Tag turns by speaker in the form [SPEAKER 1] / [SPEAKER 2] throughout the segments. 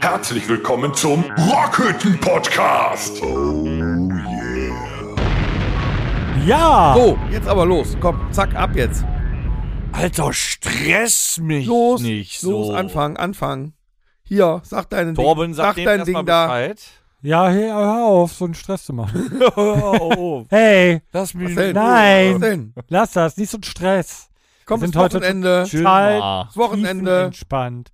[SPEAKER 1] Herzlich willkommen zum Rockhütten Podcast. Oh yeah.
[SPEAKER 2] Ja!
[SPEAKER 3] So, jetzt aber los. Komm, zack, ab jetzt.
[SPEAKER 2] Alter, stress mich
[SPEAKER 3] Los,
[SPEAKER 2] nicht
[SPEAKER 3] los,
[SPEAKER 2] so.
[SPEAKER 3] anfangen, anfangen. Hier, sag deinen
[SPEAKER 4] Torben
[SPEAKER 3] Ding,
[SPEAKER 4] sagt
[SPEAKER 3] sag
[SPEAKER 4] dem
[SPEAKER 3] dein
[SPEAKER 4] erstmal
[SPEAKER 3] Ding da.
[SPEAKER 4] Bescheid. Oh,
[SPEAKER 2] Ja, hey, hör auf, so einen Stress zu machen.
[SPEAKER 4] Hör auf.
[SPEAKER 2] Hey,
[SPEAKER 4] Lass mich
[SPEAKER 3] Was denn?
[SPEAKER 2] Nein.
[SPEAKER 3] Was denn?
[SPEAKER 2] lass das, nicht so einen Stress.
[SPEAKER 3] Komm,
[SPEAKER 2] Wir
[SPEAKER 3] das
[SPEAKER 2] sind heute
[SPEAKER 3] Wochenende.
[SPEAKER 4] Chill
[SPEAKER 2] Total
[SPEAKER 4] mal.
[SPEAKER 3] Ah. Das Wochenende.
[SPEAKER 2] Entspannt.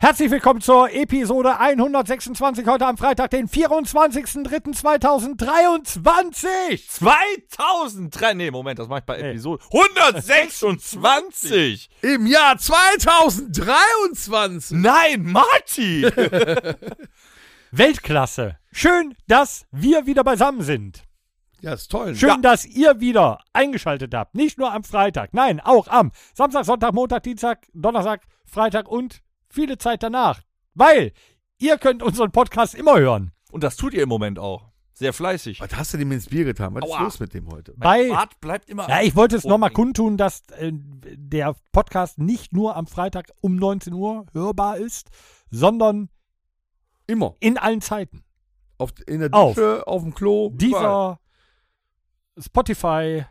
[SPEAKER 2] Herzlich willkommen zur Episode 126 heute am Freitag, den 24.03.2023.
[SPEAKER 4] 2003, nee, Moment, das mach ich bei
[SPEAKER 2] Hey.
[SPEAKER 4] Episode 126.
[SPEAKER 3] Im Jahr 2023.
[SPEAKER 4] Nein, Marty.
[SPEAKER 2] Weltklasse. Schön, dass wir wieder beisammen sind.
[SPEAKER 3] Ja, ist toll.
[SPEAKER 2] Schön, dass ihr wieder eingeschaltet habt. Nicht nur am Freitag, nein, auch am Samstag, Sonntag, Montag, Dienstag, Donnerstag, Freitag und viele Zeit danach. Weil ihr könnt unseren Podcast immer hören.
[SPEAKER 4] Und das tut ihr im Moment auch. Sehr fleißig.
[SPEAKER 3] Was hast du dem ins Bier getan? Was ist
[SPEAKER 4] Aua.
[SPEAKER 3] los mit dem heute?
[SPEAKER 2] Bei,
[SPEAKER 4] Bart bleibt immer.
[SPEAKER 2] ja, ich wollte es
[SPEAKER 4] Oh,
[SPEAKER 2] nochmal
[SPEAKER 4] ey.
[SPEAKER 2] kundtun, dass äh, der Podcast nicht nur am Freitag um 19 Uhr hörbar ist, sondern
[SPEAKER 3] Immer.
[SPEAKER 2] in allen Zeiten.
[SPEAKER 3] Auf, in der
[SPEAKER 2] Auf.
[SPEAKER 3] Dusche, auf dem Klo. überall.
[SPEAKER 2] Dieser Spotify,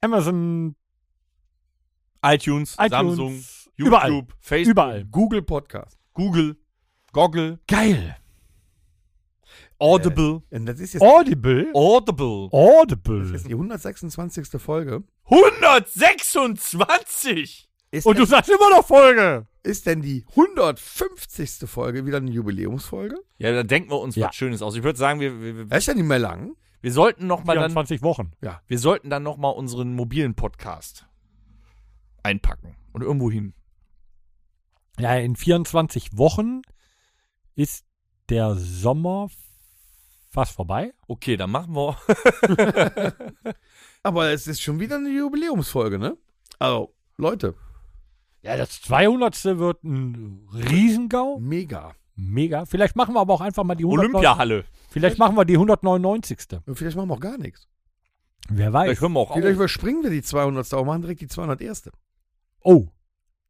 [SPEAKER 2] Amazon,
[SPEAKER 4] iTunes,
[SPEAKER 2] iTunes,
[SPEAKER 4] Samsung, YouTube,
[SPEAKER 2] überall.
[SPEAKER 4] Facebook,
[SPEAKER 2] überall.
[SPEAKER 3] Google Podcast.
[SPEAKER 4] Google, Goggle,
[SPEAKER 2] Geil.
[SPEAKER 4] Audible,
[SPEAKER 3] Und das ist jetzt,
[SPEAKER 2] Oh. Audible.
[SPEAKER 4] Audible.
[SPEAKER 3] Oh. das
[SPEAKER 2] Audible.
[SPEAKER 3] ist die 126. Folge.
[SPEAKER 4] 126.
[SPEAKER 3] Ist,
[SPEAKER 2] Und du sagst immer noch Folge.
[SPEAKER 3] denn, ist denn die 150. Folge wieder eine Jubiläumsfolge?
[SPEAKER 4] Ja, da denken wir uns
[SPEAKER 2] Ja.
[SPEAKER 4] was Schönes aus. Ich würde sagen, wir, wir, wir-
[SPEAKER 3] Das ist ja nicht mehr lang.
[SPEAKER 4] wir sollten noch mal dann
[SPEAKER 2] 24 Wochen.
[SPEAKER 4] Wir sollten dann nochmal unseren mobilen Podcast einpacken und irgendwo hin.
[SPEAKER 2] Ja, in 24 Wochen ist der Sommer fast vorbei.
[SPEAKER 4] Okay, dann machen wir.
[SPEAKER 3] Aber es ist schon wieder eine Jubiläumsfolge, ne? Also, Leute,
[SPEAKER 2] Ja, das 200. wird ein Riesengau.
[SPEAKER 3] mega.
[SPEAKER 2] Mega. Vielleicht machen wir aber auch einfach mal die 100
[SPEAKER 4] Olympiahalle.
[SPEAKER 2] Vielleicht machen wir die 199.
[SPEAKER 3] Und vielleicht machen wir auch gar nichts.
[SPEAKER 2] Wer
[SPEAKER 4] Vielleicht
[SPEAKER 2] weiß.
[SPEAKER 4] hören wir auch
[SPEAKER 3] Vielleicht
[SPEAKER 4] auf.
[SPEAKER 3] überspringen wir die 200. und machen direkt die 201.
[SPEAKER 2] Oh,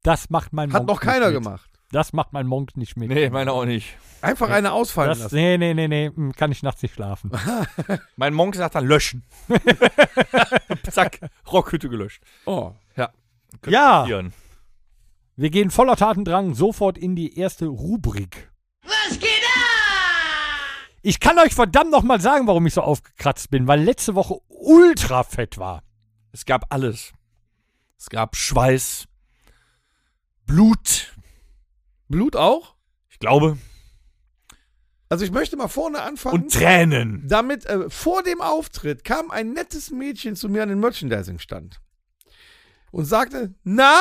[SPEAKER 2] das macht mein
[SPEAKER 3] Hat
[SPEAKER 2] Monk
[SPEAKER 3] noch keiner
[SPEAKER 2] nicht mit.
[SPEAKER 3] gemacht.
[SPEAKER 2] Das macht mein Monk nicht mit.
[SPEAKER 4] Nee, meine auch nicht.
[SPEAKER 3] Einfach eine ausfallen
[SPEAKER 2] das,
[SPEAKER 3] lassen.
[SPEAKER 2] nee, nee, nee, nee, hm, kann ich nachts nicht schlafen.
[SPEAKER 4] Mein Monk sagt dann löschen. Zack, Rockhütte gelöscht.
[SPEAKER 3] Oh.
[SPEAKER 2] ja,
[SPEAKER 4] Hirn.
[SPEAKER 2] wir gehen voller Tatendrang sofort in die erste Rubrik. Ich kann euch verdammt nochmal sagen, warum ich so aufgekratzt bin, weil letzte Woche ultra fett war.
[SPEAKER 4] Es gab alles. Es gab Schweiß, Blut,
[SPEAKER 3] Blut auch?
[SPEAKER 4] ich glaube,
[SPEAKER 3] Also ich möchte mal vorne anfangen.
[SPEAKER 4] und Tränen.
[SPEAKER 3] damit äh, vor dem Auftritt kam ein nettes Mädchen zu mir an den Merchandising-Stand und sagte, na,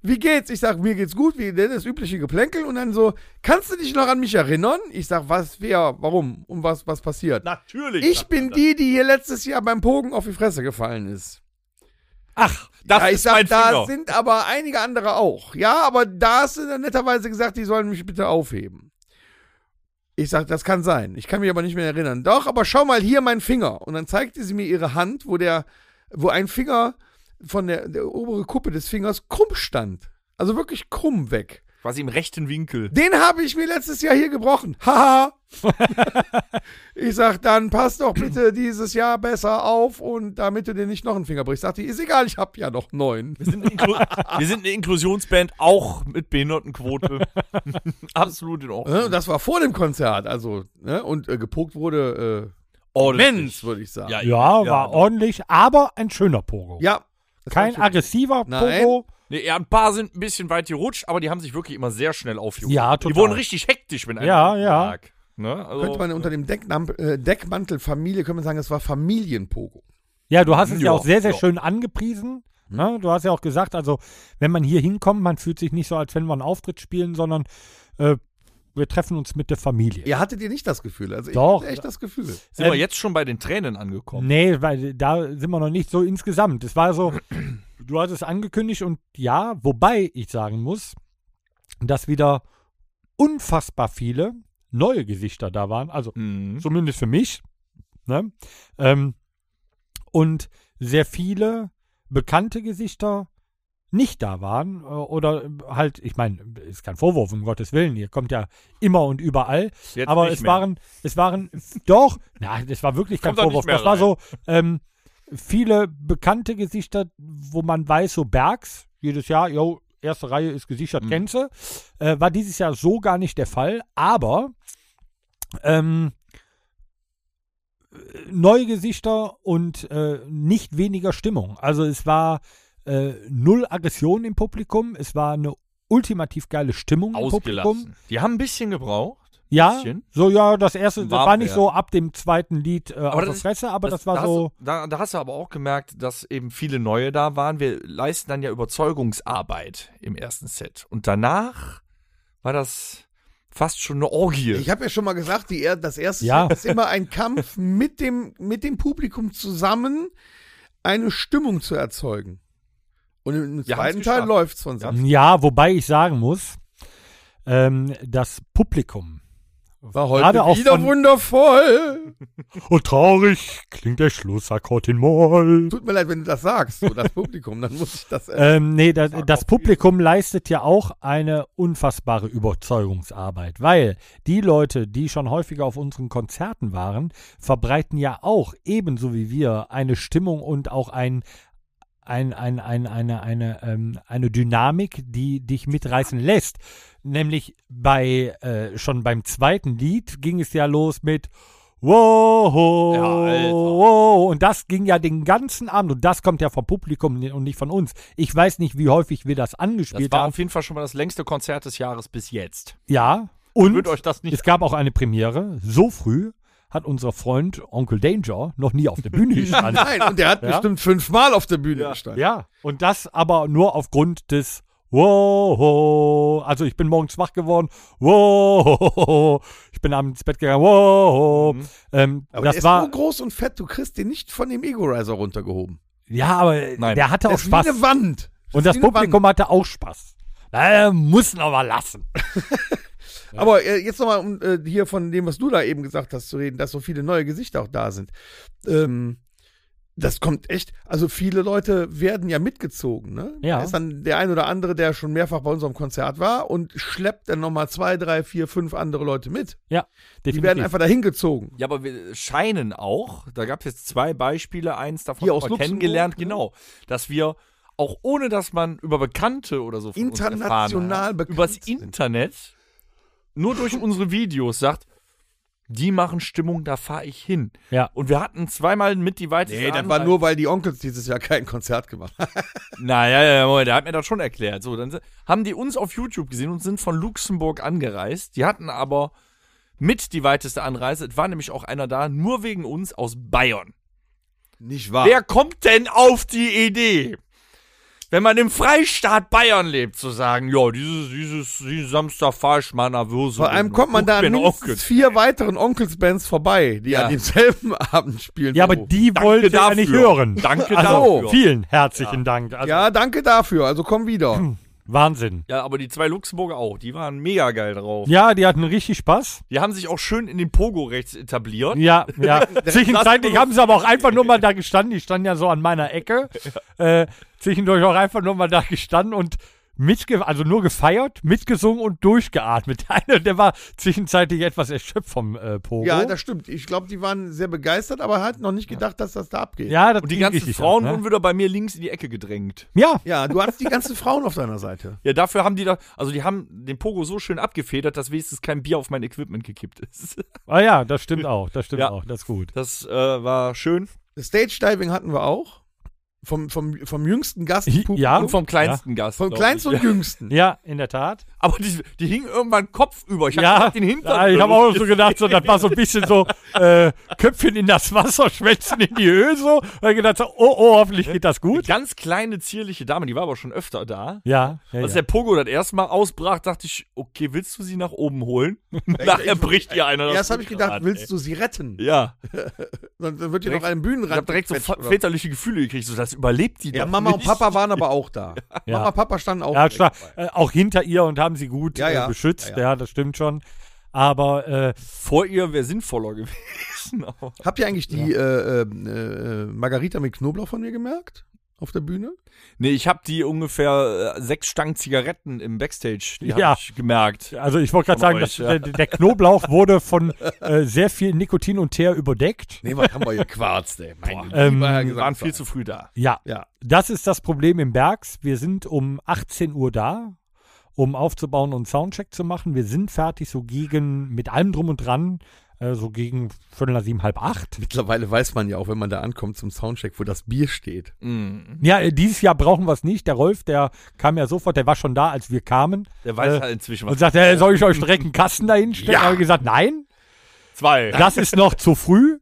[SPEAKER 3] wie geht's? Ich sag, mir geht's gut, wie das übliche Geplänkel und dann so, kannst du dich noch an mich erinnern? Ich sag, was, wer, warum und was, was passiert?
[SPEAKER 4] Natürlich.
[SPEAKER 3] ich bin die, die hier letztes Jahr beim Pogen auf die Fresse gefallen ist.
[SPEAKER 4] Ach, das
[SPEAKER 3] ja, ich
[SPEAKER 4] ist
[SPEAKER 3] sag,
[SPEAKER 4] mein
[SPEAKER 3] da
[SPEAKER 4] Finger.
[SPEAKER 3] sind aber einige andere auch. Ja, aber da hast du dann netterweise gesagt, die sollen mich bitte aufheben. Ich sag, das kann sein. Ich kann mich aber nicht mehr erinnern. Doch, aber schau mal hier meinen Finger. Und dann zeigte sie mir ihre Hand, wo der, wo ein Finger von der, der obere Kuppe des Fingers krumm stand. Also wirklich krumm weg.
[SPEAKER 4] Quasi im rechten Winkel.
[SPEAKER 3] Den habe ich mir letztes Jahr hier gebrochen. Haha. ich sag, dann passt doch bitte dieses Jahr besser auf und damit du dir nicht noch einen Finger brichst. Sagt die, ist egal, ich hab ja noch neun.
[SPEAKER 4] Wir sind, eine Inklu- wir sind eine Inklusionsband, auch mit Behindertenquote. Absolut in Ordnung.
[SPEAKER 3] Ne, und das war vor dem Konzert, also, ne? Und äh, gepokt wurde äh,
[SPEAKER 4] Ordentlich.
[SPEAKER 3] Mensch, würde ich sagen.
[SPEAKER 4] Ja,
[SPEAKER 3] Ja,
[SPEAKER 2] Ja,
[SPEAKER 4] Ja,
[SPEAKER 2] war
[SPEAKER 4] doch.
[SPEAKER 2] ordentlich, aber ein schöner Pogo.
[SPEAKER 3] Das
[SPEAKER 2] Kein
[SPEAKER 3] war schon-
[SPEAKER 2] aggressiver
[SPEAKER 3] Nein.
[SPEAKER 2] Pogo.
[SPEAKER 4] Nee, ja, ein paar sind ein bisschen weit gerutscht, aber die haben sich wirklich immer sehr schnell aufgehoben.
[SPEAKER 2] Ja,
[SPEAKER 4] Die
[SPEAKER 2] total.
[SPEAKER 4] wurden richtig hektisch, wenn einer
[SPEAKER 2] Ja,
[SPEAKER 4] unten
[SPEAKER 2] ja.
[SPEAKER 4] lag. Ne? Also,
[SPEAKER 3] Könnte man unter dem Decknam- äh, Deckmantel Familie, könnte man sagen, es war Familienpogo.
[SPEAKER 2] Ja, du hast es ja,
[SPEAKER 4] Ja,
[SPEAKER 2] auch sehr, sehr
[SPEAKER 4] ja.
[SPEAKER 2] schön angepriesen. Ne? Du hast ja auch gesagt, also wenn man hier hinkommt, man fühlt sich nicht so, als wenn wir einen Auftritt spielen, sondern äh, wir treffen uns mit der Familie.
[SPEAKER 3] Ihr hattet ihr nicht das Gefühl? Also ich
[SPEAKER 2] Doch.
[SPEAKER 3] hatte echt das Gefühl.
[SPEAKER 4] sind wir
[SPEAKER 2] ähm,
[SPEAKER 4] jetzt schon bei den Tränen angekommen?
[SPEAKER 2] Nee, weil da sind wir noch nicht so insgesamt. Es war so, du hast es angekündigt und ja, wobei ich sagen muss, dass wieder unfassbar viele neue Gesichter da waren. Also
[SPEAKER 4] Mhm.
[SPEAKER 2] zumindest für mich. Ne? Ähm, und sehr viele bekannte Gesichter, nicht da waren äh, oder halt, ich meine, ist kein Vorwurf, um Gottes Willen, ihr kommt ja immer und überall,
[SPEAKER 4] Jetzt
[SPEAKER 2] aber
[SPEAKER 4] nicht
[SPEAKER 2] es
[SPEAKER 4] mehr.
[SPEAKER 2] waren, es waren doch, na, das war wirklich kein
[SPEAKER 4] Kommt doch nicht
[SPEAKER 2] Vorwurf,
[SPEAKER 4] mehr
[SPEAKER 2] das war
[SPEAKER 4] rein.
[SPEAKER 2] so ähm, viele bekannte Gesichter, wo man weiß, so Bergs, jedes Jahr, yo, erste Reihe ist
[SPEAKER 4] Mhm.
[SPEAKER 2] gesichert, kennst du, äh, war dieses Jahr so gar nicht der Fall, aber ähm, neue Gesichter und äh, nicht weniger Stimmung. Also es war äh, null Aggression im Publikum, es war eine ultimativ geile Stimmung im Publikum.
[SPEAKER 4] ausgelassen. Die haben ein bisschen gebraucht.
[SPEAKER 2] Ja,
[SPEAKER 4] Bisschen.
[SPEAKER 2] so ja, das erste, das
[SPEAKER 4] Warm
[SPEAKER 2] war nicht
[SPEAKER 4] werden.
[SPEAKER 2] so ab dem zweiten Lied äh, auf
[SPEAKER 4] das
[SPEAKER 2] der
[SPEAKER 4] ist-
[SPEAKER 2] Fresse, aber das, war
[SPEAKER 4] da
[SPEAKER 2] so,
[SPEAKER 4] Hast du, da, da hast du aber auch gemerkt, dass eben viele neue da waren. Wir leisten dann ja Überzeugungsarbeit im ersten Set. Und danach war das fast schon eine Orgie.
[SPEAKER 3] Ich habe ja schon mal gesagt, die, er- das erste
[SPEAKER 2] Ja.
[SPEAKER 3] Set ist immer ein Kampf mit dem, mit dem Publikum zusammen, eine Stimmung zu erzeugen. Und im
[SPEAKER 4] Wir
[SPEAKER 3] zweiten
[SPEAKER 4] haben's
[SPEAKER 3] Teil
[SPEAKER 4] geschafft.
[SPEAKER 3] läuft's von selbst.
[SPEAKER 2] ja, wobei ich sagen muss, ähm, das Publikum
[SPEAKER 3] War
[SPEAKER 2] Gerade auch von-
[SPEAKER 3] wundervoll.
[SPEAKER 2] und traurig klingt der Schlussakkord in Moll.
[SPEAKER 3] Tut mir leid, wenn du das sagst, so das Publikum, dann muss ich das. Äh,
[SPEAKER 2] Ähm, nee, das, das Publikum leistet ja auch eine unfassbare Überzeugungsarbeit, weil die Leute, die schon häufiger auf unseren Konzerten waren, verbreiten ja auch ebenso wie wir eine Stimmung und auch ein, ein, ein, ein, eine, eine, ähm, eine Dynamik, die dich mitreißen lässt. Nämlich bei äh, schon beim zweiten Lied ging es ja los mit Wow,
[SPEAKER 4] Ja, Alter.
[SPEAKER 2] wow. Oh, Und das ging ja den ganzen Abend. Und das kommt ja vom Publikum und nicht von uns. Ich weiß nicht, wie häufig wir das
[SPEAKER 4] das
[SPEAKER 2] angespielt
[SPEAKER 4] war
[SPEAKER 2] haben.
[SPEAKER 4] auf jeden Fall schon mal das längste Konzert des Jahres bis jetzt.
[SPEAKER 2] Ja.
[SPEAKER 4] Ich
[SPEAKER 2] Und
[SPEAKER 4] würde euch das nicht
[SPEAKER 2] es gab auch eine Premiere. So früh hat unser Freund Onkel Danger noch nie auf der Bühne gestanden.
[SPEAKER 3] nein, und der hat
[SPEAKER 2] Ja?
[SPEAKER 3] bestimmt fünfmal auf der Bühne gestanden.
[SPEAKER 2] Ja, und das aber nur aufgrund des Wow, also ich bin morgens wach geworden. Wow, ich bin abends ins Bett gegangen. Wow,
[SPEAKER 4] Mhm.
[SPEAKER 2] ähm,
[SPEAKER 3] Aber der
[SPEAKER 2] das
[SPEAKER 3] ist
[SPEAKER 2] war
[SPEAKER 3] so groß und fett, du kriegst den nicht von dem Ego-Riser runtergehoben.
[SPEAKER 2] ja, aber
[SPEAKER 4] Nein.
[SPEAKER 2] der hatte auch
[SPEAKER 3] Das ist wie
[SPEAKER 2] Spaß
[SPEAKER 3] eine Wand.
[SPEAKER 2] und
[SPEAKER 3] ist
[SPEAKER 2] das
[SPEAKER 3] wie eine
[SPEAKER 2] Publikum hatte auch Spaß. Na, muss noch mal lassen.
[SPEAKER 3] Wand. Aber äh, jetzt nochmal, um äh, hier von dem, was du da eben gesagt hast, zu reden, dass so viele neue Gesichter auch da sind. Ähm, das kommt echt, also viele Leute werden ja mitgezogen, ne?
[SPEAKER 2] Ja.
[SPEAKER 3] Da ist dann der ein oder andere, der schon mehrfach bei unserem Konzert war und schleppt dann nochmal zwei, drei, vier, fünf andere Leute mit.
[SPEAKER 2] Ja,
[SPEAKER 3] Die werden
[SPEAKER 2] definitiv.
[SPEAKER 3] einfach dahin gezogen.
[SPEAKER 4] Ja, aber wir scheinen auch, da gab es jetzt zwei Beispiele, eins davon
[SPEAKER 3] Hier
[SPEAKER 4] haben
[SPEAKER 3] aus
[SPEAKER 4] wir
[SPEAKER 3] Luxemburg,
[SPEAKER 4] kennengelernt,
[SPEAKER 3] ne?
[SPEAKER 4] genau, dass wir auch ohne, dass man über Bekannte oder so von uns
[SPEAKER 3] International
[SPEAKER 4] erfahren hat,
[SPEAKER 3] bekannt
[SPEAKER 4] übers
[SPEAKER 3] sind.
[SPEAKER 4] Internet, nur durch unsere Videos sagt, die machen Stimmung, da fahre ich hin.
[SPEAKER 2] Ja.
[SPEAKER 4] Und wir hatten zweimal mit die weiteste
[SPEAKER 3] Nee, das war
[SPEAKER 4] Anreise-
[SPEAKER 3] nur, weil die Onkels dieses Jahr kein Konzert gemacht haben.
[SPEAKER 4] Naja, ja, Moment, der hat mir das schon erklärt. So, dann si- haben die uns auf YouTube gesehen und sind von Luxemburg angereist. Die hatten aber mit die weiteste Anreise. Es war nämlich auch einer da, nur wegen uns aus Bayern.
[SPEAKER 3] Nicht wahr?
[SPEAKER 4] Wer kommt denn auf die Idee, wenn man im Freistaat Bayern lebt, zu sagen, ja, dieses, dieses, dieses Samstag fahr ich mal nach Würselen.
[SPEAKER 3] Vor
[SPEAKER 2] Äh,
[SPEAKER 3] allem kommt man
[SPEAKER 4] und
[SPEAKER 3] da
[SPEAKER 4] guck
[SPEAKER 3] an
[SPEAKER 4] mir noch
[SPEAKER 3] mindestens vier weiteren Onkels-Bands vorbei, die
[SPEAKER 4] Ja.
[SPEAKER 3] an demselben Abend spielen.
[SPEAKER 2] Ja, aber
[SPEAKER 3] Oh.
[SPEAKER 2] die
[SPEAKER 4] Danke
[SPEAKER 2] wollte er
[SPEAKER 4] dafür.
[SPEAKER 2] nicht hören.
[SPEAKER 4] Danke
[SPEAKER 2] also,
[SPEAKER 4] dafür.
[SPEAKER 2] Vielen herzlichen Dank. Also, Hm,
[SPEAKER 3] ja, danke dafür. Also komm wieder.
[SPEAKER 2] Wahnsinn.
[SPEAKER 4] Ja, aber die zwei Luxemburger auch, die waren mega geil drauf.
[SPEAKER 2] Ja, die hatten richtig Spaß.
[SPEAKER 4] Die haben sich auch schön in den Pogo rechts etabliert.
[SPEAKER 2] Ja, ja. Zwischenzeitlich haben sie aber auch einfach nur mal da gestanden. Die standen ja so an meiner Ecke. Äh, zwischendurch auch einfach nur mal da gestanden und mitge also nur gefeiert, mitgesungen und durchgeatmet. Der eine, der war zwischenzeitlich etwas erschöpft vom äh, Pogo.
[SPEAKER 3] Ja, das stimmt. Ich glaube, die waren sehr begeistert, aber hatten noch nicht gedacht, dass das da abgeht.
[SPEAKER 2] ja, das
[SPEAKER 4] Und die
[SPEAKER 2] ging
[SPEAKER 4] ganzen
[SPEAKER 2] richtig
[SPEAKER 4] Frauen
[SPEAKER 2] ab,
[SPEAKER 4] wurden
[SPEAKER 2] ne?
[SPEAKER 4] wieder bei mir links in die Ecke gedrängt.
[SPEAKER 2] Ja,
[SPEAKER 3] Ja, du hast die ganzen Frauen auf deiner Seite.
[SPEAKER 4] Ja, dafür haben die da, also die haben den Pogo so schön abgefedert, dass wenigstens kein Bier auf mein Equipment gekippt ist.
[SPEAKER 2] ah ja, das stimmt auch, das stimmt
[SPEAKER 4] Ja.
[SPEAKER 2] auch, das ist gut.
[SPEAKER 4] Das äh, war schön.
[SPEAKER 3] Das Stage-Diving hatten wir auch. Vom, vom, vom jüngsten Gast.
[SPEAKER 2] Ja.
[SPEAKER 4] Und vom kleinsten Gast.
[SPEAKER 3] Vom
[SPEAKER 4] glaub
[SPEAKER 3] kleinsten
[SPEAKER 4] ich.
[SPEAKER 3] und jüngsten.
[SPEAKER 2] Ja, in der Tat.
[SPEAKER 4] Aber die, die hingen irgendwann Kopf über. Ich hab
[SPEAKER 2] ja,
[SPEAKER 4] grad den Hintern.
[SPEAKER 2] ja, ich habe auch so gedacht, so, das war so ein bisschen so äh, Köpfchen in das Wasser, Schwänzchen in die Höhe so. Da hab ich gedacht, so, oh, oh, hoffentlich geht das
[SPEAKER 4] Eine
[SPEAKER 2] gut.
[SPEAKER 4] ganz kleine, zierliche Dame, die war aber schon öfter da.
[SPEAKER 2] Ja, ja,
[SPEAKER 4] Als
[SPEAKER 2] ja.
[SPEAKER 4] der Pogo das erste Mal ausbrach, dachte ich, okay, willst du sie nach oben holen? Nachher bricht ihr einer.
[SPEAKER 3] Erst habe ich gedacht, willst du sie retten?
[SPEAKER 4] Ja,
[SPEAKER 3] Dann dann wird dir noch
[SPEAKER 4] Direkt-
[SPEAKER 3] einen
[SPEAKER 4] ich
[SPEAKER 3] Bühnenrand.
[SPEAKER 4] habe direkt so
[SPEAKER 3] gequetscht,
[SPEAKER 4] fa-
[SPEAKER 3] oder?
[SPEAKER 4] väterliche Gefühle gekriegt. So, das überlebt die
[SPEAKER 3] ja,
[SPEAKER 4] doch
[SPEAKER 3] Mama und
[SPEAKER 4] nicht.
[SPEAKER 3] Papa waren aber auch da.
[SPEAKER 2] Ja.
[SPEAKER 3] Mama und Papa standen auch.
[SPEAKER 2] ja,
[SPEAKER 3] direkt
[SPEAKER 2] stark.
[SPEAKER 3] dabei.
[SPEAKER 2] Äh, auch hinter ihr und haben sie gut
[SPEAKER 3] Ja, ja.
[SPEAKER 2] Äh, beschützt.
[SPEAKER 3] Ja,
[SPEAKER 2] Ja,
[SPEAKER 3] ja.
[SPEAKER 2] das stimmt schon. Aber äh,
[SPEAKER 4] Vor ihr wäre sinnvoller gewesen. aber-
[SPEAKER 3] Habt ihr eigentlich die äh, äh, äh, Margarita mit Knoblauch von mir gemerkt? auf der Bühne?
[SPEAKER 4] Nee, ich habe die ungefähr äh, sechs Stangen Zigaretten im Backstage, die
[SPEAKER 2] Ja.
[SPEAKER 4] habe ich gemerkt.
[SPEAKER 2] Also ich wollte gerade
[SPEAKER 4] Von
[SPEAKER 2] sagen,
[SPEAKER 4] euch,
[SPEAKER 2] dass
[SPEAKER 4] ja.
[SPEAKER 2] der, der Knoblauch wurde von äh, sehr viel Nikotin und Teer überdeckt.
[SPEAKER 3] Nee, was haben wir hier Quarz, ey? Meine Güte,
[SPEAKER 2] Ähm,
[SPEAKER 3] war ja
[SPEAKER 4] Wir
[SPEAKER 3] gesagt,
[SPEAKER 4] waren viel zu früh da.
[SPEAKER 2] Ja,
[SPEAKER 3] Ja.
[SPEAKER 2] das ist das Problem im Bergs. Wir sind um 18 Uhr da, um aufzubauen und Soundcheck zu machen. Wir sind fertig, so gegen, mit allem drum und dran, äh, so gegen Viertel nach sieben, halb acht.
[SPEAKER 3] Mittlerweile weiß man ja auch, wenn man da ankommt zum Soundcheck, wo das Bier steht.
[SPEAKER 4] Mhm.
[SPEAKER 2] Ja, äh, dieses Jahr brauchen wir es nicht. Der Rolf, der kam ja sofort, der war schon da, als wir kamen.
[SPEAKER 4] Der weiß
[SPEAKER 2] Äh,
[SPEAKER 4] halt inzwischen
[SPEAKER 2] Und
[SPEAKER 4] was.
[SPEAKER 2] sagte, äh, soll ich euch direkt einen Kasten da hinstellen?
[SPEAKER 3] Ja.
[SPEAKER 2] Da habe ich gesagt, nein,
[SPEAKER 4] Zwei.
[SPEAKER 2] das ist noch zu früh.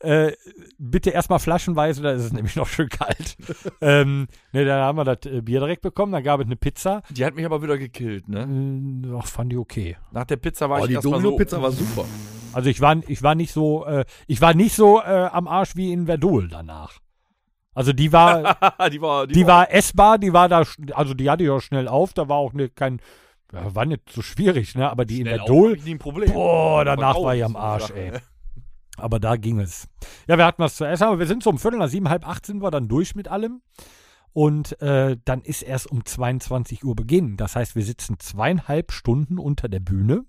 [SPEAKER 2] Äh, bitte erstmal flaschenweise, da ist es nämlich noch schön kalt. ähm, ne, dann haben wir das äh, Bier direkt bekommen, dann gab es eine Pizza.
[SPEAKER 4] Die hat mich aber wieder gekillt, ne?
[SPEAKER 2] Äh, Ach, fand ich okay.
[SPEAKER 4] Nach der Pizza war
[SPEAKER 3] Oh,
[SPEAKER 4] ich
[SPEAKER 3] die
[SPEAKER 4] erstmal so.
[SPEAKER 3] Domino-Pizza war super.
[SPEAKER 2] Also ich war, ich war nicht so, äh, ich war nicht so äh, am Arsch wie in Verdol danach. Also die war,
[SPEAKER 4] die war,
[SPEAKER 2] die war essbar, die war da, sch- also die hatte ich auch schnell auf, da war auch ne, kein, ja, war nicht so schwierig, ne? Aber die in
[SPEAKER 4] Schnell
[SPEAKER 2] Verdol,
[SPEAKER 4] auch nie ein Problem.
[SPEAKER 2] Boah,
[SPEAKER 4] Aber
[SPEAKER 2] danach
[SPEAKER 4] auch
[SPEAKER 2] war ich am
[SPEAKER 4] so
[SPEAKER 2] Arsch,
[SPEAKER 4] Sachen,
[SPEAKER 2] ey.
[SPEAKER 4] ne?
[SPEAKER 2] Aber da ging es. Ja, wir hatten was zu essen, aber wir sind so um Viertel nach sieben, halb acht sind wir dann durch mit allem. Und äh, dann ist erst um 22 Uhr Beginn. Das heißt, wir sitzen zweieinhalb Stunden unter der Bühne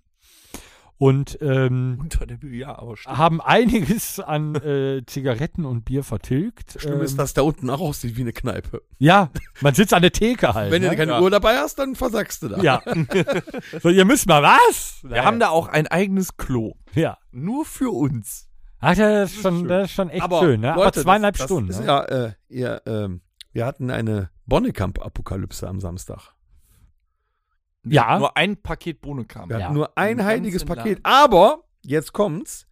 [SPEAKER 2] und ähm,
[SPEAKER 4] Unter der Bühne, ja, aber stimmt.
[SPEAKER 2] haben einiges an äh, Zigaretten und Bier vertilgt.
[SPEAKER 3] Schlimm ist,
[SPEAKER 2] Ähm,
[SPEAKER 3] dass da unten auch aussieht wie eine Kneipe.
[SPEAKER 2] Ja, man sitzt an der Theke halt.
[SPEAKER 3] Wenn
[SPEAKER 2] ne?
[SPEAKER 3] du keine
[SPEAKER 4] Ja.
[SPEAKER 3] Uhr dabei hast, dann versackst du da.
[SPEAKER 2] ja. so, ihr müsst mal was?
[SPEAKER 4] Wir haben da auch ein eigenes Klo.
[SPEAKER 2] Ja.
[SPEAKER 4] Nur für uns.
[SPEAKER 2] Ach, das ist schon, das ist schon echt schön, ne? aber
[SPEAKER 3] Leute,
[SPEAKER 2] zweieinhalb
[SPEAKER 3] das, das
[SPEAKER 2] Stunden.
[SPEAKER 3] Ist,
[SPEAKER 2] ne?
[SPEAKER 3] ja, äh, ihr, ähm, wir hatten eine Bonnekamp-Apokalypse am Samstag.
[SPEAKER 4] Wir
[SPEAKER 2] Ja.
[SPEAKER 4] hatten Nur ein Paket Bohnen kam.
[SPEAKER 3] Wir hatten
[SPEAKER 2] Ja.
[SPEAKER 3] nur ein
[SPEAKER 4] Im
[SPEAKER 3] heiliges
[SPEAKER 4] ganzen
[SPEAKER 3] Paket.
[SPEAKER 4] Laden.
[SPEAKER 3] Aber, jetzt kommt's,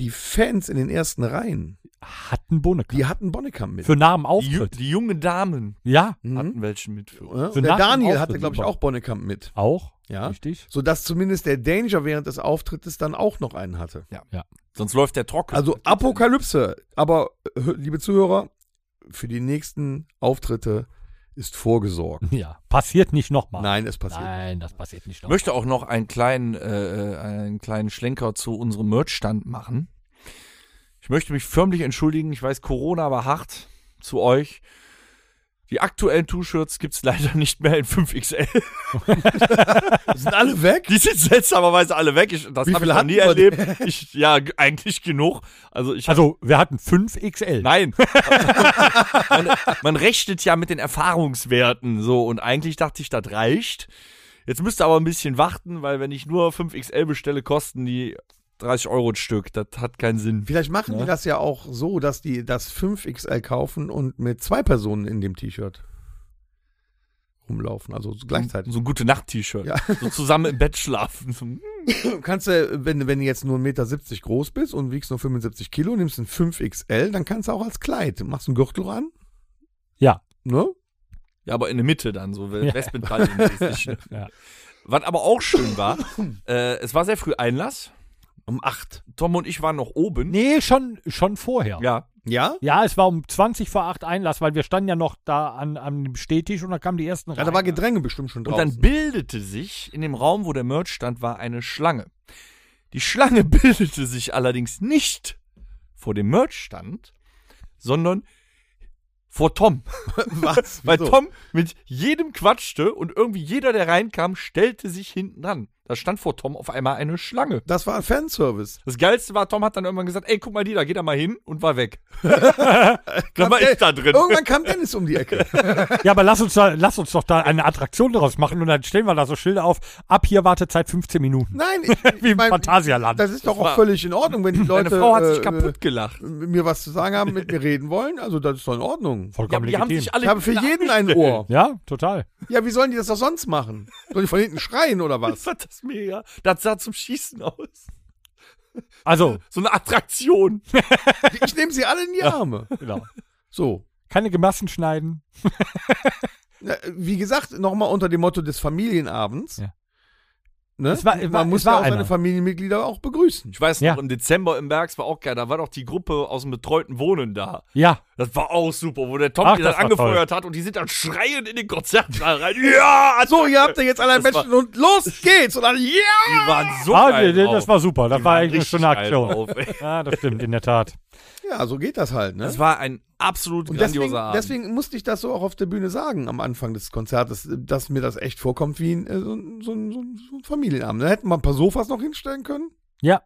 [SPEAKER 3] die Fans in den ersten Reihen,
[SPEAKER 2] Hatten Bonekamp.
[SPEAKER 3] die hatten Bonnekamp mit.
[SPEAKER 2] Für Namen
[SPEAKER 4] Die, ju-
[SPEAKER 2] Auftritt.
[SPEAKER 4] die jungen Damen
[SPEAKER 2] Ja,
[SPEAKER 3] Mhm.
[SPEAKER 4] hatten welchen mit für uns.
[SPEAKER 3] Ja,
[SPEAKER 2] für
[SPEAKER 3] der
[SPEAKER 2] nach dem
[SPEAKER 3] Daniel
[SPEAKER 2] Auftritt
[SPEAKER 3] hatte, glaube ich,
[SPEAKER 2] super.
[SPEAKER 3] auch Bonnekamp mit.
[SPEAKER 2] auch.
[SPEAKER 3] Ja.
[SPEAKER 2] Richtig.
[SPEAKER 3] Sodass zumindest der Danger während des Auftrittes dann auch noch einen hatte.
[SPEAKER 4] Sonst läuft der trocken.
[SPEAKER 3] Also Apokalypse. Aber, äh, liebe Zuhörer, für die nächsten Auftritte ist vorgesorgt.
[SPEAKER 2] Ja. Passiert nicht nochmal.
[SPEAKER 3] Nein, es passiert.
[SPEAKER 2] Nein, das passiert nicht
[SPEAKER 4] Ich
[SPEAKER 2] nochmal.
[SPEAKER 4] möchte auch noch einen kleinen, äh, einen kleinen Schlenker zu unserem Merch-Stand machen. Ich möchte mich förmlich entschuldigen. Ich weiß, Corona war hart zu euch. Die aktuellen T-Shirts gibt's leider nicht mehr in 5XL.
[SPEAKER 3] Sind alle weg?
[SPEAKER 4] Die sind seltsamerweise alle weg. Ich, das
[SPEAKER 3] Wie
[SPEAKER 4] habe
[SPEAKER 3] viel
[SPEAKER 4] ich noch nie
[SPEAKER 3] hatten wir
[SPEAKER 4] erlebt. Ich, ja, g- eigentlich genug. Also ich
[SPEAKER 2] Also, wir hatten 5 XL.
[SPEAKER 4] Nein. man, man rechnet ja mit den Erfahrungswerten so und eigentlich dachte ich, das reicht. Jetzt müsst ihr aber ein bisschen warten, weil wenn ich nur 5XL bestelle, kosten die 30 Euro ein Stück. Das hat keinen Sinn.
[SPEAKER 3] Vielleicht machen die das ja auch so, dass die das 5XL kaufen und mit zwei Personen in dem T-Shirt rumlaufen. Also so gleichzeitig.
[SPEAKER 4] So ein gute Nacht-T-Shirt.
[SPEAKER 3] Ja.
[SPEAKER 4] So zusammen im Bett schlafen. So,
[SPEAKER 3] Du kannst ja, wenn, wenn du jetzt nur 1,70 Meter groß bist und wiegst nur 75 Kilo, nimmst ein 5XL, dann kannst du auch als Kleid. Machst einen Gürtel ran.
[SPEAKER 2] Ja.
[SPEAKER 3] Ne?
[SPEAKER 4] Ja, aber in der Mitte dann, so
[SPEAKER 2] Ja.
[SPEAKER 4] Wespenpalmen-mäßig.
[SPEAKER 2] Ja.
[SPEAKER 4] Was aber auch schön war, äh, es war sehr früh Einlass.
[SPEAKER 3] Um 8.
[SPEAKER 4] Tom und ich waren noch oben.
[SPEAKER 2] Nee, schon, schon vorher.
[SPEAKER 4] Ja.
[SPEAKER 3] Ja?
[SPEAKER 2] Ja, es war um 20 vor 8 Einlass, weil wir standen ja noch da an, an dem Stehtisch und dann kamen die ersten
[SPEAKER 3] ja.
[SPEAKER 2] rein.
[SPEAKER 3] Da war Gedränge bestimmt schon
[SPEAKER 4] Und
[SPEAKER 3] draußen.
[SPEAKER 4] dann bildete sich in dem Raum, wo der Merch stand, war eine Schlange. Die Schlange bildete sich allerdings nicht vor dem Merch-Stand, sondern vor Tom.
[SPEAKER 3] was?
[SPEAKER 4] Weil
[SPEAKER 3] Wieso?
[SPEAKER 4] Tom mit jedem quatschte und irgendwie jeder, der reinkam, stellte sich hinten dran. Da stand vor Tom auf einmal eine Schlange.
[SPEAKER 3] Das war ein Fanservice.
[SPEAKER 4] Das Geilste war, Tom hat dann irgendwann gesagt, ey, guck mal die, da geht er mal hin und war weg. dann war ich da drin.
[SPEAKER 3] Irgendwann kam Dennis um die Ecke.
[SPEAKER 2] ja, aber lass uns, da, lass uns doch da eine Attraktion daraus machen und dann stellen wir da so Schilder auf. Ab hier Wartezeit 15 Minuten.
[SPEAKER 3] Nein, ich, ich
[SPEAKER 2] Wie im
[SPEAKER 3] mein,
[SPEAKER 2] Phantasialand.
[SPEAKER 3] das ist doch
[SPEAKER 4] war-
[SPEAKER 3] auch völlig in Ordnung, wenn die Leute
[SPEAKER 4] Meine Frau hat sich
[SPEAKER 3] äh,
[SPEAKER 4] kaputt gelacht.
[SPEAKER 3] äh, mir was zu sagen haben, mit mir reden wollen. Also das ist doch in Ordnung.
[SPEAKER 4] Ja,
[SPEAKER 2] Vollkommen
[SPEAKER 4] die haben
[SPEAKER 2] legitim.
[SPEAKER 4] sich alle
[SPEAKER 3] Ich habe für jeden ein Ohr.
[SPEAKER 2] ja, total.
[SPEAKER 3] Ja, wie sollen die das doch sonst machen? Sollen die von hinten schreien oder was?
[SPEAKER 4] Das war das mega. Das sah zum Schießen aus.
[SPEAKER 2] Also,
[SPEAKER 4] So eine Attraktion.
[SPEAKER 3] Ich nehme sie alle in die Arme.
[SPEAKER 2] genau.
[SPEAKER 3] So.
[SPEAKER 2] Keine Gemassen schneiden.
[SPEAKER 3] Na, Wie gesagt, nochmal unter dem Motto des Familienabends.
[SPEAKER 2] Ja.
[SPEAKER 3] Ne?
[SPEAKER 2] Es war- es war-
[SPEAKER 3] Man muss
[SPEAKER 2] es war
[SPEAKER 3] ja auch seine
[SPEAKER 2] einer.
[SPEAKER 3] Familienmitglieder auch begrüßen.
[SPEAKER 4] Ich weiß noch,
[SPEAKER 2] Ja.
[SPEAKER 4] im Dezember im Bergs war auch geil. Da war doch die Gruppe aus dem betreuten Wohnen da.
[SPEAKER 2] Ja,
[SPEAKER 4] Das war auch super, wo der Tom
[SPEAKER 2] Ach,
[SPEAKER 4] die
[SPEAKER 2] das
[SPEAKER 4] das
[SPEAKER 2] war
[SPEAKER 4] angefeuert hat und die sind dann schreiend in den Konzertsaal rein. Ja,
[SPEAKER 3] So, ihr habt ja jetzt alle ein
[SPEAKER 4] Das war-
[SPEAKER 3] Menschen und los geht's. Und alle, ja!
[SPEAKER 4] die waren so
[SPEAKER 2] ah,
[SPEAKER 4] geil
[SPEAKER 2] nee, nee,
[SPEAKER 4] drauf.
[SPEAKER 2] das war super. Das
[SPEAKER 4] Die
[SPEAKER 2] war
[SPEAKER 4] waren
[SPEAKER 2] eigentlich eine
[SPEAKER 4] richtig
[SPEAKER 2] schöne
[SPEAKER 4] geil
[SPEAKER 2] Aktion.
[SPEAKER 4] drauf,
[SPEAKER 3] Ne?
[SPEAKER 4] ey.
[SPEAKER 2] Ja, das stimmt, in der Tat.
[SPEAKER 3] Ja, so geht das halt, ne?
[SPEAKER 4] Das war ein absolut
[SPEAKER 3] Und deswegen,
[SPEAKER 4] grandioser Abend.
[SPEAKER 3] deswegen musste ich das so auch auf der Bühne sagen am Anfang des Konzertes, dass mir das echt vorkommt wie ein, äh, so, ein- so, ein- so, ein- so ein Familienabend. Da hätten wir ein paar Sofas noch hinstellen können.
[SPEAKER 2] Ja.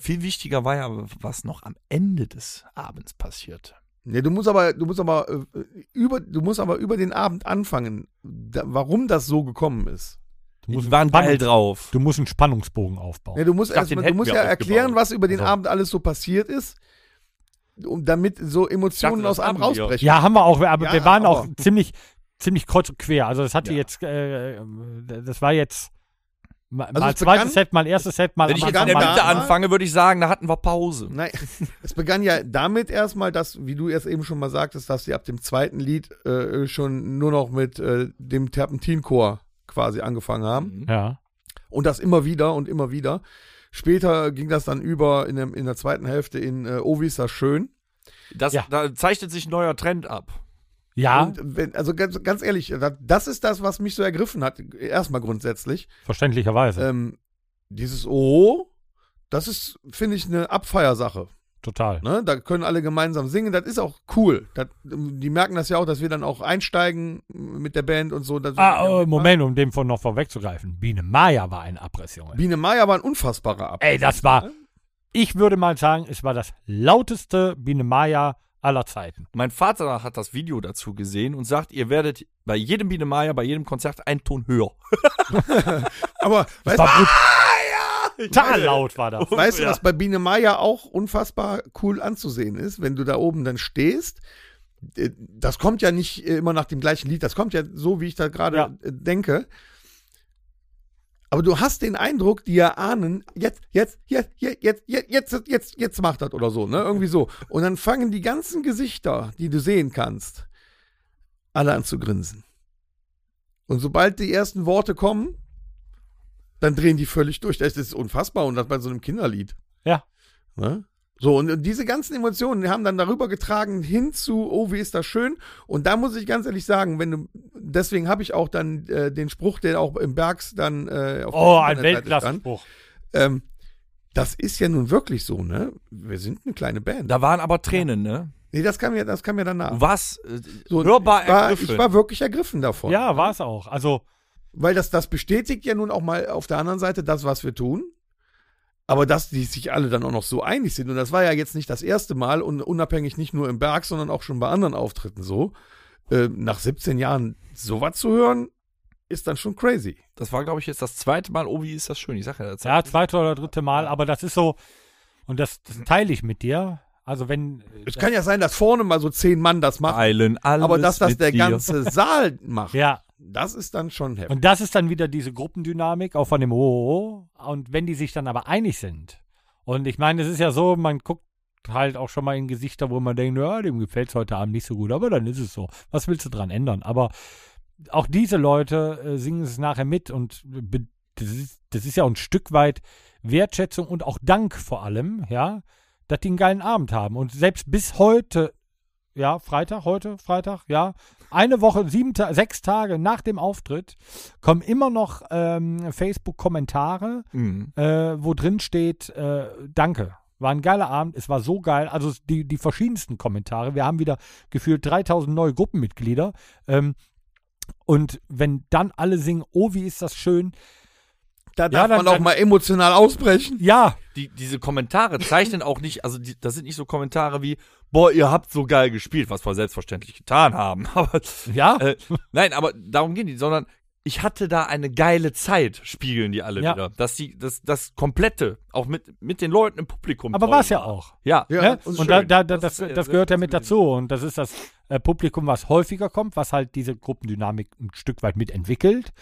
[SPEAKER 4] Viel wichtiger war ja, was noch am Ende des Abends passierte.
[SPEAKER 3] Ja, Ne, du musst aber, du musst aber äh, über, du musst aber über den Abend anfangen, da, warum das so gekommen ist.
[SPEAKER 2] Du musst, einen
[SPEAKER 4] Die waren
[SPEAKER 2] Spannungs-
[SPEAKER 4] geil drauf.
[SPEAKER 2] du musst einen Spannungsbogen aufbauen.
[SPEAKER 3] Ja, Ne, du musst,
[SPEAKER 4] Ich dachte,
[SPEAKER 3] erst
[SPEAKER 4] den
[SPEAKER 3] mal, du
[SPEAKER 4] hätten
[SPEAKER 3] musst
[SPEAKER 4] wir
[SPEAKER 3] ja
[SPEAKER 4] aufgebaut.
[SPEAKER 3] erklären, was über den
[SPEAKER 4] Also
[SPEAKER 2] So.
[SPEAKER 3] Abend alles so passiert ist, um, damit so Emotionen
[SPEAKER 4] dachte,
[SPEAKER 3] aus
[SPEAKER 4] das
[SPEAKER 3] einem
[SPEAKER 4] haben wir.
[SPEAKER 3] rausbrechen.
[SPEAKER 2] Ja, haben wir auch, aber
[SPEAKER 3] Ja,
[SPEAKER 2] wir waren
[SPEAKER 3] aber-
[SPEAKER 2] auch ziemlich, ziemlich kreuz und quer. Also das hatte
[SPEAKER 4] Ja.
[SPEAKER 2] jetzt, äh, das war jetzt mal,
[SPEAKER 3] Also
[SPEAKER 2] mal
[SPEAKER 3] es
[SPEAKER 2] zweites
[SPEAKER 3] begann-
[SPEAKER 2] Set, mal erstes Set, mal
[SPEAKER 4] Wenn
[SPEAKER 2] am
[SPEAKER 4] ich
[SPEAKER 3] man
[SPEAKER 4] jetzt
[SPEAKER 2] Anfang,
[SPEAKER 4] in
[SPEAKER 3] kann
[SPEAKER 4] der
[SPEAKER 2] mal-
[SPEAKER 3] ja
[SPEAKER 4] Mitte
[SPEAKER 3] mal-
[SPEAKER 4] anfangen, würde ich sagen, da hatten wir Pause.
[SPEAKER 3] Nein, es begann ja damit erstmal, dass, wie du jetzt eben schon mal sagtest, dass sie ab dem zweiten Lied äh, schon nur noch mit äh, dem Terpentinchor quasi angefangen
[SPEAKER 4] Mhm.
[SPEAKER 3] haben.
[SPEAKER 2] Ja.
[SPEAKER 3] Und das immer wieder und immer wieder. Später ging das dann über in, dem, in der zweiten Hälfte in äh, Oh, wie ist das schön.
[SPEAKER 4] Das,
[SPEAKER 2] Ja.
[SPEAKER 4] Da zeichnet sich ein neuer Trend ab.
[SPEAKER 2] Ja,
[SPEAKER 3] Und wenn, also ganz, ganz ehrlich, da- das ist das, was mich so ergriffen hat, erstmal grundsätzlich.
[SPEAKER 2] verständlicherweise.
[SPEAKER 3] Ähm, dieses Oh, das ist, finde ich, eine Abfeiersache.
[SPEAKER 2] Total.
[SPEAKER 3] Ne? Da können alle gemeinsam singen. Das ist auch cool. Das, die merken das ja auch, dass wir dann auch einsteigen mit der Band und so. Das-
[SPEAKER 2] Ah, äh, Moment, um dem von noch vorwegzugreifen. Biene Maya war ein Abriss, Junge.
[SPEAKER 3] Biene Maya war ein unfassbarer Ab.
[SPEAKER 2] Ey, das war, ich würde mal sagen, es war das lauteste Biene Maya aller Zeiten.
[SPEAKER 4] Mein Vater hat das Video dazu gesehen und sagt, ihr werdet bei jedem Biene Maya, bei jedem Konzert einen Ton höher.
[SPEAKER 3] Aber weißt,
[SPEAKER 2] War brutal laut war das.
[SPEAKER 3] weißt du,
[SPEAKER 4] Ja.
[SPEAKER 3] was bei Biene Maya auch unfassbar cool anzusehen ist, wenn du da oben dann stehst? Äh, Das kommt ja nicht äh, immer nach dem gleichen Lied. Das kommt ja so, wie ich da gerade
[SPEAKER 2] Ja.
[SPEAKER 3] äh, denke. Aber du hast den Eindruck, die ja ahnen, jetzt, jetzt, jetzt, jetzt, jetzt, jetzt, jetzt, jetzt, jetzt macht das oder so, ne? Irgendwie so. Und dann fangen die ganzen Gesichter, die du sehen kannst, alle an zu grinsen. Und sobald die ersten Worte kommen, dann drehen die völlig durch. Das ist unfassbar und das bei so einem Kinderlied.
[SPEAKER 2] Ja.
[SPEAKER 3] Ne? So, und, und diese ganzen Emotionen die haben dann darüber getragen hin zu, oh, wie ist das schön. Und da muss ich ganz ehrlich sagen, wenn du, deswegen habe ich auch dann äh, den Spruch, der auch im Bergs dann äh, auf
[SPEAKER 2] Oh,
[SPEAKER 3] der
[SPEAKER 2] ein
[SPEAKER 3] Internetseite stand.
[SPEAKER 2] Weltklasse-Spruch.
[SPEAKER 3] Ähm, das ist ja nun wirklich so, ne? Wir sind eine kleine Band.
[SPEAKER 4] Da waren aber Tränen, ne?
[SPEAKER 3] nee, das kam ja, das kam ja
[SPEAKER 4] Du
[SPEAKER 3] danach.
[SPEAKER 4] warst äh,
[SPEAKER 3] So,
[SPEAKER 4] hörbar
[SPEAKER 3] ich war,
[SPEAKER 4] ergriffen.
[SPEAKER 3] Ich war wirklich ergriffen davon.
[SPEAKER 2] Ja, war es auch. Also,
[SPEAKER 3] Weil das, das bestätigt ja nun auch mal auf der anderen Seite das, was wir tun. Aber dass die sich alle dann auch noch so einig sind, und das war ja jetzt nicht das erste Mal und unabhängig nicht nur im Berg, sondern auch schon bei anderen Auftritten so, äh, nach 17 Jahren sowas zu hören, ist dann schon crazy.
[SPEAKER 4] das war, glaube ich, jetzt das zweite Mal. Oh, wie ist das schön? Ich sage ja, das
[SPEAKER 2] ja, zweite oder dritte Mal, aber das ist so, und das, das teile ich mit dir. Also, wenn,
[SPEAKER 3] Es kann ja sein, dass vorne mal so zehn Mann das machen,
[SPEAKER 4] Eilen alles
[SPEAKER 3] aber dass das
[SPEAKER 4] mit
[SPEAKER 3] der
[SPEAKER 4] dir.
[SPEAKER 3] ganze Saal macht,
[SPEAKER 2] ja,
[SPEAKER 3] das ist dann schon heftig.
[SPEAKER 2] Und das ist dann wieder diese Gruppendynamik, auch von dem Oh, oh, oh. Und wenn die sich dann aber einig sind, und ich meine, es ist ja so, man guckt halt auch schon mal in Gesichter, wo man denkt, ja, dem gefällt es heute Abend nicht so gut, aber dann ist es so. Was willst du dran ändern? Aber auch diese Leute äh, singen es nachher mit und be- das ist, das ist ja auch ein Stück weit Wertschätzung und auch Dank vor allem, ja, dass die einen geilen Abend haben. Und selbst bis heute, ja, Freitag, heute, Freitag, ja, eine Woche, sieben Ta sechs Tage nach dem Auftritt kommen immer noch ähm, Facebook-Kommentare,
[SPEAKER 4] Mhm.
[SPEAKER 2] äh, wo drin steht, äh, danke. War ein geiler Abend, es war so geil. Also es- die, die verschiedensten Kommentare. Wir haben wieder gefühlt 3000 neue Gruppenmitglieder. Ähm, und wenn dann alle singen, oh, wie ist das schön.
[SPEAKER 3] Da darf
[SPEAKER 2] dann-
[SPEAKER 3] man auch
[SPEAKER 2] dann-
[SPEAKER 3] mal emotional ausbrechen.
[SPEAKER 2] Ja,
[SPEAKER 4] Die, diese Kommentare zeichnen auch nicht, also die, das sind nicht so Kommentare wie, boah, ihr habt so geil gespielt, was wir selbstverständlich getan haben. Aber
[SPEAKER 2] ja,
[SPEAKER 4] äh, nein, aber darum gehen die, sondern ich hatte da eine geile Zeit, spiegeln die alle
[SPEAKER 2] Ja.
[SPEAKER 4] wieder. Dass die, das, das Komplette, auch mit, mit den Leuten im Publikum.
[SPEAKER 2] aber
[SPEAKER 4] toll
[SPEAKER 2] war es ja
[SPEAKER 4] war.
[SPEAKER 2] auch.
[SPEAKER 4] Ja.
[SPEAKER 3] Ja.
[SPEAKER 2] ne?
[SPEAKER 3] das ist
[SPEAKER 2] Und da,
[SPEAKER 4] schön.
[SPEAKER 2] da, da,
[SPEAKER 4] Das
[SPEAKER 2] das,
[SPEAKER 4] ist ja
[SPEAKER 2] das
[SPEAKER 4] sehr
[SPEAKER 2] gehört ja
[SPEAKER 4] gut
[SPEAKER 2] mit
[SPEAKER 4] zu
[SPEAKER 2] dazu. Und das ist das äh, Publikum, was häufiger kommt, was halt diese Gruppendynamik ein Stück weit mitentwickelt.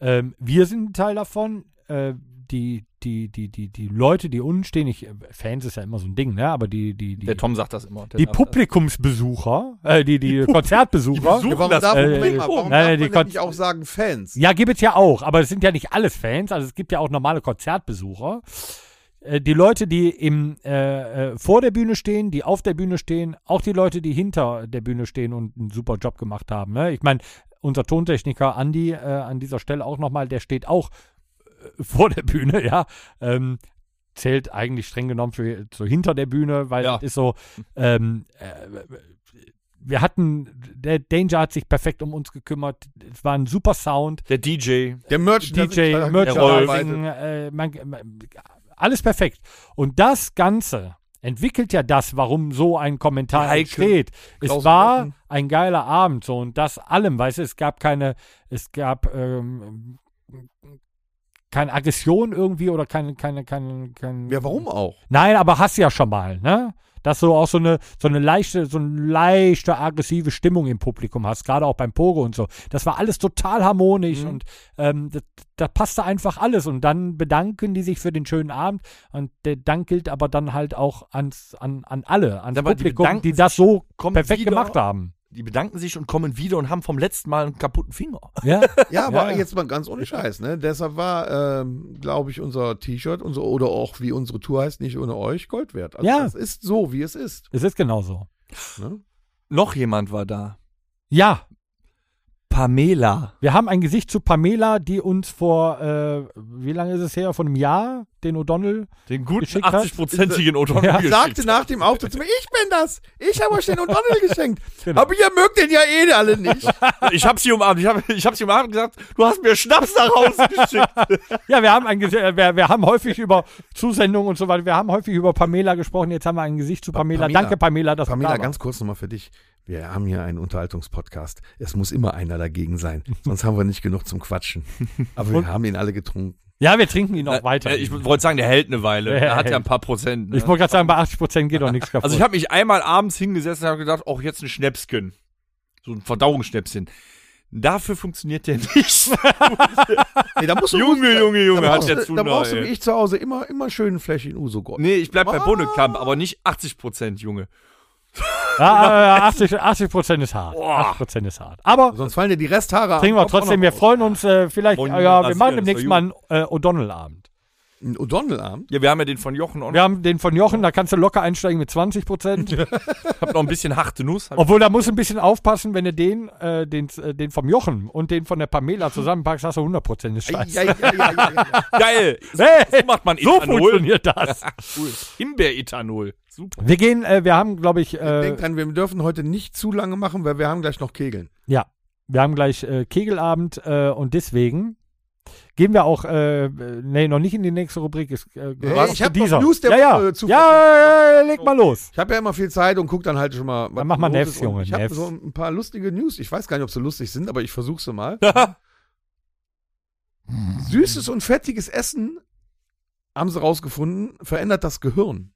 [SPEAKER 2] Ähm, wir sind ein Teil davon. Äh, die, die, die, die, die Leute, die unten stehen, ich, äh, Fans ist ja immer so ein Ding, ne? aber die, die, die,
[SPEAKER 4] Der Tom sagt das immer. Der
[SPEAKER 2] die
[SPEAKER 4] sagt
[SPEAKER 2] Publikumsbesucher, äh, die, die, Konzertbesucher,
[SPEAKER 4] Besucher.
[SPEAKER 3] Warum
[SPEAKER 4] das-
[SPEAKER 3] darf,
[SPEAKER 2] äh,
[SPEAKER 3] Moment mal, warum
[SPEAKER 2] Nein,
[SPEAKER 3] darf
[SPEAKER 2] nein,
[SPEAKER 3] man
[SPEAKER 2] die
[SPEAKER 3] denn
[SPEAKER 2] Kon-
[SPEAKER 3] nicht auch sagen Fans?
[SPEAKER 2] ja, gibt es ja auch, aber es sind ja nicht alles Fans, also es gibt ja auch normale Konzertbesucher, äh, die Leute, die im, äh, äh, vor der Bühne stehen, die auf der Bühne stehen, auch die Leute, die hinter der Bühne stehen und einen super Job gemacht haben. Ne? Ich meine, unser Tontechniker Andi äh, an dieser Stelle auch nochmal, der steht auch äh, vor der Bühne, ja. Ähm, zählt eigentlich streng genommen für so hinter der Bühne, weil
[SPEAKER 4] Ja.
[SPEAKER 2] das ist so, ähm, äh, wir hatten, der Danger hat sich perfekt um uns gekümmert, es war ein super Sound,
[SPEAKER 4] Der DJ.
[SPEAKER 3] Der Merch,
[SPEAKER 2] DJ, Merchandising,
[SPEAKER 3] Rolf.
[SPEAKER 2] äh, man, man, alles perfekt. Und das Ganze entwickelt ja das, warum so ein Kommentar
[SPEAKER 4] Heike,
[SPEAKER 2] entsteht. Es
[SPEAKER 3] Klaus
[SPEAKER 2] war
[SPEAKER 3] Rocken.
[SPEAKER 2] ein geiler Abend so und das allem, weißt du, es gab keine, es gab ähm, keine Aggression irgendwie oder keine, keine, keine, keine.
[SPEAKER 3] Ja, warum auch?
[SPEAKER 2] Nein, aber Hass ja schon mal, ne? Dass du auch so eine, so eine leichte, so eine leichte aggressive Stimmung im Publikum hast, gerade auch beim Pogo und so. Das war alles total harmonisch
[SPEAKER 4] Mhm.
[SPEAKER 2] und ähm, das- da passte einfach alles. Und dann bedanken die sich für den schönen Abend und der Dank gilt aber dann halt auch ans, an, an alle, ans
[SPEAKER 4] Aber die
[SPEAKER 2] Publikum,
[SPEAKER 4] bedanken
[SPEAKER 2] die, das so
[SPEAKER 4] kommen
[SPEAKER 2] perfekt
[SPEAKER 4] wieder.
[SPEAKER 2] gemacht haben.
[SPEAKER 4] Die bedanken sich und kommen wieder und haben vom letzten Mal einen kaputten Finger.
[SPEAKER 2] Ja,
[SPEAKER 3] Ja, aber
[SPEAKER 2] ja.
[SPEAKER 3] jetzt mal ganz ohne Scheiß, ne? Deshalb war, ähm, glaube ich, unser T-Shirt, unser, oder auch wie unsere Tour heißt, nicht ohne euch, Gold wert. Also
[SPEAKER 2] Ja.
[SPEAKER 3] das ist so, wie es ist.
[SPEAKER 2] es ist genauso.
[SPEAKER 3] Ne?
[SPEAKER 4] Noch jemand war da.
[SPEAKER 2] Ja,
[SPEAKER 4] Pamela.
[SPEAKER 2] wir haben ein Gesicht zu Pamela, die uns vor, äh, wie lange ist es her? Vor einem Jahr, den O'Donnell
[SPEAKER 4] Den guten
[SPEAKER 2] Geschickt hat.
[SPEAKER 4] 80-prozentigen O'Donnell.
[SPEAKER 2] Ja.
[SPEAKER 4] geschickt.
[SPEAKER 3] Sagte nach dem Auftritt zu mir, ich bin das. Ich habe euch den O'Donnell geschenkt.
[SPEAKER 2] Genau.
[SPEAKER 3] Aber ihr mögt den ja eh alle nicht.
[SPEAKER 4] Ich hab sie umarmt. Ich hab, ich hab sie umarmt und gesagt, du hast mir Schnaps nach Hause geschickt.
[SPEAKER 2] Ja, wir haben, ein, Ges- äh, wir, wir haben häufig über Zusendungen und so weiter, wir haben häufig über Pamela gesprochen, jetzt haben wir ein Gesicht zu Pamela.
[SPEAKER 3] Pamela.
[SPEAKER 2] Danke, Pamela, dass du da
[SPEAKER 3] Pamela,
[SPEAKER 2] warst.
[SPEAKER 3] ganz kurz nochmal für dich. Wir haben hier einen Unterhaltungspodcast. Es muss immer einer dagegen sein. Sonst haben wir nicht genug zum Quatschen. Aber wir haben ihn alle getrunken.
[SPEAKER 2] Ja, wir trinken ihn auch weiter.
[SPEAKER 4] Äh,
[SPEAKER 2] Ich,
[SPEAKER 4] Ich wollte sagen, der hält eine Weile.
[SPEAKER 2] Der
[SPEAKER 4] Der hat ja
[SPEAKER 2] hält.
[SPEAKER 4] ein paar Prozent. Ne?
[SPEAKER 2] wollte gerade sagen, bei 80 Prozent geht doch nichts kaputt.
[SPEAKER 4] also ich habe mich einmal abends hingesetzt und habe gedacht, auch jetzt ein Schnäpschen. So ein Verdauungsschnäpschen. Dafür funktioniert der nicht.
[SPEAKER 3] Nee, da musst
[SPEAKER 4] Junge, Junge, Junge,
[SPEAKER 3] da
[SPEAKER 4] hat
[SPEAKER 3] brauchst,
[SPEAKER 4] der
[SPEAKER 3] du- Da
[SPEAKER 4] Zunder,
[SPEAKER 3] brauchst du
[SPEAKER 4] ey.
[SPEAKER 3] wie ich zu Hause immer, immer schönen Fläschchen uso -Gold.
[SPEAKER 4] Nee, ich bleib
[SPEAKER 3] Ah.
[SPEAKER 4] bei Bonnekamp, aber nicht 80 Prozent, Junge.
[SPEAKER 2] ja, äh, 80, 80 Prozent ist hart.
[SPEAKER 4] Boah.
[SPEAKER 2] 80 Prozent ist hart. Aber
[SPEAKER 3] Sonst fallen dir die Resthaare ab.
[SPEAKER 2] trinken wir
[SPEAKER 4] kommt auch
[SPEAKER 2] trotzdem,
[SPEAKER 4] noch
[SPEAKER 2] wir
[SPEAKER 4] was.
[SPEAKER 2] freuen uns äh, vielleicht,
[SPEAKER 4] Wollen
[SPEAKER 2] äh, ja,
[SPEAKER 4] wir-
[SPEAKER 2] wir
[SPEAKER 4] ach,
[SPEAKER 2] machen
[SPEAKER 4] ja, das
[SPEAKER 2] demnächst
[SPEAKER 4] war
[SPEAKER 2] mal einen äh, O'Donnell-Abend.
[SPEAKER 3] Ein O'Donnell-Arm.
[SPEAKER 4] Ja, wir haben ja den von Jochen und
[SPEAKER 2] Wir haben den von Jochen, da kannst du locker einsteigen mit 20 Prozent.
[SPEAKER 4] ich hab noch ein bisschen harte Nuss. Hab-
[SPEAKER 2] Obwohl, da musst du ein bisschen aufpassen, wenn du den, äh, den, äh, den vom Jochen und den von der Pamela zusammenpackst, hast du 100 Prozent.
[SPEAKER 3] Ja, ja, ja, ja, ja.
[SPEAKER 4] Geil! So,
[SPEAKER 2] Hey,
[SPEAKER 4] so macht man
[SPEAKER 2] so
[SPEAKER 4] Ethanol.
[SPEAKER 2] funktioniert das.
[SPEAKER 4] cool. Himbeerethanol. Super.
[SPEAKER 2] Wir gehen, äh, wir haben, glaube ich, äh,
[SPEAKER 3] Denk dran, wir dürfen heute nicht zu lange machen, weil wir haben gleich noch Kegeln.
[SPEAKER 2] ja, wir haben gleich äh, Kegelabend äh, und deswegen gehen wir auch, äh, äh, nee, noch nicht in die nächste Rubrik. Ist, äh, gehört
[SPEAKER 3] ich
[SPEAKER 2] zu
[SPEAKER 3] hab noch
[SPEAKER 2] dieser.
[SPEAKER 3] News der
[SPEAKER 2] ja, ja.
[SPEAKER 3] Woche, äh, zu-
[SPEAKER 2] ja, ja, ja, ja, leg mal los.
[SPEAKER 3] Ich habe ja immer viel Zeit und guck dann halt schon mal. was
[SPEAKER 2] Dann mach mal
[SPEAKER 3] los
[SPEAKER 2] Neffs,
[SPEAKER 3] ist. Und
[SPEAKER 2] Junge,
[SPEAKER 3] Ich habe
[SPEAKER 2] Neffs.
[SPEAKER 3] so ein paar lustige News. Ich weiß gar nicht, ob sie lustig sind, aber ich versuche sie mal. Süßes und fettiges Essen haben sie rausgefunden, verändert das Gehirn.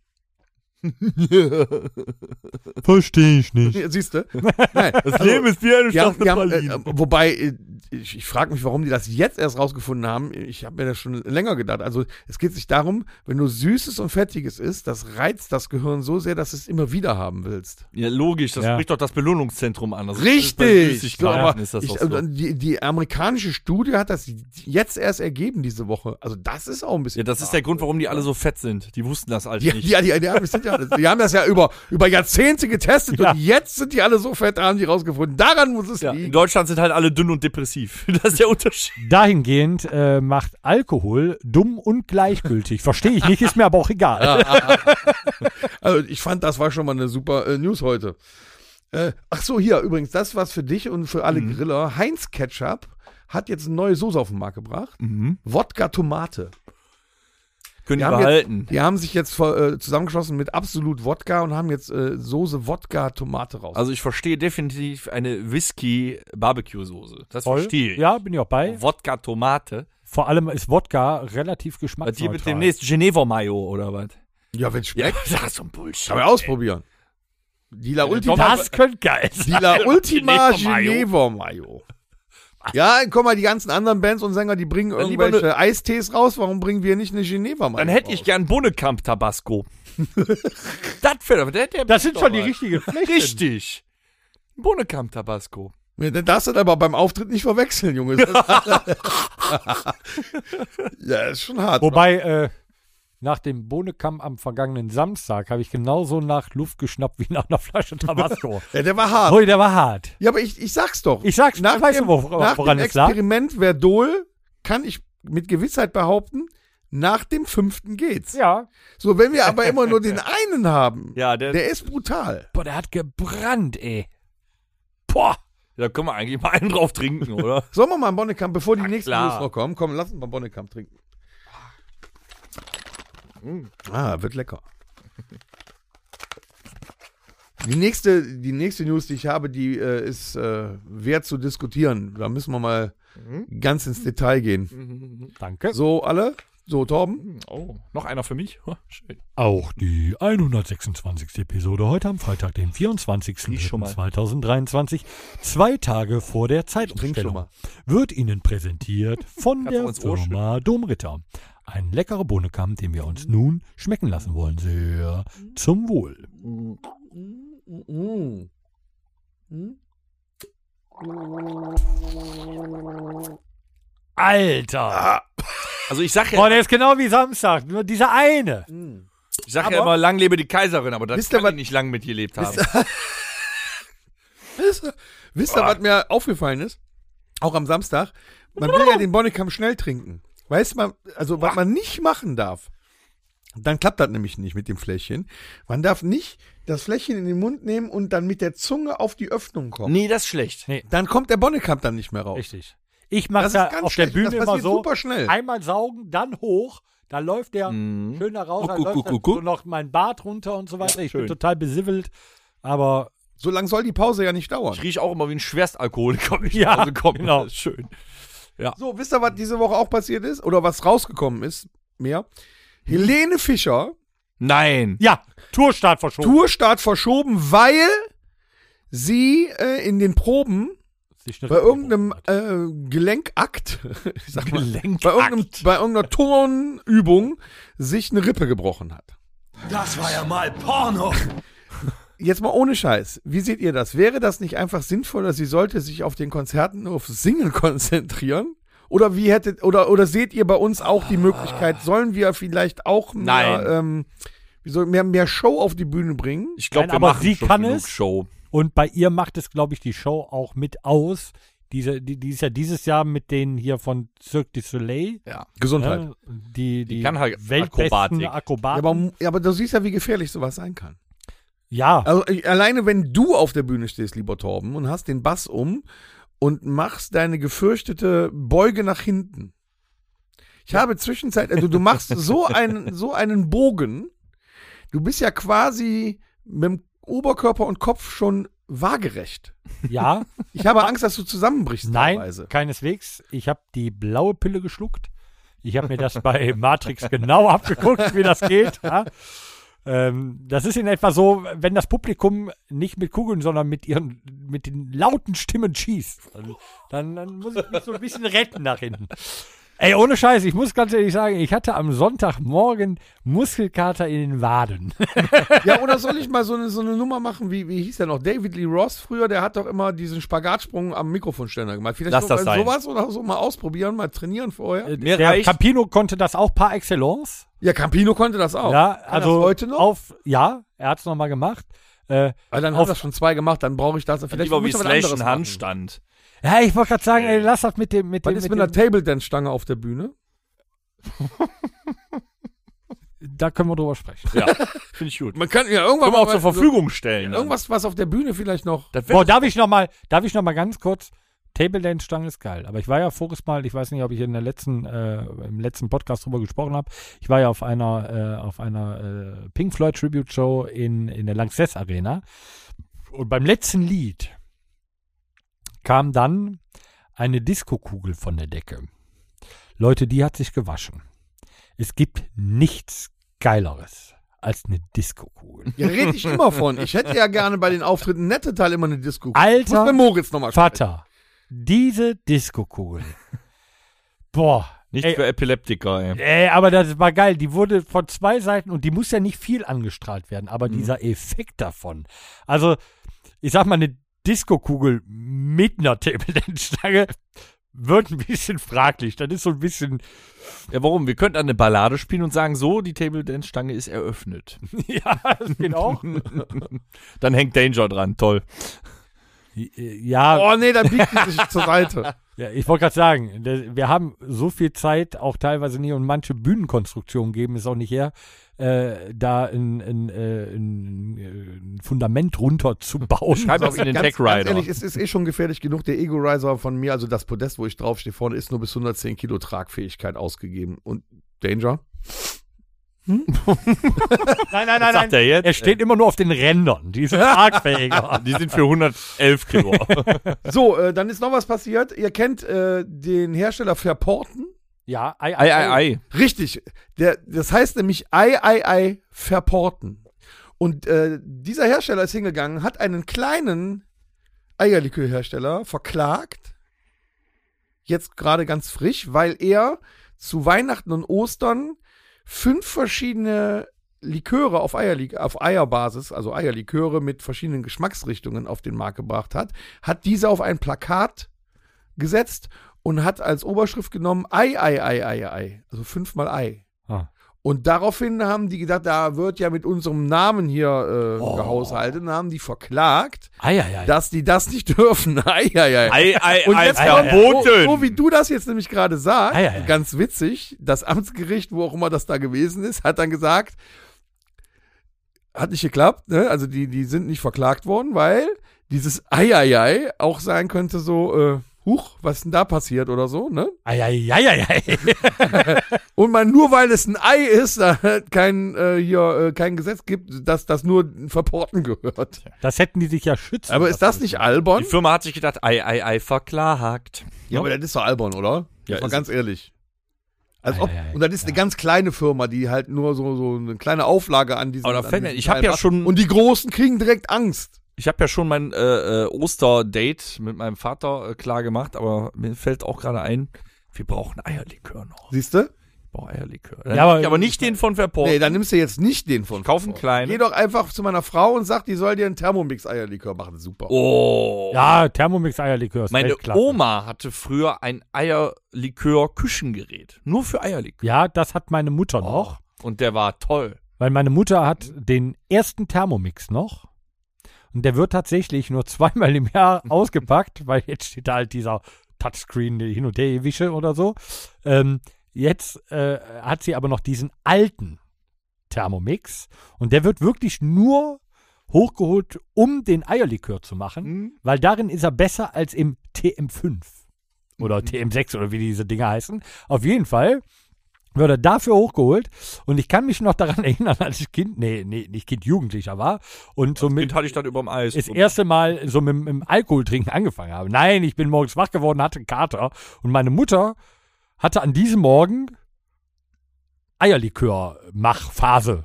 [SPEAKER 2] Verstehe ich nicht.
[SPEAKER 3] Siehst du? Nein. also Das
[SPEAKER 4] ist wie eine
[SPEAKER 3] die haben, die haben, äh, äh, wobei, äh, ich, ich frage mich, warum die das jetzt erst rausgefunden haben. Ich habe mir das schon länger gedacht. Also es geht sich darum, wenn du Süßes und Fettiges isst, das reizt das Gehirn so sehr, dass es immer wieder haben willst.
[SPEAKER 4] Ja, logisch, das
[SPEAKER 2] Ja.
[SPEAKER 4] spricht doch das Belohnungszentrum an. Das ist- bei
[SPEAKER 3] Richtig! So,
[SPEAKER 4] Süßigkeiten
[SPEAKER 3] aber
[SPEAKER 4] ist das
[SPEAKER 3] ich,
[SPEAKER 4] doch so.
[SPEAKER 3] also die, die amerikanische Studie hat das jetzt erst ergeben diese Woche. Also das ist auch ein bisschen.
[SPEAKER 4] Ja, das ist der Grund, warum die alle so fett sind. Die wussten das halt
[SPEAKER 3] Die,
[SPEAKER 4] nicht.
[SPEAKER 3] die, die, die, haben- sind ja, die haben das ja über, über Jahrzehnte getestet
[SPEAKER 2] Ja.
[SPEAKER 3] und jetzt sind die alle so fett, haben die rausgefunden. Daran muss es
[SPEAKER 4] Ja, in
[SPEAKER 3] liegen.
[SPEAKER 4] Deutschland sind halt alle dünn und depressiv. Das ist der Unterschied.
[SPEAKER 2] Dahingehend äh, macht Alkohol dumm und gleichgültig. Verstehe ich nicht, ist mir aber auch egal.
[SPEAKER 3] Also ich fand, das war schon mal eine super äh, News heute. Äh, ach so, hier übrigens, das was für dich und für alle
[SPEAKER 4] Mhm.
[SPEAKER 3] Griller. Heinz Ketchup hat jetzt eine neue Soße auf den Markt gebracht.
[SPEAKER 4] Mhm.
[SPEAKER 3] Wodka Tomate.
[SPEAKER 4] Können
[SPEAKER 3] Die
[SPEAKER 4] die
[SPEAKER 3] haben, jetzt,
[SPEAKER 4] behalten.
[SPEAKER 3] die haben sich jetzt ver- äh, zusammengeschlossen mit Absolut Wodka und haben jetzt äh, Soße Wodka Tomate raus.
[SPEAKER 4] Also ich verstehe definitiv eine Whisky-Barbecue-Soße. Das
[SPEAKER 2] Voll.
[SPEAKER 4] verstehe ich.
[SPEAKER 2] Ja, bin ich auch bei.
[SPEAKER 4] Wodka-Tomate.
[SPEAKER 2] Vor allem ist Wodka relativ
[SPEAKER 4] Bei dir
[SPEAKER 2] geschmacksneutral.
[SPEAKER 4] mit demnächst Geneva-Mayo oder was?
[SPEAKER 3] ja, wenn schmeckt,
[SPEAKER 4] das ist so ein Bullshit.
[SPEAKER 3] kann man ausprobieren. Die
[SPEAKER 4] Äh,
[SPEAKER 3] La Ultima,
[SPEAKER 2] Das könnte geil sein.
[SPEAKER 3] die La Ultima
[SPEAKER 4] Geneva Mayo.
[SPEAKER 3] Geneva Mayo. Ja, guck mal, die ganzen anderen Bands und Sänger, die bringen
[SPEAKER 4] lieber
[SPEAKER 3] irgendwelche Eistees raus. Warum bringen wir nicht eine Geneva Mayo?
[SPEAKER 4] Dann hätte ich
[SPEAKER 3] raus?
[SPEAKER 4] gern Bonnekamp-Tabasco. das wäre der, der
[SPEAKER 2] Das sind schon die
[SPEAKER 4] mal.
[SPEAKER 2] richtigen Flächen.
[SPEAKER 4] Richtig. Bonnekamp-Tabasco.
[SPEAKER 3] Ja, Dann darfst du das aber beim Auftritt nicht verwechseln, Junge. ja, ist schon hart.
[SPEAKER 2] Wobei, äh, nach dem Bohnekamp am vergangenen Samstag habe ich genauso nach Luft geschnappt wie nach einer Flasche Tabasco.
[SPEAKER 3] Ja, der war hart.
[SPEAKER 2] Ui, der war hart.
[SPEAKER 3] Ja, aber ich, ich sag's doch.
[SPEAKER 2] Ich sag's,
[SPEAKER 3] nach
[SPEAKER 2] weißt
[SPEAKER 3] dem,
[SPEAKER 2] du, wor-
[SPEAKER 3] nach
[SPEAKER 2] woran
[SPEAKER 3] dem
[SPEAKER 2] es lag?
[SPEAKER 3] Experiment Verdol kann ich mit Gewissheit behaupten, nach dem fünften geht's.
[SPEAKER 2] Ja.
[SPEAKER 3] So, wenn wir aber immer nur den einen haben,
[SPEAKER 4] Ja, der,
[SPEAKER 3] der ist brutal.
[SPEAKER 2] Boah, der hat gebrannt, ey. Boah.
[SPEAKER 4] da können wir eigentlich mal einen drauf trinken, oder?
[SPEAKER 3] Sollen wir mal einen Bonnekamp, bevor die nächsten
[SPEAKER 4] klar.
[SPEAKER 3] News noch kommen? Komm, lass uns mal einen Bonnekamp trinken. Ah, wird lecker. Die nächste, die nächste News, die ich habe, die äh, ist äh, wert zu diskutieren. Da müssen wir mal ganz ins Detail gehen.
[SPEAKER 2] Danke.
[SPEAKER 3] So, alle? So, Torben?
[SPEAKER 4] Oh, noch einer für mich? Huh, schön.
[SPEAKER 2] Auch die 126. Episode heute am Freitag, dem
[SPEAKER 4] Riech schon mal.
[SPEAKER 2] 24.03.2023, zwei Tage vor der
[SPEAKER 3] Trink schon
[SPEAKER 2] Zeitumstellung,
[SPEAKER 3] mal.
[SPEAKER 2] wird Ihnen präsentiert von
[SPEAKER 4] Kannst du
[SPEAKER 2] der
[SPEAKER 4] ins Ohr
[SPEAKER 2] Firma Domritter. Ein leckerer Bohnenkamm, den wir
[SPEAKER 4] Mhm.
[SPEAKER 2] uns nun schmecken lassen wollen. Sehr zum Wohl.
[SPEAKER 4] Mhm. Mhm.
[SPEAKER 2] Alter!
[SPEAKER 4] Also ich sag ja,
[SPEAKER 2] Boah, der ist genau wie Samstag, nur dieser eine.
[SPEAKER 4] Mhm. ich sag ja
[SPEAKER 3] aber-
[SPEAKER 4] immer, lang lebe die Kaiserin, aber das
[SPEAKER 3] Wisst ihr,
[SPEAKER 4] kann ich
[SPEAKER 3] was-
[SPEAKER 4] nicht lang mitgelebt haben.
[SPEAKER 3] Wisst ihr, wisst ihr, was mir aufgefallen ist? Auch am Samstag. Man will ja den Bonnekamp schnell trinken. Weiß man, also was man nicht machen darf, dann klappt das nämlich nicht mit dem Fläschchen. Man darf nicht das Fläschchen in den Mund nehmen und dann mit der Zunge auf die Öffnung kommen.
[SPEAKER 4] Nee, das ist schlecht.
[SPEAKER 3] Dann kommt der Bonnekamp dann nicht mehr raus.
[SPEAKER 2] Richtig. Ich mache
[SPEAKER 3] Das
[SPEAKER 2] ja
[SPEAKER 3] ist ganz
[SPEAKER 2] auf der
[SPEAKER 3] schlecht. Das
[SPEAKER 2] Bühne immer
[SPEAKER 3] passiert
[SPEAKER 2] so.
[SPEAKER 3] super schnell.
[SPEAKER 2] Einmal saugen, dann hoch. Da läuft der schön da raus, dann
[SPEAKER 4] Mhm. Guck,
[SPEAKER 2] läuft
[SPEAKER 4] guck,
[SPEAKER 2] dann
[SPEAKER 4] guck, guck.
[SPEAKER 2] so noch mein Bart runter und so weiter. ich
[SPEAKER 4] schön.
[SPEAKER 2] bin total besivelt. Aber
[SPEAKER 3] So lange soll die Pause ja nicht dauern.
[SPEAKER 4] Ich rieche auch immer wie ein Schwerstalkoholiker, wenn ich
[SPEAKER 2] Ja,
[SPEAKER 4] nach Hause komme.
[SPEAKER 2] genau.
[SPEAKER 4] Das ist Also schön.
[SPEAKER 3] So, wisst ihr, was diese Woche auch passiert ist? Oder was rausgekommen ist?
[SPEAKER 4] Hm?
[SPEAKER 3] Mehr. Helene Fischer,
[SPEAKER 4] Nein.
[SPEAKER 2] ja, Tourstart
[SPEAKER 4] Oh.
[SPEAKER 2] verschoben.
[SPEAKER 3] Tourstart verschoben, weil sie äh, in den Proben
[SPEAKER 2] Sich eine
[SPEAKER 3] bei
[SPEAKER 2] Rippe
[SPEAKER 3] irgendeinem
[SPEAKER 2] gebrochen hat.
[SPEAKER 3] äh, Gelenkakt, ich sag mal,
[SPEAKER 4] Gelenkakt.
[SPEAKER 3] bei, irgendeinem, bei irgendeiner Turnübung sich eine Rippe gebrochen hat.
[SPEAKER 1] Das war ja mal Porno.
[SPEAKER 3] Jetzt mal ohne Scheiß. Wie seht ihr das? Wäre das nicht einfach sinnvoller, sie sollte sich auf den Konzerten nur auf Singen konzentrieren? Oder wie hättet, oder, oder seht ihr bei uns auch die Möglichkeit, sollen wir vielleicht auch mehr,
[SPEAKER 4] Ah. Nein.
[SPEAKER 3] Ähm, wie soll, mehr, mehr Show auf die Bühne bringen?
[SPEAKER 4] Ich glaube,
[SPEAKER 2] Nein,
[SPEAKER 4] wir
[SPEAKER 2] aber
[SPEAKER 4] machen
[SPEAKER 2] sie
[SPEAKER 4] schon
[SPEAKER 2] kann
[SPEAKER 4] genug
[SPEAKER 2] es.
[SPEAKER 4] Show.
[SPEAKER 2] Und bei ihr macht es, glaube ich, die Show auch mit aus. Diese, die, die ist ja dieses Jahr mit denen hier von Cirque du Soleil.
[SPEAKER 4] Ja.
[SPEAKER 3] Gesundheit.
[SPEAKER 2] Ne? Die, die,
[SPEAKER 4] kann halt
[SPEAKER 2] Weltbesten
[SPEAKER 4] Akrobatik.
[SPEAKER 3] Ja,
[SPEAKER 2] Akrobaten.
[SPEAKER 3] aber, ja, aber du siehst ja, wie gefährlich sowas sein kann.
[SPEAKER 2] Ja,
[SPEAKER 3] Also ich, alleine wenn du auf der Bühne stehst, lieber Torben, und hast den Bass um und machst deine gefürchtete Beuge nach hinten. Ich habe zwischenzeit, also du machst so einen, so einen Bogen, du bist ja quasi mit dem Oberkörper und Kopf schon waagerecht.
[SPEAKER 2] ja.
[SPEAKER 3] Ich habe Angst, dass du zusammenbrichst
[SPEAKER 2] Nein,
[SPEAKER 3] teilweise.
[SPEAKER 2] keineswegs. Ich habe die blaue Pille geschluckt. Ich habe mir das bei Matrix genau abgeguckt, wie das geht. Ja? Ähm, das ist in etwa so, wenn das Publikum nicht mit Kugeln, sondern mit ihren mit den lauten Stimmen schießt. Dann, dann, dann muss ich mich so ein bisschen retten nach hinten. Ey, ohne Scheiß, ich muss ganz ehrlich sagen, ich hatte am Sonntagmorgen Muskelkater in den Waden.
[SPEAKER 3] Ja, oder soll ich mal so eine, so eine Nummer machen, wie, wie hieß der noch? David Lee Ross früher, der hat doch immer diesen Spagatsprung am Mikrofonständer gemacht. Vielleicht
[SPEAKER 4] Lass
[SPEAKER 3] soll
[SPEAKER 4] das
[SPEAKER 3] man
[SPEAKER 4] sein.
[SPEAKER 3] sowas oder so mal ausprobieren, mal trainieren vorher.
[SPEAKER 4] Äh, Mir
[SPEAKER 2] Der
[SPEAKER 4] reicht-
[SPEAKER 2] Campino konnte das auch par excellence.
[SPEAKER 3] Ja, Campino konnte das auch.
[SPEAKER 2] ja,
[SPEAKER 3] Oh, Kann
[SPEAKER 2] also
[SPEAKER 3] das heute noch?
[SPEAKER 2] Auf, ja, er hat es nochmal gemacht. Äh,
[SPEAKER 3] Ah, dann
[SPEAKER 2] auf-
[SPEAKER 3] haben das schon zwei gemacht, dann brauche ich das. Vielleicht
[SPEAKER 4] Lieber wie
[SPEAKER 3] muss ich was
[SPEAKER 4] Slash
[SPEAKER 3] anderes
[SPEAKER 4] ein
[SPEAKER 3] machen.
[SPEAKER 4] Handstand.
[SPEAKER 2] Ja, ich wollte gerade sagen, ey, lass das mit dem, mit
[SPEAKER 3] Was
[SPEAKER 2] dem,
[SPEAKER 3] ist
[SPEAKER 2] mit
[SPEAKER 3] mit einer
[SPEAKER 2] dem
[SPEAKER 3] Table-Dance-Stange auf der Bühne?
[SPEAKER 2] da können wir drüber sprechen.
[SPEAKER 4] Ja, finde ich gut.
[SPEAKER 3] Man kann ja irgendwann
[SPEAKER 4] Können wir auch zur Verfügung stellen. dann.
[SPEAKER 3] Irgendwas, was auf der Bühne vielleicht noch.
[SPEAKER 4] Das wär-
[SPEAKER 2] Boah, darf ich noch mal, darf ich noch mal ganz kurz Table Dance Stange ist geil, aber ich war ja voriges Mal, ich weiß nicht, ob ich in der letzten äh, im letzten Podcast drüber gesprochen habe. Ich war ja auf einer äh, auf einer äh, Pink Floyd Tribute Show in in der Lanxess Arena und beim letzten Lied kam dann eine Diskokugel von der Decke. Leute, die hat sich gewaschen. Es gibt nichts geileres als eine Diskokugel.
[SPEAKER 3] Ja, rede ich immer von. Ich hätte ja gerne bei den Auftritten nette Teil immer eine Disco.
[SPEAKER 2] Alter
[SPEAKER 3] Muss mit Moritz nochmal
[SPEAKER 2] Vater, diese Diskokugel. Boah.
[SPEAKER 4] Nicht
[SPEAKER 2] ey,
[SPEAKER 4] für Epileptiker, ey.
[SPEAKER 2] ey, aber das war geil. Die wurde von zwei Seiten und die muss ja nicht viel angestrahlt werden, aber dieser Effekt davon. Also, ich sag mal, eine Diskokugel mit einer Tablettenstange wird ein bisschen fraglich. Das ist so ein bisschen,
[SPEAKER 4] Ja, warum? Wir könnten eine Ballade spielen und sagen, so, die Table Dance Stange ist eröffnet.
[SPEAKER 2] ja, genau. das geht auch.
[SPEAKER 4] Dann hängt Danger dran, toll.
[SPEAKER 2] Ja,
[SPEAKER 3] Oh nee, dann biegt die sich zur Seite.
[SPEAKER 2] ja ich wollte gerade sagen, da- wir haben so viel Zeit auch teilweise nie und manche Bühnenkonstruktionen geben es auch nicht her, äh, da ein, ein, äh, ein, äh, ein Fundament runterzubauen.
[SPEAKER 4] Schreib auf in den Tech Rider.
[SPEAKER 3] Also ehrlich, es ist eh schon gefährlich genug. Der Ego Riser von mir, also das Podest, wo ich draufstehe vorne, ist nur bis 110 Kilo Tragfähigkeit ausgegeben. Und Danger?
[SPEAKER 2] Nein, nein,
[SPEAKER 4] Was sagt er jetzt?
[SPEAKER 2] Er steht immer nur auf den Rändern. Die sind tragfähiger.
[SPEAKER 4] Die sind für 111 Kilo.
[SPEAKER 3] So, äh, dann ist noch was passiert. Ihr kennt äh, den Hersteller Verporten.
[SPEAKER 2] ja, ei,
[SPEAKER 4] ei, ei, ei.
[SPEAKER 3] Richtig. Der, das heißt nämlich Ei, Ei, Ei verporten. Und äh, dieser Hersteller ist hingegangen, hat einen kleinen Eierlikörhersteller verklagt. Jetzt gerade ganz frisch, weil er zu Weihnachten und Ostern fünf verschiedene Liköre auf, Eierlik auf Eierbasis, also Eierliköre mit verschiedenen Geschmacksrichtungen auf den Markt gebracht hat, hat diese auf ein Plakat gesetzt und hat als Oberschrift genommen Ei, Ei, Ei, Ei, Ei. Also fünfmal Ei.
[SPEAKER 2] Ah.
[SPEAKER 3] Und daraufhin haben die gedacht, da wird ja mit unserem Namen hier äh, gehaushaltet und haben die verklagt,
[SPEAKER 2] Ei, Oh. ei, ei.
[SPEAKER 3] dass die das nicht dürfen. Ei, ei, ei.
[SPEAKER 4] Ei, ei,
[SPEAKER 3] Äh, Und
[SPEAKER 4] ei,
[SPEAKER 3] jetzt kommt, so,
[SPEAKER 4] verboten.
[SPEAKER 2] Oh,
[SPEAKER 3] so Oh, wie du das jetzt nämlich gerade sagst,
[SPEAKER 2] Ei, ei, ei.
[SPEAKER 3] ganz witzig, das Amtsgericht, wo auch immer das da gewesen ist, hat dann gesagt, hat nicht geklappt, ne? also die, die sind nicht verklagt worden, weil dieses Ei, ei, ei auch sein könnte so, äh, huch, was ist denn da passiert oder so, ne?
[SPEAKER 2] Ei, ei, ei, ei, ei.
[SPEAKER 3] Und man nur weil es ein Ei ist, da halt kein, äh, hier, äh, kein Gesetz gibt, dass das nur verporten gehört.
[SPEAKER 2] Das hätten die sich ja schützen.
[SPEAKER 3] Aber ist das nicht albern?
[SPEAKER 4] Die Firma hat sich gedacht, ei, ei, ei, verklagt.
[SPEAKER 3] Ja, aber das ist doch albern, oder?
[SPEAKER 4] Ne? Ja,
[SPEAKER 3] Ja, mal
[SPEAKER 4] ist
[SPEAKER 3] ganz ehrlich. Als
[SPEAKER 2] Ei,
[SPEAKER 3] ob,
[SPEAKER 2] ei, ei,
[SPEAKER 3] und das ist eine ganz kleine Firma, die halt nur so, so eine kleine Auflage an diesen.
[SPEAKER 4] Aber da
[SPEAKER 3] an
[SPEAKER 4] fällt mir-
[SPEAKER 3] diesen
[SPEAKER 4] ich hab
[SPEAKER 3] Teil
[SPEAKER 4] ja
[SPEAKER 3] macht.
[SPEAKER 4] schon-
[SPEAKER 3] Und die Großen kriegen direkt Angst.
[SPEAKER 4] Ich habe ja schon mein äh, äh, Osterdate mit meinem Vater äh, klar gemacht, aber mir fällt auch gerade ein, wir brauchen Eierlikör noch.
[SPEAKER 3] Siehst du?
[SPEAKER 4] Ich brauche Eierlikör. Dann
[SPEAKER 2] Ja, aber-
[SPEAKER 4] aber, aber nicht den von Verport.
[SPEAKER 3] Nee, dann nimmst du jetzt nicht den von.
[SPEAKER 4] Oh. Kauf einen
[SPEAKER 3] Verbrauch.
[SPEAKER 4] kleinen.
[SPEAKER 3] Geh doch einfach zu meiner Frau und sag, die soll dir einen Thermomix-Eierlikör machen. Super.
[SPEAKER 4] oh.
[SPEAKER 2] Ja, Thermomix Eierlikör. ist
[SPEAKER 4] Meine
[SPEAKER 2] Weltklasse.
[SPEAKER 4] Oma hatte früher ein Eierlikör-Küchengerät. Nur für Eierlikör.
[SPEAKER 2] Ja, das hat meine Mutter noch.
[SPEAKER 4] Und der war toll.
[SPEAKER 2] Weil meine Mutter hat den ersten Thermomix noch. Und der wird tatsächlich nur zweimal im Jahr ausgepackt, weil jetzt steht da halt dieser Touchscreen hin und her wische oder so. Ähm, jetzt äh, hat sie aber noch diesen alten Thermomix. Und der wird wirklich nur hochgeholt, um den Eierlikör zu machen, weil darin ist er besser als im TM5 oder TM6 oder wie diese Dinger heißen. Auf jeden Fall wird er dafür hochgeholt. Und ich kann mich noch daran erinnern, als ich Kind, nee, nee, nicht Kind, Jugendlicher war und so mit
[SPEAKER 4] Kind hatte ich dann überm Eis.
[SPEAKER 2] das
[SPEAKER 4] Und-
[SPEAKER 2] erste Mal so mit, mit dem Alkoholtrinken angefangen habe. Nein, ich bin morgens wach geworden, hatte einen Kater und meine Mutter hatte an diesem Morgen Eierlikör-Machphase.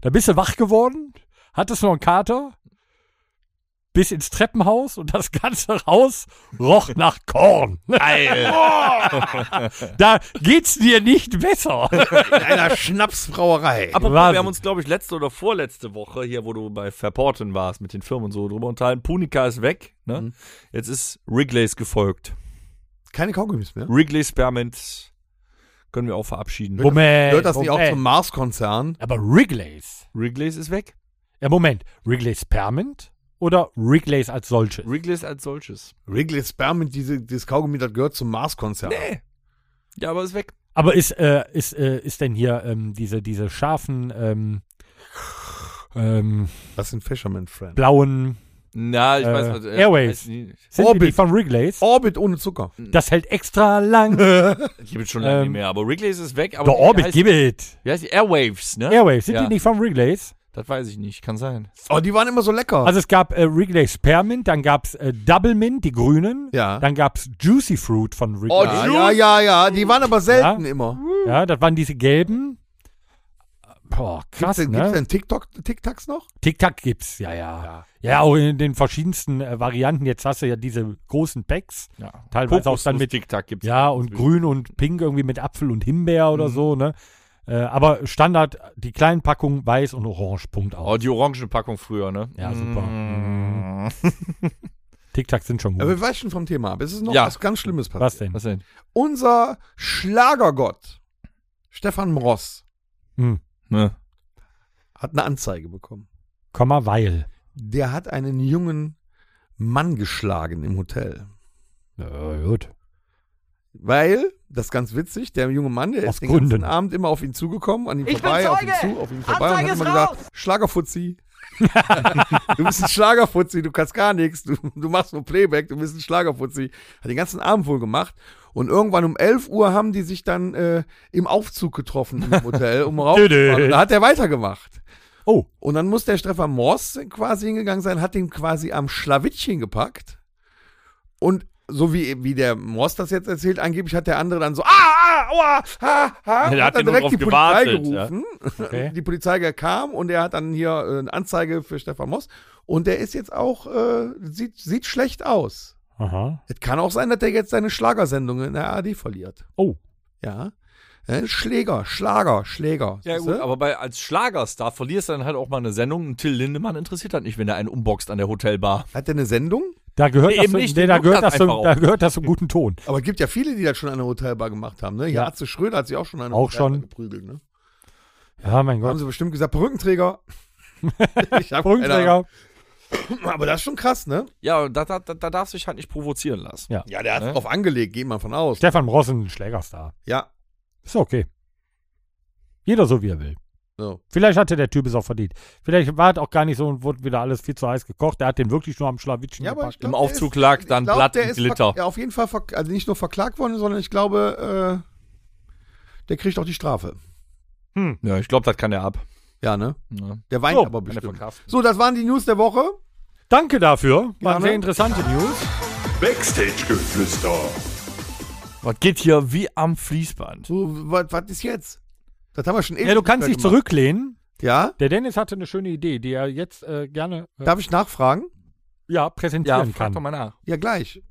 [SPEAKER 2] Da bist du wach geworden, hattest noch einen Kater, bis ins Treppenhaus und das ganze Haus roch nach Korn. da geht's dir nicht besser.
[SPEAKER 3] In einer Schnapsbrauerei.
[SPEAKER 4] Apropos,
[SPEAKER 2] Wahnsinn.
[SPEAKER 4] wir haben uns, glaube ich, letzte oder vorletzte Woche hier, wo du bei Verporten warst, mit den Firmen und so drüber unterhalten. Punica ist weg. Ne?
[SPEAKER 3] Mhm.
[SPEAKER 4] Jetzt ist Wrigley's gefolgt.
[SPEAKER 3] Keine Kaugummis mehr.
[SPEAKER 4] Wrigley's Spearmint können wir auch verabschieden.
[SPEAKER 2] Moment.
[SPEAKER 3] Gehört das
[SPEAKER 4] oh,
[SPEAKER 3] nicht auch
[SPEAKER 2] Moment.
[SPEAKER 3] zum Mars-Konzern?
[SPEAKER 2] Aber Wrigley's.
[SPEAKER 4] Wrigley's ist weg.
[SPEAKER 2] Ja, Moment. Wrigley's Permint oder Wrigley's als solches?
[SPEAKER 4] Wrigley's als solches.
[SPEAKER 3] Wrigley Spearmint, diese, dieses Kaugummi, das gehört zum Mars-Konzern.
[SPEAKER 4] Nee. Ja, aber ist weg.
[SPEAKER 2] Aber ist, äh, ist, äh, ist denn hier ähm, diese, diese scharfen, ähm, ähm,
[SPEAKER 3] Das sind Fisherman Friend.
[SPEAKER 2] blauen,
[SPEAKER 4] Na, ich
[SPEAKER 2] Äh,
[SPEAKER 4] weiß. äh,
[SPEAKER 2] Airways.
[SPEAKER 4] heißt nicht.
[SPEAKER 2] sind die
[SPEAKER 3] Orbit.
[SPEAKER 2] die von Wrigley's?
[SPEAKER 3] Orbit ohne Zucker.
[SPEAKER 2] Das hält extra lang.
[SPEAKER 4] Ich bin schon lange
[SPEAKER 2] Ähm,
[SPEAKER 4] nicht mehr, aber Wrigley's ist weg. Aber
[SPEAKER 2] Der
[SPEAKER 4] die
[SPEAKER 2] Orbit,
[SPEAKER 4] heißt,
[SPEAKER 2] gib it.
[SPEAKER 4] Wie heißt die? Airwaves, ne?
[SPEAKER 2] Airways, sind
[SPEAKER 4] Ja.
[SPEAKER 2] die nicht von Wrigley's?
[SPEAKER 4] Das weiß ich nicht, kann sein.
[SPEAKER 3] Oh, die waren immer so lecker.
[SPEAKER 2] Also es gab äh, Wrigley's Spearmint, dann gab es äh, Double Mint, die grünen.
[SPEAKER 3] Ja.
[SPEAKER 2] Dann gab es Juicy Fruit von
[SPEAKER 3] oh,
[SPEAKER 2] Wrigley's.
[SPEAKER 3] ja, ja, ja, ja, die waren aber selten
[SPEAKER 2] Ja.
[SPEAKER 3] immer.
[SPEAKER 2] Ja, das waren diese gelben. Boah, krass,
[SPEAKER 3] Gibt's denn,
[SPEAKER 2] ne?
[SPEAKER 3] gibt's denn TikTok, TikToks noch?
[SPEAKER 2] Tic-Tac gibt's, ja, ja, ja. Ja, auch in den verschiedensten äh, Varianten. Jetzt hast du ja diese großen Packs.
[SPEAKER 4] Ja.
[SPEAKER 2] Teilweise auch dann mit-
[SPEAKER 4] Tic Tac gibt's.
[SPEAKER 2] Ja, und grün und pink irgendwie mit Apfel und Himbeer oder so, ne? Äh, aber Standard, die kleinen Packungen weiß und orange, Punkt
[SPEAKER 4] Oh,
[SPEAKER 2] aus.
[SPEAKER 4] Mhm. die orangene Packung früher, ne?
[SPEAKER 2] Ja, super.
[SPEAKER 4] Mm.
[SPEAKER 2] Tic-Tac sind schon
[SPEAKER 3] Aber
[SPEAKER 2] gut.
[SPEAKER 3] wir weichen vom Thema ab. Es ist noch
[SPEAKER 4] Ja.
[SPEAKER 3] was ganz Schlimmes passiert.
[SPEAKER 2] Was denn?
[SPEAKER 4] Was denn?
[SPEAKER 3] Unser Schlagergott, Stefan Mross,
[SPEAKER 2] Hm.
[SPEAKER 4] Ne.
[SPEAKER 3] hat eine Anzeige bekommen.
[SPEAKER 2] Komma, weil.
[SPEAKER 3] Der hat einen jungen Mann geschlagen im Hotel.
[SPEAKER 2] Ja, gut.
[SPEAKER 3] Weil, das ist ganz witzig, der junge Mann, der
[SPEAKER 2] Aus
[SPEAKER 3] ist den
[SPEAKER 2] Gründen.
[SPEAKER 3] ganzen Abend immer auf ihn zugekommen, an ihm
[SPEAKER 5] Ich
[SPEAKER 3] vorbei,
[SPEAKER 5] bin
[SPEAKER 3] auf ihn
[SPEAKER 5] Zeuge.
[SPEAKER 3] zu, auf ihn vorbei
[SPEAKER 5] Anzeige
[SPEAKER 3] und hat
[SPEAKER 5] ist
[SPEAKER 3] immer gesagt, Schlagerfuzzi. du bist ein Schlagerfuzzi, du kannst gar nichts, du, du machst nur Playback, du bist ein Schlagerfuzzi. Hat den ganzen Abend wohl gemacht. Und irgendwann um 11 Uhr haben die sich dann äh, im Aufzug getroffen im Hotel, um raufzufahren. Und da hat er weitergemacht.
[SPEAKER 2] Oh.
[SPEAKER 3] Und dann muss der Stefan Morse quasi hingegangen sein, hat den quasi am Schlawittchen gepackt. Und so wie, wie der Morse das jetzt erzählt, angeblich hat der andere dann so, ah, ah, aua, ha, ha,
[SPEAKER 4] Der hat
[SPEAKER 3] dann
[SPEAKER 4] nur
[SPEAKER 3] direkt
[SPEAKER 4] drauf
[SPEAKER 3] die Polizei
[SPEAKER 4] gewartet,
[SPEAKER 3] gerufen.
[SPEAKER 2] Okay.
[SPEAKER 3] Die Polizei kam und er hat dann hier äh, eine Anzeige für Stefan Moss. Und der ist jetzt auch, äh, sieht, sieht schlecht aus.
[SPEAKER 2] Aha.
[SPEAKER 3] Es kann auch sein, dass der jetzt seine Schlagersendung in der ARD verliert.
[SPEAKER 2] Oh.
[SPEAKER 3] Ja. Äh, Schläger, Schlager, Schläger.
[SPEAKER 4] Ja,
[SPEAKER 3] Siehst
[SPEAKER 4] gut,
[SPEAKER 3] du?
[SPEAKER 4] aber bei, als Schlagerstar verlierst du dann halt auch mal eine Sendung. Und Till Lindemann interessiert halt nicht, wenn er einen umboxt an der Hotelbar.
[SPEAKER 3] Hat der eine Sendung?
[SPEAKER 2] Da gehört
[SPEAKER 4] Nee,
[SPEAKER 2] das,
[SPEAKER 4] eben
[SPEAKER 2] zum,
[SPEAKER 4] nicht,
[SPEAKER 2] nee,
[SPEAKER 4] die
[SPEAKER 2] da
[SPEAKER 4] gucken
[SPEAKER 2] gehört
[SPEAKER 4] das
[SPEAKER 2] das zum,
[SPEAKER 4] einfach
[SPEAKER 2] da
[SPEAKER 4] auch.
[SPEAKER 2] gehört das zum guten Ton.
[SPEAKER 3] Aber es gibt ja viele, die das schon an der Hotelbar gemacht haben. Ne? Hier
[SPEAKER 2] Ja.
[SPEAKER 3] Atze Schröder hat sich auch schon an der
[SPEAKER 2] Auch
[SPEAKER 3] Hotelbar
[SPEAKER 2] schon.
[SPEAKER 3] geprügelt. Ne?
[SPEAKER 2] Ja, mein
[SPEAKER 3] Haben
[SPEAKER 2] Gott.
[SPEAKER 3] sie bestimmt gesagt, Brückenträger. ich hab keine
[SPEAKER 2] Brückenträger.
[SPEAKER 3] Ahnung. Aber das ist schon krass, ne?
[SPEAKER 4] Ja, und da, da, da, da darfst du dich halt nicht provozieren lassen.
[SPEAKER 2] Ja.
[SPEAKER 3] Ja, der hat drauf angelegt, geht man von aus.
[SPEAKER 2] Stefan Rossen, Schlägerstar.
[SPEAKER 3] Ja.
[SPEAKER 2] Ist okay. Jeder so, wie er will.
[SPEAKER 3] So.
[SPEAKER 2] Vielleicht hatte der Typ es auch verdient. Vielleicht war es auch gar nicht so und wurde wieder alles viel zu heiß gekocht. Der hat den wirklich nur am Schlawittchen
[SPEAKER 3] Ja, aber
[SPEAKER 2] gepackt.
[SPEAKER 3] ich glaub,
[SPEAKER 4] Im
[SPEAKER 3] der
[SPEAKER 4] Aufzug lag dann
[SPEAKER 3] ich glaub,
[SPEAKER 4] Blatt
[SPEAKER 3] der
[SPEAKER 4] und
[SPEAKER 3] ist
[SPEAKER 4] Glitter.
[SPEAKER 3] verk- Ja, auf jeden Fall verk- also nicht nur verklagt worden, sondern ich glaube, äh, der kriegt auch die Strafe.
[SPEAKER 4] Ja, ich glaube, das kann er ab.
[SPEAKER 3] Ja, ne?
[SPEAKER 4] Ja.
[SPEAKER 3] Der weint
[SPEAKER 2] So,
[SPEAKER 3] aber
[SPEAKER 4] Kann er
[SPEAKER 3] bestimmt.
[SPEAKER 4] verkraften.
[SPEAKER 3] So, das waren die News der Woche.
[SPEAKER 2] Danke dafür. Waren
[SPEAKER 3] Gerne.
[SPEAKER 2] sehr interessante News.
[SPEAKER 1] Backstage-Geflüster.
[SPEAKER 4] Was geht hier wie am Fließband?
[SPEAKER 3] So, was ist jetzt? Das haben wir schon ewig
[SPEAKER 2] Ja, du kannst
[SPEAKER 3] nicht
[SPEAKER 2] dich
[SPEAKER 3] mehr gemacht.
[SPEAKER 2] zurücklehnen.
[SPEAKER 3] Ja?
[SPEAKER 2] Der Dennis hatte eine schöne Idee, die er jetzt äh, gerne äh,
[SPEAKER 3] Darf ich nachfragen?
[SPEAKER 2] ja, präsentieren kann.
[SPEAKER 4] mal nach.
[SPEAKER 3] Ja, gleich.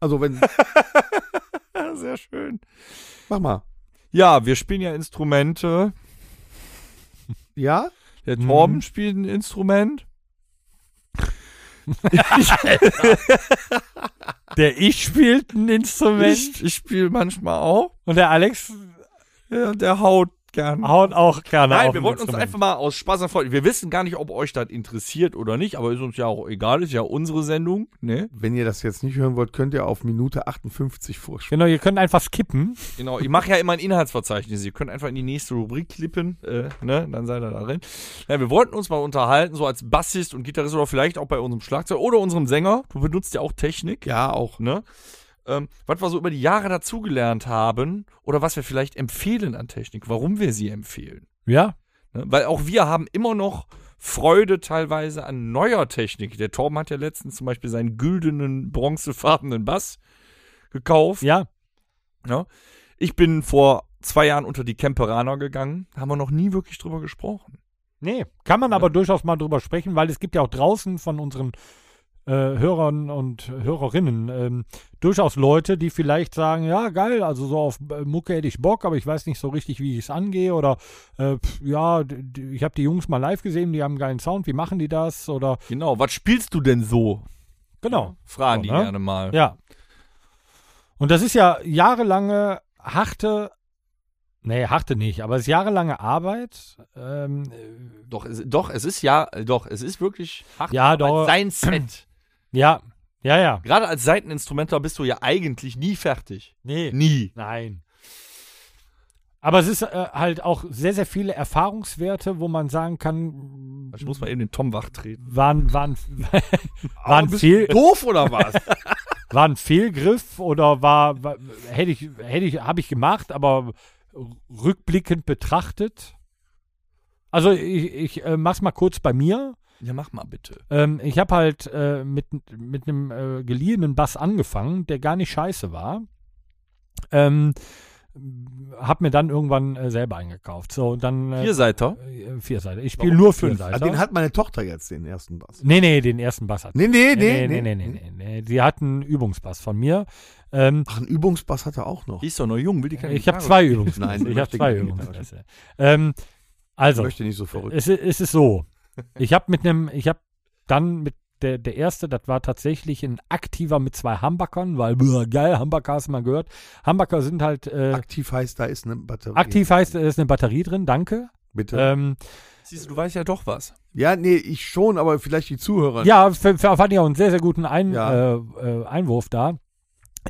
[SPEAKER 3] Also, wenn.
[SPEAKER 4] Ja, sehr schön.
[SPEAKER 3] mach mal.
[SPEAKER 4] Ja, wir spielen ja Instrumente.
[SPEAKER 3] Ja?
[SPEAKER 4] Der Torben spielt ein Instrument.
[SPEAKER 2] Der ich spielt ein Instrument
[SPEAKER 4] Ich, ich spiele manchmal auch.
[SPEAKER 2] und der Alex
[SPEAKER 4] Ja, der haut gern.
[SPEAKER 2] haut auch gerne
[SPEAKER 4] Nein,
[SPEAKER 2] auf
[SPEAKER 4] wir
[SPEAKER 2] ein
[SPEAKER 4] wollten uns
[SPEAKER 2] Instrument.
[SPEAKER 4] einfach mal aus Spaß an Freude. Wir wissen gar nicht, ob euch das interessiert oder nicht, aber ist uns ja auch egal, ist ja unsere Sendung. Ne?
[SPEAKER 3] Wenn ihr das jetzt nicht hören wollt, könnt ihr auf Minute 58 vorspielen.
[SPEAKER 2] Genau, ihr könnt einfach skippen.
[SPEAKER 4] Genau, ich mache ja immer ein Inhaltsverzeichnis. Ihr könnt einfach in die nächste Rubrik klippen, äh, ne? dann seid ihr da drin. Ja, wir wollten uns mal unterhalten, so als Bassist und Gitarrist oder vielleicht auch bei unserem Schlagzeug oder unserem Sänger. Du benutzt ja auch Technik.
[SPEAKER 3] Ja, auch.
[SPEAKER 4] Ne? Ähm, was wir so über die Jahre dazugelernt haben oder was wir vielleicht empfehlen an Technik, warum wir sie empfehlen.
[SPEAKER 2] Ja.
[SPEAKER 4] Ne? Weil auch wir haben immer noch Freude teilweise an neuer Technik. Der Torben hat ja letztens zum Beispiel seinen güldenen, bronzefarbenen Bass gekauft.
[SPEAKER 2] Ja.
[SPEAKER 4] Ne? Ich bin vor zwei Jahren unter die Kemperaner gegangen. Haben wir noch nie wirklich drüber gesprochen.
[SPEAKER 2] Nee. Kann man aber durchaus mal drüber sprechen, weil es gibt ja auch draußen von unseren äh, Hörern und Hörerinnen ähm, durchaus Leute, die vielleicht sagen, ja geil, also so auf äh, Mucke hätte ich Bock, aber ich weiß nicht so richtig, wie ich es angehe oder äh, pf, ja, d- d- ich habe die Jungs mal live gesehen, die haben einen geilen Sound, wie machen die das oder
[SPEAKER 4] Genau, was spielst du denn so?
[SPEAKER 2] genau.
[SPEAKER 4] Fragen die
[SPEAKER 2] Ja, ne?
[SPEAKER 4] gerne mal.
[SPEAKER 2] Ja. Und das ist ja jahrelange harte, nee, harte nicht, aber es ist jahrelange Arbeit. Ähm,
[SPEAKER 4] Doch, es, doch, es ist ja, doch, es ist wirklich hart.
[SPEAKER 2] Ja,
[SPEAKER 4] Arbeit.
[SPEAKER 2] doch.
[SPEAKER 4] Sein Set.
[SPEAKER 2] ja, ja, ja.
[SPEAKER 4] Gerade als Seiteninstrumenter bist du ja eigentlich nie fertig.
[SPEAKER 2] Nee.
[SPEAKER 4] Nie.
[SPEAKER 2] Nein. Aber es ist äh, halt auch sehr, sehr viele Erfahrungswerte, wo man sagen kann,
[SPEAKER 4] Ich muss mal eben den Tom wach treten.
[SPEAKER 2] waren, waren,
[SPEAKER 3] Warum
[SPEAKER 2] waren, Fehl,
[SPEAKER 3] doof oder was?
[SPEAKER 2] war ein Fehlgriff oder war, war hätte ich, hätte ich, habe ich gemacht, aber rückblickend betrachtet. Also ich, ich äh, mach's mal kurz bei mir.
[SPEAKER 4] Ja, mach mal bitte.
[SPEAKER 2] Ähm, ich habe halt äh, mit, mit einem äh, geliehenen Bass angefangen, der gar nicht scheiße war. Ähm, hab mir dann irgendwann äh, selber eingekauft. So, und dann äh,
[SPEAKER 4] Hier seid ihr.
[SPEAKER 2] äh, vier Seiten. Ich spiele nur fünf
[SPEAKER 3] ah,
[SPEAKER 2] Seiten.
[SPEAKER 3] den hat meine Tochter jetzt, den ersten Bass.
[SPEAKER 2] Nee, nee, den ersten Bass hat.
[SPEAKER 3] Nee, Hm. nee, nee.
[SPEAKER 2] nee, nee, nee, nee, nee. Die hatten einen Übungsbass von mir. Ähm,
[SPEAKER 3] Ach, einen Übungsbass hat er auch noch.
[SPEAKER 4] Die ist doch noch jung, will die keine
[SPEAKER 2] ich habe
[SPEAKER 4] Gitarre
[SPEAKER 2] zwei Übungspässe.
[SPEAKER 3] Nein,
[SPEAKER 2] ich habe
[SPEAKER 3] möchte
[SPEAKER 2] zwei
[SPEAKER 3] ich nicht.
[SPEAKER 2] Übungspässe. Ähm,
[SPEAKER 3] Ich
[SPEAKER 2] also, Äh,
[SPEAKER 3] möchte nicht so verrückt.
[SPEAKER 2] es, i- es ist so. Ich habe mit einem, ich habe dann mit der, der erste, das war tatsächlich ein aktiver mit zwei Humbuckern, weil boah, geil, Humbucker hast du mal gehört. Humbucker sind halt äh,
[SPEAKER 3] Aktiv heißt, da ist eine Batterie.
[SPEAKER 2] aktiv heißt, da ist eine Batterie drin, danke.
[SPEAKER 3] Bitte.
[SPEAKER 2] Ähm,
[SPEAKER 4] Siehst du, du weißt ja doch was.
[SPEAKER 3] ja, nee, ich schon, aber vielleicht die Zuhörer.
[SPEAKER 2] ja, f- f- fand ich auch einen sehr, sehr guten Ein,
[SPEAKER 3] Ja.
[SPEAKER 2] äh, äh, Einwurf da.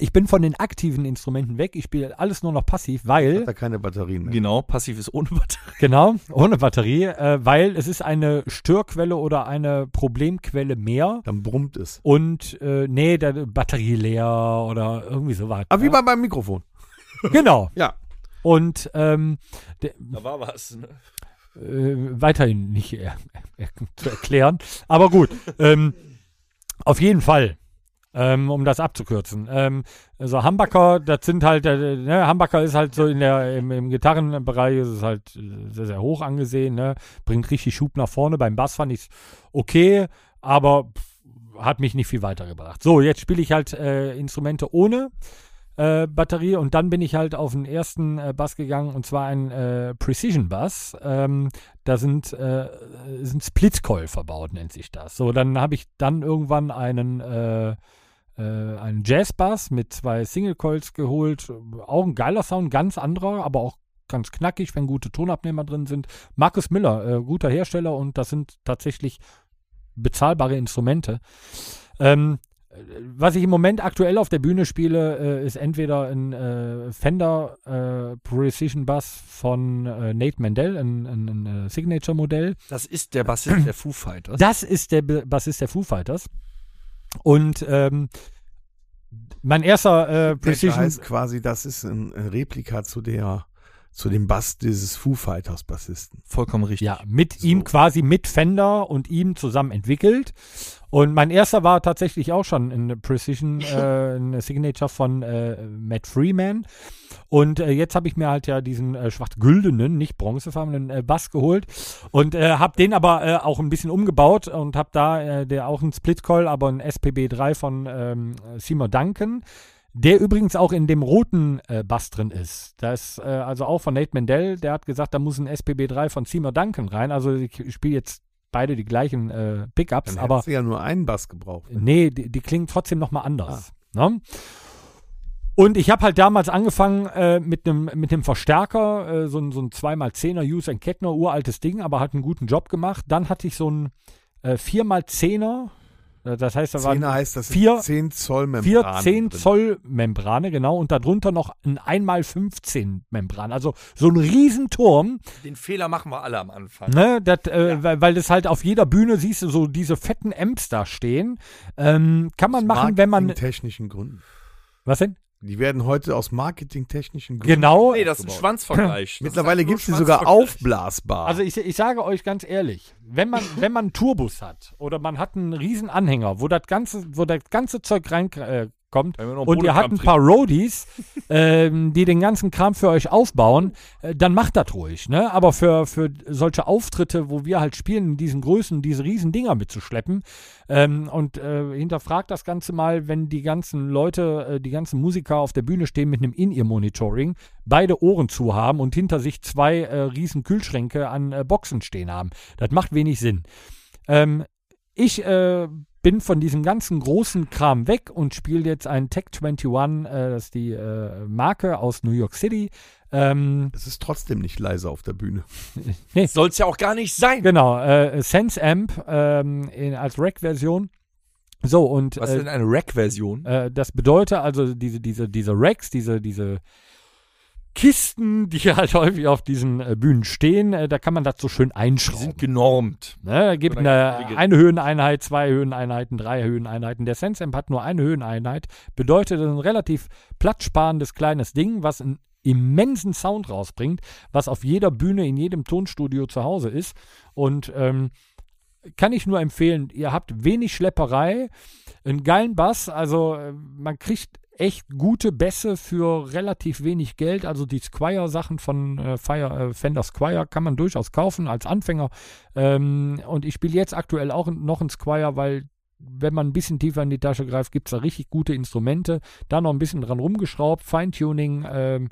[SPEAKER 2] Ich bin von den aktiven Instrumenten weg, ich spiele alles nur noch passiv, weil
[SPEAKER 3] Hat da keine Batterien mehr.
[SPEAKER 4] Genau, passiv ist ohne Batterie.
[SPEAKER 2] Genau, ohne Batterie, äh, weil es ist eine Störquelle oder eine Problemquelle mehr.
[SPEAKER 3] Dann brummt es.
[SPEAKER 2] Und äh, nee, da Batterie leer oder irgendwie so weiter.
[SPEAKER 3] Aber Ah, wie bei beim Mikrofon.
[SPEAKER 2] genau.
[SPEAKER 3] Ja.
[SPEAKER 2] Und ähm, de-
[SPEAKER 4] Da war was. Ne?
[SPEAKER 2] äh, weiterhin nicht er, er, zu erklären. Aber gut, ähm, auf jeden Fall, ähm, um das abzukürzen. Ähm, also Humbucker, das sind halt, äh, ne, Humbucker ist halt so in der, im, im Gitarrenbereich ist es halt äh, sehr, sehr hoch angesehen, ne? bringt richtig Schub nach vorne. Beim Bass fand ich es okay, aber pff, hat mich nicht viel weitergebracht. So, jetzt spiele ich halt äh, Instrumente ohne äh, Batterie und dann bin ich halt auf den ersten äh, Bass gegangen und zwar ein äh, Precision Bass. Ähm, da sind, äh, sind Split Coil verbaut, nennt sich das. So, dann habe ich dann irgendwann einen, äh, äh, einen Jazz Bass mit zwei Single Coils geholt. Auch ein geiler Sound, ganz anderer, aber auch ganz knackig, wenn gute Tonabnehmer drin sind. Markus Miller, äh, guter Hersteller und das sind tatsächlich bezahlbare Instrumente. Ähm, was ich im Moment aktuell auf der Bühne spiele, äh, ist entweder ein äh, Fender äh, Precision Bass von äh, Nate Mendel, ein, ein, ein äh, Signature-Modell.
[SPEAKER 4] Das ist der Bassist der Foo Fighters.
[SPEAKER 2] Das ist der B- Bassist der Foo Fighters. Und ähm, mein erster äh,
[SPEAKER 3] Das
[SPEAKER 2] Precision
[SPEAKER 3] heißt quasi, das ist ein, ein Replika zu der, zu dem Bass dieses Foo Fighters Bassisten.
[SPEAKER 4] Vollkommen richtig.
[SPEAKER 2] Ja, mit ihm quasi mit Fender und ihm zusammen entwickelt. Und mein erster war tatsächlich auch schon in Precision, äh, eine Signature von äh, Matt Freeman. Und äh, jetzt habe ich mir halt ja diesen äh, schwarz-güldenen, nicht bronzefarbenen äh, Bass geholt und äh, habe den aber äh, auch ein bisschen umgebaut und habe da äh, der auch einen Split-Coil, aber einen SPB3 von ähm, Seymour Duncan. Der übrigens auch in dem roten äh, Bass drin ist. Das, äh, also auch von Nate Mendel, der hat gesagt, da muss ein SPB3 von Seymour Duncan rein. Also ich spiele jetzt beide die gleichen äh, Pickups,
[SPEAKER 3] Dann
[SPEAKER 2] aber
[SPEAKER 3] hättest du ja nur einen Bass gebraucht.
[SPEAKER 2] Nee, die, die klingen trotzdem nochmal anders. Ne? Und ich habe halt damals angefangen äh, mit einem mit nem Verstärker, äh, so ein so ein 2x10er Use and Kettner, uraltes Ding, aber hat einen guten Job gemacht. Dann hatte ich so ein äh, 4x10er, äh, das heißt, da waren
[SPEAKER 3] Zehner heißt, das
[SPEAKER 2] vier-
[SPEAKER 3] sind 10 Zoll
[SPEAKER 2] vier
[SPEAKER 3] Membran.
[SPEAKER 2] 10 Zoll Membrane, genau, und darunter noch ein 1x15 Membran. Also so ein Riesenturm,
[SPEAKER 4] Den Fehler machen wir alle am Anfang.
[SPEAKER 2] Ne, dat, äh, weil, weil das halt auf jeder Bühne siehst du so diese fetten Amps da stehen. Ähm, kann man machen, wenn man.
[SPEAKER 3] technischen Gründen.
[SPEAKER 2] Was denn?
[SPEAKER 3] Die werden heute aus marketingtechnischen Gründen.
[SPEAKER 2] Genau.
[SPEAKER 4] Nee, das ist ein Schwanzvergleich. Das
[SPEAKER 3] Mittlerweile
[SPEAKER 4] ist nur
[SPEAKER 3] gibt es die sogar
[SPEAKER 4] Schwanzvergleich.
[SPEAKER 3] aufblasbar.
[SPEAKER 2] Also ich, ich sage euch ganz ehrlich, wenn man, wenn man einen Tourbus hat oder man hat einen riesen Anhänger, wo das ganze, wo das ganze Zeug reinkommt äh, kommt
[SPEAKER 4] Wenn wir noch einen
[SPEAKER 2] und ihr habt ein paar Roadies, ähm, die den ganzen Kram für euch aufbauen, äh, dann macht das ruhig. Ne? Aber für, für solche Auftritte, wo wir halt spielen, in diesen Größen, diese riesen Dinger mitzuschleppen ähm, und äh, hinterfragt das Ganze mal, wenn die ganzen Leute, äh, die ganzen Musiker auf der Bühne stehen mit einem In-Ear-Monitoring, beide Ohren zu haben und hinter sich zwei äh, riesen Kühlschränke an äh, Boxen stehen haben. Das macht wenig Sinn. Ähm, ich äh, bin von diesem ganzen großen Kram weg und spiele jetzt einen Tech 21, äh, das ist die äh, Marke aus New York City. Ähm,
[SPEAKER 3] es ist trotzdem nicht leise auf der Bühne.
[SPEAKER 4] Soll's ja auch gar nicht sein.
[SPEAKER 2] genau, äh, Sense Amp ähm, in, als Rack-Version. So, und
[SPEAKER 4] Was
[SPEAKER 2] äh,
[SPEAKER 4] ist denn eine Rack-Version?
[SPEAKER 2] Äh, das bedeutet also diese, diese, diese Racks, diese, diese Kisten, die halt häufig auf diesen äh, Bühnen stehen, äh, da kann man das so schön
[SPEAKER 4] Die
[SPEAKER 2] einschrauben.
[SPEAKER 4] sind genormt.
[SPEAKER 2] Ne, da gibt
[SPEAKER 4] Oder
[SPEAKER 2] eine,
[SPEAKER 4] giftige.
[SPEAKER 2] eine Höheneinheit, zwei Höheneinheiten, drei Höheneinheiten. Der SenseAmp hat nur eine Höheneinheit. Bedeutet das ist ein relativ platzsparendes kleines Ding, was einen immensen Sound rausbringt, was auf jeder Bühne, in jedem Tonstudio zu Hause ist. Und ähm, kann ich nur empfehlen, ihr habt wenig Schlepperei, einen geilen Bass, also äh, man kriegt echt gute Bässe für relativ wenig Geld. Also die Squire-Sachen von äh, Fire, äh, Fender Squire kann man durchaus kaufen als Anfänger. Ähm, und ich spiele jetzt aktuell auch noch einen Squire, weil wenn man ein bisschen tiefer in die Tasche greift, gibt es da richtig gute Instrumente. Da noch ein bisschen dran rumgeschraubt, Feintuning ähm,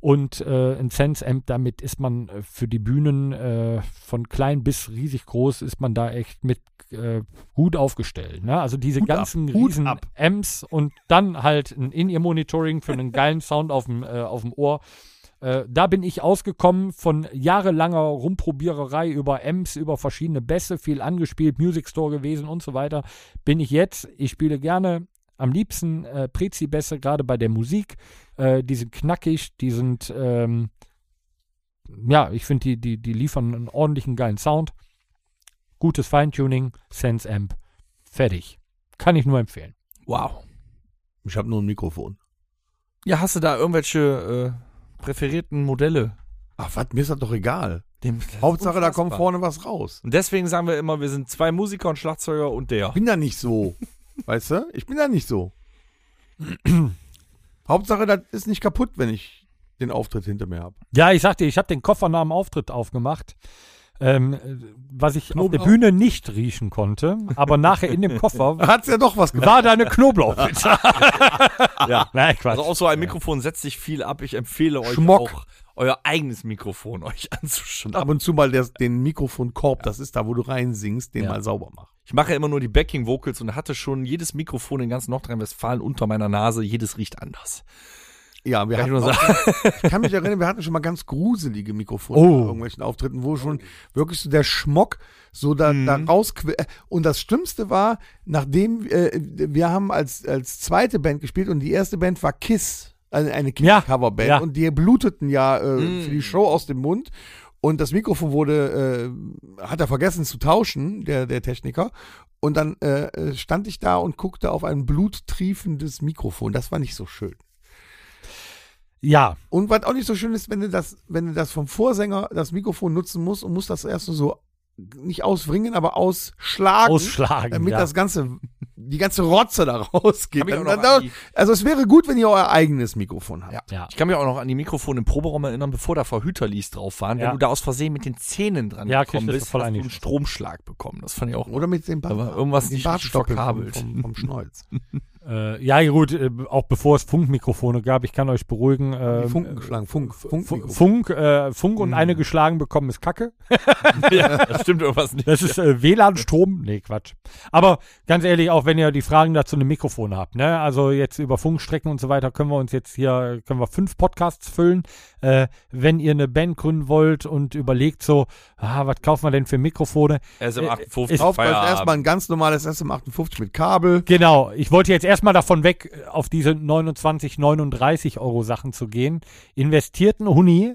[SPEAKER 2] Und äh, ein Sense-Amp, damit ist man äh, für die Bühnen äh, von klein bis riesig groß, ist man da echt mit äh, gut aufgestellt. Ne? Also diese
[SPEAKER 3] Hut ab,
[SPEAKER 2] ganzen
[SPEAKER 3] Hut
[SPEAKER 2] riesen
[SPEAKER 3] ab.
[SPEAKER 2] Amps und dann halt ein In-Ear-Monitoring für einen geilen Sound auf dem, äh, auf dem Ohr. Äh, da bin ich ausgekommen von jahrelanger Rumprobiererei über Amps, über verschiedene Bässe, viel angespielt, Music Store gewesen und so weiter. Bin ich jetzt, ich spiele gerne am liebsten äh, Prezi-Bässe, gerade bei der Musik. Äh, die sind knackig, die sind, ähm, ja, ich finde, die, die, die liefern einen ordentlichen, geilen Sound. Gutes Feintuning, Sense Amp, fertig. Kann ich nur empfehlen.
[SPEAKER 4] Wow.
[SPEAKER 3] Ich habe nur ein Mikrofon.
[SPEAKER 4] Ja, hast du da irgendwelche äh, präferierten Modelle?
[SPEAKER 3] Ach, was? Mir ist das doch egal.
[SPEAKER 4] Dem, das ist
[SPEAKER 3] Hauptsache, da kommt
[SPEAKER 4] unfassbar.
[SPEAKER 3] vorne was raus.
[SPEAKER 4] Und deswegen sagen wir immer, wir sind zwei Musiker und Schlagzeuger und der.
[SPEAKER 3] Ich bin da nicht so. weißt du? Ich bin da nicht so. Hauptsache, das ist nicht kaputt, wenn ich den Auftritt hinter mir habe.
[SPEAKER 2] Ja, ich sagte, ich habe den Koffer nach dem Auftritt aufgemacht. Ähm, äh, was ich auf der
[SPEAKER 3] Knoblauch.
[SPEAKER 2] Bühne nicht riechen konnte, aber nachher in dem Koffer
[SPEAKER 3] Hat's ja doch was gemacht.
[SPEAKER 2] war da eine Knoblauchpizza.
[SPEAKER 4] Ja.
[SPEAKER 2] Nein, Quatsch.
[SPEAKER 4] Also auch so ein Mikrofon setzt sich viel ab. Ich empfehle euch
[SPEAKER 2] Schmock.
[SPEAKER 4] auch, euer eigenes Mikrofon euch anzuschauen.
[SPEAKER 3] Ab und zu mal das, den Mikrofonkorb, das ist da, wo du reinsingst, den
[SPEAKER 4] Ja.
[SPEAKER 3] mal sauber machen.
[SPEAKER 4] Ich mache ja immer nur die Backing Vocals und hatte schon jedes Mikrofon in ganz Nordrhein-Westfalen unter meiner Nase. Jedes riecht anders.
[SPEAKER 3] Ja, wir
[SPEAKER 4] Kann ich
[SPEAKER 3] hatten
[SPEAKER 4] nur
[SPEAKER 3] auch,
[SPEAKER 4] sagen.
[SPEAKER 3] ich kann mich erinnern, wir hatten schon mal ganz gruselige Mikrofone
[SPEAKER 2] Oh.
[SPEAKER 3] bei irgendwelchen Auftritten, wo schon wirklich so der Schmock so da, da
[SPEAKER 4] Mhm.
[SPEAKER 3] rausquer. Und das Schlimmste war, nachdem äh, wir haben als, als zweite Band gespielt und die erste Band war Kiss, also eine
[SPEAKER 2] Ja,
[SPEAKER 3] Kiss-Coverband
[SPEAKER 2] ja.
[SPEAKER 3] und die bluteten ja äh,
[SPEAKER 4] Mm.
[SPEAKER 3] für die Show aus dem Mund. Und das Mikrofon wurde, äh, hat er vergessen zu tauschen, der, der Techniker. Und dann äh, äh, stand ich da und guckte auf ein bluttriefendes Mikrofon. Das war nicht so schön.
[SPEAKER 2] ja,
[SPEAKER 3] Und was auch nicht so schön ist, wenn du das, wenn du das vom Vorsänger das Mikrofon nutzen musst und musst das erst nur so nicht auswringen, aber ausschlagen,
[SPEAKER 2] ausschlagen.
[SPEAKER 3] damit
[SPEAKER 2] ja.
[SPEAKER 3] das ganze, die ganze Rotze da rausgeht.
[SPEAKER 4] Hab ich auch
[SPEAKER 3] Dann-
[SPEAKER 4] noch
[SPEAKER 3] dann-
[SPEAKER 4] an die-
[SPEAKER 3] also es wäre gut, wenn ihr euer eigenes Mikrofon habt.
[SPEAKER 4] Ja.
[SPEAKER 2] ja.
[SPEAKER 4] Ich kann mich auch noch an die Mikrofone im Proberaum erinnern, bevor da Verhüterlies drauf waren.
[SPEAKER 2] Ja.
[SPEAKER 4] Wenn du da aus Versehen mit den Zähnen dran
[SPEAKER 2] Ja,
[SPEAKER 4] gekommen
[SPEAKER 2] kriegst du
[SPEAKER 4] bist,
[SPEAKER 2] voll
[SPEAKER 4] hast du einen
[SPEAKER 2] eingeschossen.
[SPEAKER 4] Stromschlag bekommen. Das fand ich auch.
[SPEAKER 3] Oder mit dem Bart,
[SPEAKER 4] Da war irgendwas
[SPEAKER 3] den
[SPEAKER 4] nicht richtig
[SPEAKER 3] Bartstoppeln vom,
[SPEAKER 4] verkabelt.
[SPEAKER 3] vom, vom Schnäuz.
[SPEAKER 2] Äh, ja, gut, äh, auch bevor es Funkmikrofone gab, ich kann euch beruhigen. Äh,
[SPEAKER 4] Ähm,
[SPEAKER 3] Die Funken geschlagen, Funk, Hm. Funk,
[SPEAKER 2] Fu- Funk, äh, Funk und eine geschlagen bekommen ist Kacke.
[SPEAKER 4] ja, das stimmt irgendwas nicht.
[SPEAKER 2] Das ist äh, WLAN-Strom. Nee, Quatsch. Aber ganz ehrlich, auch wenn ihr die Fragen dazu einem Mikrofon habt, ne? Also jetzt über Funkstrecken und so weiter können wir uns jetzt hier, können wir fünf Podcasts füllen. Äh, wenn ihr eine Band gründen wollt und überlegt so, ah, was kaufen wir denn für Mikrofone?
[SPEAKER 4] SM58
[SPEAKER 2] Ist-
[SPEAKER 3] Kauft euch erstmal ein ganz normales SM58 mit Kabel.
[SPEAKER 2] Genau, ich wollte jetzt erstmal davon weg, äh, auf diese 29, 39 Euro Sachen zu gehen. Investierten Huni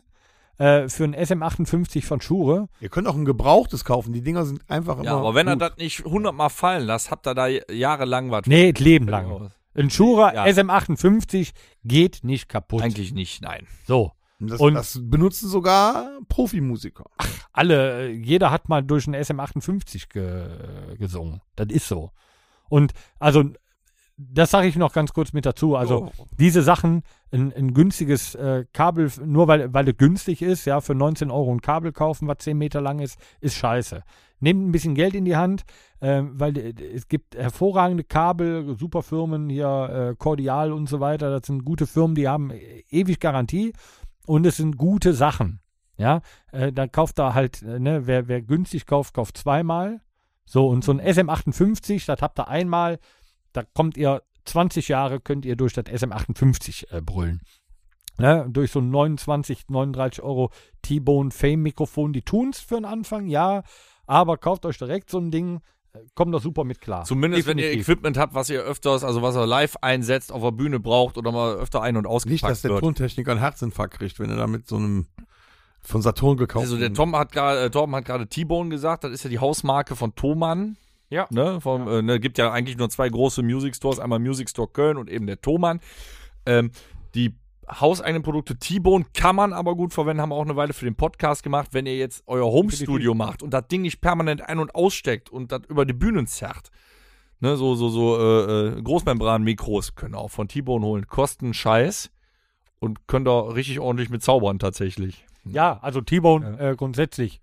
[SPEAKER 2] äh, für ein SM58 von Schure.
[SPEAKER 3] Ihr könnt auch ein gebrauchtes kaufen. Die Dinger sind einfach immer
[SPEAKER 4] Ja, aber wenn er
[SPEAKER 3] gut.
[SPEAKER 4] das nicht hundertmal fallen lässt, habt ihr da jahrelang was.
[SPEAKER 2] Nee, das Leben lang. Ein Schure
[SPEAKER 4] Genau. Ja.
[SPEAKER 2] SM58 geht nicht kaputt.
[SPEAKER 4] Eigentlich nicht, nein.
[SPEAKER 2] So.
[SPEAKER 3] das,
[SPEAKER 2] und-
[SPEAKER 3] das benutzen sogar Profimusiker.
[SPEAKER 2] alle, äh, jeder hat mal durch einen SM58 ge äh, gesungen. Das ist so. Und also, das sage ich noch ganz kurz mit dazu. Also, diese Sachen, ein, ein günstiges äh, Kabel, f- nur weil, weil es günstig ist, ja, für 19 Euro ein Kabel kaufen, was 10 Meter lang ist, ist scheiße. Nehmt ein bisschen Geld in die Hand, ähm, weil äh, es gibt hervorragende Kabel, super Firmen hier, äh, Cordial und so weiter. Das sind gute Firmen, die haben äh, ewig Garantie und es sind gute Sachen. Ja, äh, dann kauft da halt, äh, ne, wer, wer günstig kauft, kauft zweimal. So, und so ein SM58, das habt ihr einmal, da kommt ihr 20 Jahre, könnt ihr durch das SM58 äh, brüllen. Ne, durch so ein 29, 39 Euro T-Bone Fame Mikrofon, die tun's für den Anfang, ja, aber kauft euch direkt so ein Ding, äh, kommt doch super mit klar.
[SPEAKER 4] Zumindest wenn ihr
[SPEAKER 2] Definitiv.
[SPEAKER 4] Equipment habt, was ihr öfters, also was ihr live einsetzt, auf der Bühne braucht oder mal öfter ein-
[SPEAKER 3] Nicht,
[SPEAKER 4] und
[SPEAKER 3] dass
[SPEAKER 4] ausgepackt
[SPEAKER 3] der
[SPEAKER 4] wird.
[SPEAKER 3] Tontechniker einen Herzinfarkt kriegt, wenn er da mit so einem von Saturn gekauft
[SPEAKER 4] Also der Tom hat gerade, äh, Torben hat gerade T-Bone gesagt, das ist ja die Hausmarke von Thomann.
[SPEAKER 2] Ja.
[SPEAKER 4] Ne, vom, Äh, ne, gibt ja eigentlich nur zwei große Music Stores, einmal Music Store Köln und eben der Thomann. Ähm, die hauseigenen Produkte T-Bone kann man aber gut verwenden, haben wir auch eine Weile für den Podcast gemacht. Wenn ihr jetzt euer Home-Studio macht und das Ding nicht permanent ein- und aussteckt und das über die Bühnen zerrt, ne, so, so, so äh, äh, Großmembran-Mikros können auch von T-Bone holen. Kosten Scheiß und können da richtig ordentlich mit zaubern tatsächlich.
[SPEAKER 2] Ja, also T-Bone äh, grundsätzlich.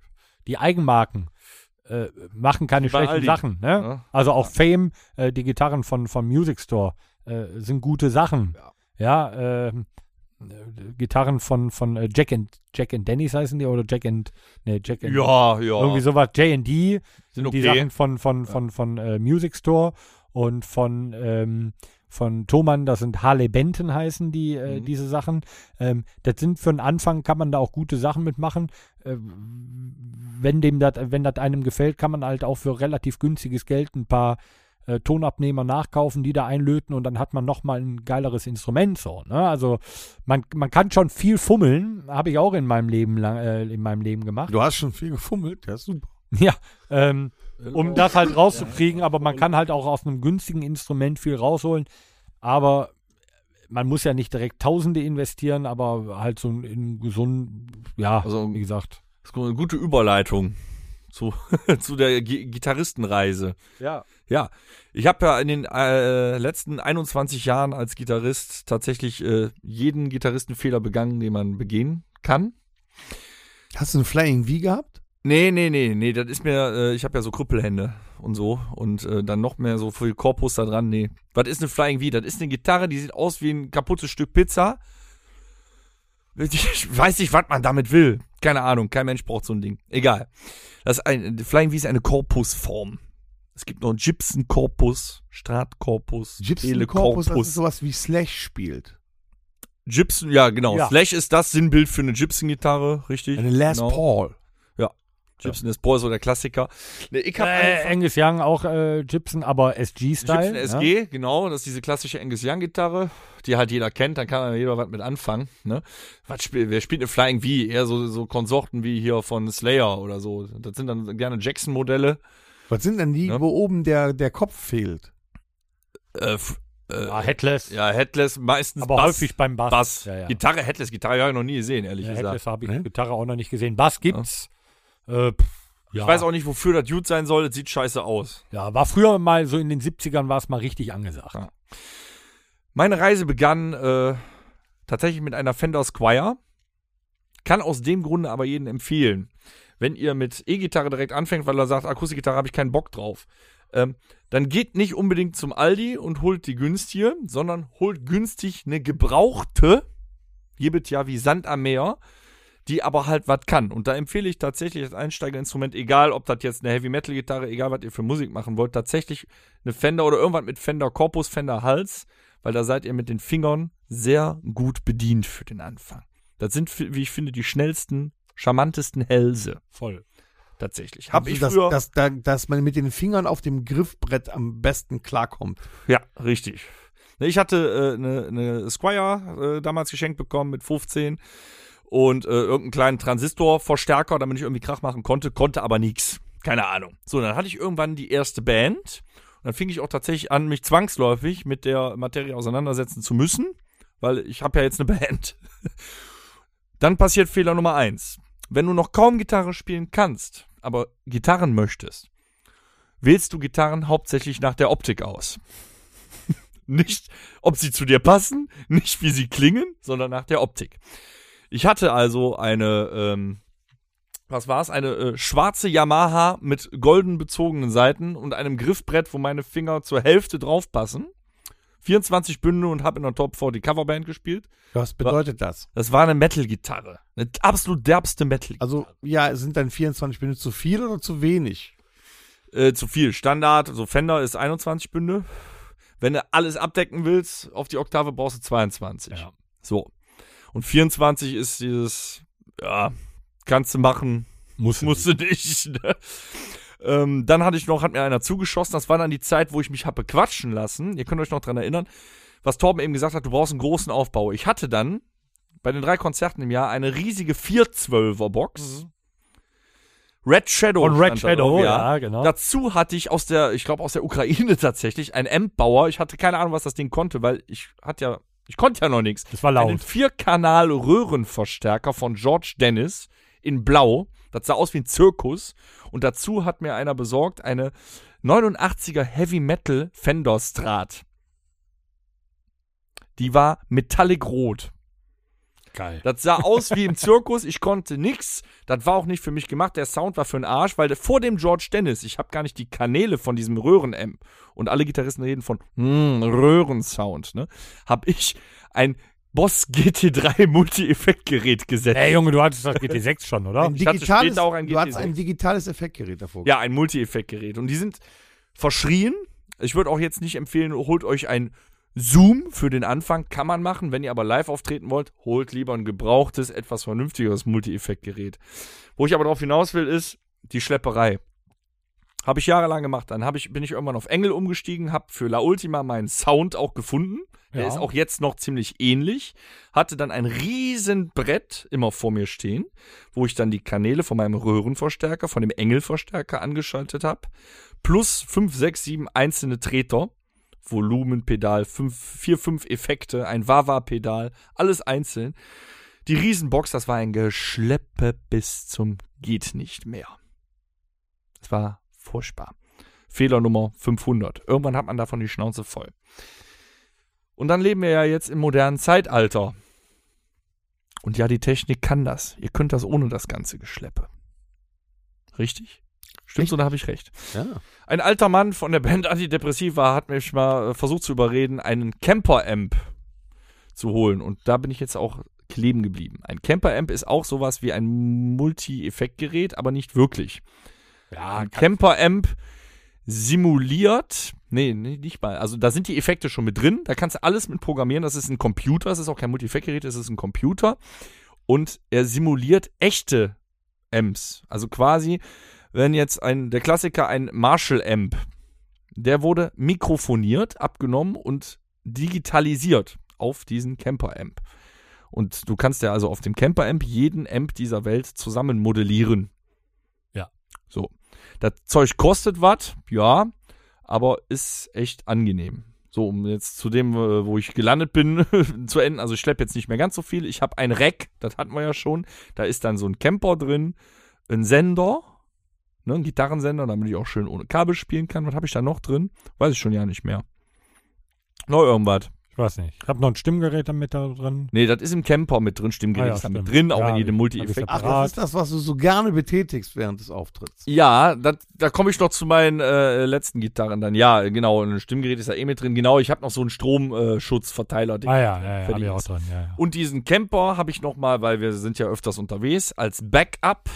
[SPEAKER 2] Die Eigenmarken äh, machen keine
[SPEAKER 4] Bei
[SPEAKER 2] schlechten
[SPEAKER 4] Aldi.
[SPEAKER 2] Sachen. Ne?
[SPEAKER 4] Ja.
[SPEAKER 2] Also auch Fame, äh, die Gitarren von, von Music Store äh, sind gute Sachen. Ja, ähm, äh, Gitarren von, von äh, Jack and Jack and Dennis heißen die oder Jack and nee, Jack and
[SPEAKER 4] Ja, ja.
[SPEAKER 2] Genau. irgendwie sowas, J&D,
[SPEAKER 4] Sind
[SPEAKER 2] die Sachen von von von von, äh, Music Store und von ähm, von Thomann, das sind Harley Benton heißen die äh,
[SPEAKER 4] Mhm.
[SPEAKER 2] diese Sachen. Ähm, das sind für einen Anfang kann man da auch gute Sachen mitmachen. Ähm, wenn dem das wenn das einem gefällt, kann man halt auch für relativ günstiges Geld ein paar äh, Tonabnehmer nachkaufen, die da einlöten und dann hat man nochmal ein geileres Instrument so. Ne? Also man, man kann schon viel fummeln, habe ich auch in meinem Leben lang, äh, in meinem Leben gemacht.
[SPEAKER 5] Du hast schon viel gefummelt, ja, super.
[SPEAKER 2] Ja, ähm, um das halt rauszukriegen, aber man kann halt auch aus einem günstigen Instrument viel rausholen. Aber man muss ja nicht direkt Tausende investieren, aber halt so in gesunden, ja,
[SPEAKER 4] Also-
[SPEAKER 2] wie gesagt.
[SPEAKER 4] Das ist eine gute Überleitung zu, zu der Gi Gitarristenreise.
[SPEAKER 2] Ja.
[SPEAKER 4] Ja, ich habe ja in den äh, letzten 21 Jahren als Gitarrist tatsächlich äh, jeden Gitarristenfehler begangen, den man begehen kann.
[SPEAKER 5] Hast du einen Flying V gehabt?
[SPEAKER 4] Nee, nee, nee, nee, das ist mir, äh, ich habe ja so Krüppelhände und so und äh, dann noch mehr so viel Korpus da dran, nee. Was ist eine Flying V? Das ist eine Gitarre, die sieht aus wie ein kaputtes Stück Pizza. Ich weiß nicht, was man damit will. Keine Ahnung, kein Mensch braucht so ein Ding. Egal. Das ist ein, die Flying V ist eine Korpusform. Es gibt noch einen Gibson-Korpus, Stratkorpus,
[SPEAKER 5] Gibson-Korpus, das ist sowas wie Slash spielt.
[SPEAKER 4] Gibson, ja genau.
[SPEAKER 2] Ja.
[SPEAKER 4] Slash ist das Sinnbild für eine Gibson-Gitarre, richtig?
[SPEAKER 5] Eine Les
[SPEAKER 4] genau.
[SPEAKER 5] Paul.
[SPEAKER 4] Gibson ist Boy, so der Klassiker. Nee, ich hab
[SPEAKER 2] Äh,
[SPEAKER 4] einfach-
[SPEAKER 2] Angus Young auch äh, Gibson, aber ne? SG-Style.
[SPEAKER 4] Gibson SG, genau, das ist diese klassische Angus Young Gitarre, die halt jeder kennt, dann kann man jeder was mit anfangen, ne? Was spielt, wer spielt eine Flying V? Eher so, so Konsorten wie hier von Slayer oder so. Das sind dann gerne Jackson Modelle.
[SPEAKER 5] Was sind denn die,
[SPEAKER 4] Ja.
[SPEAKER 5] wo oben der, der Kopf fehlt?
[SPEAKER 4] Äh, f-
[SPEAKER 2] Ne?
[SPEAKER 4] äh,
[SPEAKER 2] Ja, Headless,
[SPEAKER 4] ja, Headless, meistens
[SPEAKER 2] aber
[SPEAKER 4] Bass,
[SPEAKER 2] häufig beim Bass.
[SPEAKER 4] Bass.
[SPEAKER 2] Ja, ja.
[SPEAKER 4] Gitarre, Headless Gitarre habe ich noch nie gesehen, ehrlich
[SPEAKER 2] ja,
[SPEAKER 4] gesagt.
[SPEAKER 2] Headless habe ich
[SPEAKER 5] Ne?
[SPEAKER 2] Gitarre auch noch nicht gesehen. Bass gibt's. Äh, pff, ja.
[SPEAKER 4] Ich weiß auch nicht, wofür das gut sein soll, das sieht scheiße aus.
[SPEAKER 2] ja, war früher mal so in den 70ern war es mal richtig angesagt.
[SPEAKER 4] Ja. Meine Reise begann äh, tatsächlich mit einer Fender Squire. Kann aus dem Grunde aber jeden empfehlen. Wenn ihr mit E-Gitarre direkt anfängt, weil er sagt, Akustikgitarre habe ich keinen Bock drauf, ähm, dann geht nicht unbedingt zum Aldi und holt die günstige, sondern holt günstig eine gebrauchte, hierbet ja wie Sand am Meer, die aber halt was kann. Und da empfehle ich tatsächlich das Einsteigerinstrument, egal ob das jetzt eine Heavy-Metal-Gitarre, egal was ihr für Musik machen wollt, tatsächlich eine Fender oder irgendwas mit Fender Korpus, Fender Hals, weil da seid ihr mit den Fingern sehr gut bedient für den Anfang. Das sind, fi- wie ich finde, die schnellsten, charmantesten Hälse
[SPEAKER 2] Voll.
[SPEAKER 4] tatsächlich.
[SPEAKER 3] Also
[SPEAKER 4] Hab ich
[SPEAKER 5] Also dass,
[SPEAKER 4] früher.
[SPEAKER 5] dass, da- dass man mit den Fingern auf dem Griffbrett am besten klarkommt.
[SPEAKER 4] ja, richtig. Ne, Ich hatte eine äh, ne- ne Squire äh, damals geschenkt bekommen mit 15 und äh, irgendeinen kleinen Transistorverstärker, damit ich irgendwie Krach machen konnte, konnte aber nix. Keine Ahnung. So, dann hatte ich irgendwann die erste Band. Und dann fing ich auch tatsächlich an, mich zwangsläufig mit der Materie auseinandersetzen zu müssen, weil ich habe ja jetzt eine Band. Dann passiert Fehler Nummer eins. Wenn du noch kaum Gitarre spielen kannst, aber Gitarren möchtest, wählst du Gitarren hauptsächlich nach der Optik aus. nicht, ob sie zu dir passen, nicht wie sie klingen, sondern nach der Optik. Ich hatte also eine, ähm, was war's, eine äh, schwarze Yamaha mit golden bezogenen Seiten und einem Griffbrett, wo meine Finger zur Hälfte draufpassen. 24 Bünde und habe in der Top 40 Coverband gespielt.
[SPEAKER 5] Was bedeutet das?
[SPEAKER 4] Das war eine Metal-Gitarre. Eine absolut derbste Metal.
[SPEAKER 5] Also, ja, sind dann 24 Minuten zu viel oder zu wenig?
[SPEAKER 4] äh, zu viel. Standard, so Fender ist 21 Bünde. Wenn du alles abdecken willst, auf die Oktave brauchst du 22.
[SPEAKER 2] Ja.
[SPEAKER 4] So. Und 24 ist dieses, ja, kannst du machen,
[SPEAKER 2] Muss,
[SPEAKER 4] musste nicht. Ne? Ähm, dann hatte ich noch, hat mir einer zugeschossen. Das war dann die Zeit, wo ich mich habe bequatschen lassen. Ihr könnt euch noch dran erinnern, was Torben eben gesagt hat, du brauchst einen großen Aufbau. Ich hatte dann bei den drei Konzerten im Jahr eine riesige 412er-Box. Red Shadow.
[SPEAKER 2] Von Mhm. Red
[SPEAKER 4] stand da drauf,
[SPEAKER 2] Shadow, ja, genau.
[SPEAKER 4] Dazu hatte ich aus der, ich glaube aus der Ukraine tatsächlich, einen Amp-Bauer. Ich hatte keine Ahnung, was das Ding konnte, weil ich hatte ja, ich konnte ja noch nichts
[SPEAKER 2] das war
[SPEAKER 4] einen
[SPEAKER 2] laut.
[SPEAKER 4] Vierkanal-Röhrenverstärker von George Dennis in Blau. Das sah aus wie ein Zirkus. Und dazu hat mir einer besorgt eine 89er Heavy Metal Fender Strat. Die war metallic rot.
[SPEAKER 2] Geil.
[SPEAKER 4] Das sah aus wie im Zirkus. Ich konnte nix. Das war auch nicht für mich gemacht. Der Sound war für den Arsch, weil vor dem George Dennis, ich habe gar nicht die Kanäle von diesem Röhrenamp hm, und alle Gitarristen reden von mm, Röhrensound, ne? Hab ich ein Boss GT3 Multi-Effekt-Gerät gesetzt.
[SPEAKER 2] Ey, Junge, du hattest das GT6 schon, oder?
[SPEAKER 4] Ich hatte
[SPEAKER 5] digitales-
[SPEAKER 4] später auch ein
[SPEAKER 5] du hast
[SPEAKER 4] GT6.
[SPEAKER 5] ein digitales Effektgerät davor.
[SPEAKER 4] Ja, ein Multi-Effekt-Gerät. Und die sind verschrien. Ich würde auch jetzt nicht empfehlen, holt euch ein Zoom für den Anfang. Kann man machen. Wenn ihr aber live auftreten wollt, holt lieber ein gebrauchtes, etwas vernünftigeres Multi-Effekt-Gerät. Wo ich aber darauf hinaus will, ist die Schlepperei. Habe ich jahrelang gemacht. Dann hab ich, bin ich irgendwann auf Engel umgestiegen, habe für La Ultima meinen Sound auch gefunden. Der
[SPEAKER 2] Ja.
[SPEAKER 4] ist auch jetzt noch ziemlich ähnlich. Hatte dann ein riesen Brett immer vor mir stehen, wo ich dann die Kanäle von meinem Röhrenverstärker, von dem Engelverstärker angeschaltet habe. Plus 5, 6, 7 einzelne Treter. Volumenpedal, 5, 4, 5 Effekte, ein Wawa-Pedal, alles einzeln. Die Riesenbox, das war ein Geschleppe bis zum geht nicht mehr. Es war furchtbar. Fehler Nummer 500. Irgendwann hat man davon die Schnauze voll. Und dann leben wir ja jetzt im modernen Zeitalter. Und ja, die Technik kann das. Ihr könnt das ohne das ganze Geschleppe. Richtig? Stimmt's oder habe ich recht?
[SPEAKER 5] Ja.
[SPEAKER 4] Ein alter Mann von der Band Antidepressiva hat mich mal äh, versucht zu überreden, einen Camper-Amp zu holen. Und da bin ich jetzt auch kleben geblieben. Ein Camper-Amp ist auch sowas wie ein Multi-Effekt-Gerät, aber nicht wirklich. Ja, ein Camper-Amp simuliert. Nee, nee, nicht mal. Also da sind die Effekte schon mit drin. Da kannst du alles mit programmieren. Das ist ein Computer. Das ist auch kein Multi-Effekt-Gerät. Das ist ein Computer. Und er simuliert echte Amps. Also quasi, wenn jetzt ein, der Klassiker, ein Marshall-Amp, der wurde mikrofoniert, abgenommen und digitalisiert auf diesen Camper-Amp. Und du kannst ja also auf dem Camper-Amp jeden Amp dieser Welt zusammen modellieren.
[SPEAKER 2] Ja.
[SPEAKER 4] So. Das Zeug kostet was, ja, aber ist echt angenehm. So, um jetzt zu dem, äh, wo ich gelandet bin, zu enden. Also ich schleppe jetzt nicht mehr ganz so viel. Ich habe ein Rack, das hatten wir ja schon. Da ist dann so ein Camper drin, ein Sender, ne, ein Gitarrensender, damit ich auch schön ohne Kabel spielen kann. Was habe ich da noch drin? Weiß ich schon ja nicht mehr. Noch irgendwas.
[SPEAKER 2] Ich weiß nicht. Ich habe noch ein Stimmgerät damit da drin.
[SPEAKER 4] Nee, das ist im Camper mit drin,
[SPEAKER 2] Ah
[SPEAKER 4] Stimmgerät
[SPEAKER 2] ja,
[SPEAKER 4] ist da mit
[SPEAKER 2] stimmt.
[SPEAKER 4] drin, auch
[SPEAKER 2] Ja,
[SPEAKER 4] in
[SPEAKER 2] hab
[SPEAKER 4] jedem
[SPEAKER 2] ich
[SPEAKER 4] Multi-Effekt.
[SPEAKER 5] Ach,
[SPEAKER 2] Rad.
[SPEAKER 5] das ist das, was du so gerne betätigst während des Auftritts.
[SPEAKER 4] Ja, da, da komme ich noch zu meinen äh, letzten Gitarren dann. Ja, genau, ein Stimmgerät ist da eh mit drin. Genau, ich habe noch so einen Stromschutzverteiler.
[SPEAKER 2] Ah ja, ja, ja habe ich
[SPEAKER 4] Verdient.
[SPEAKER 2] auch drin. Ja, ja.
[SPEAKER 4] Und diesen Camper habe ich nochmal, weil wir sind ja öfters unterwegs, als Backup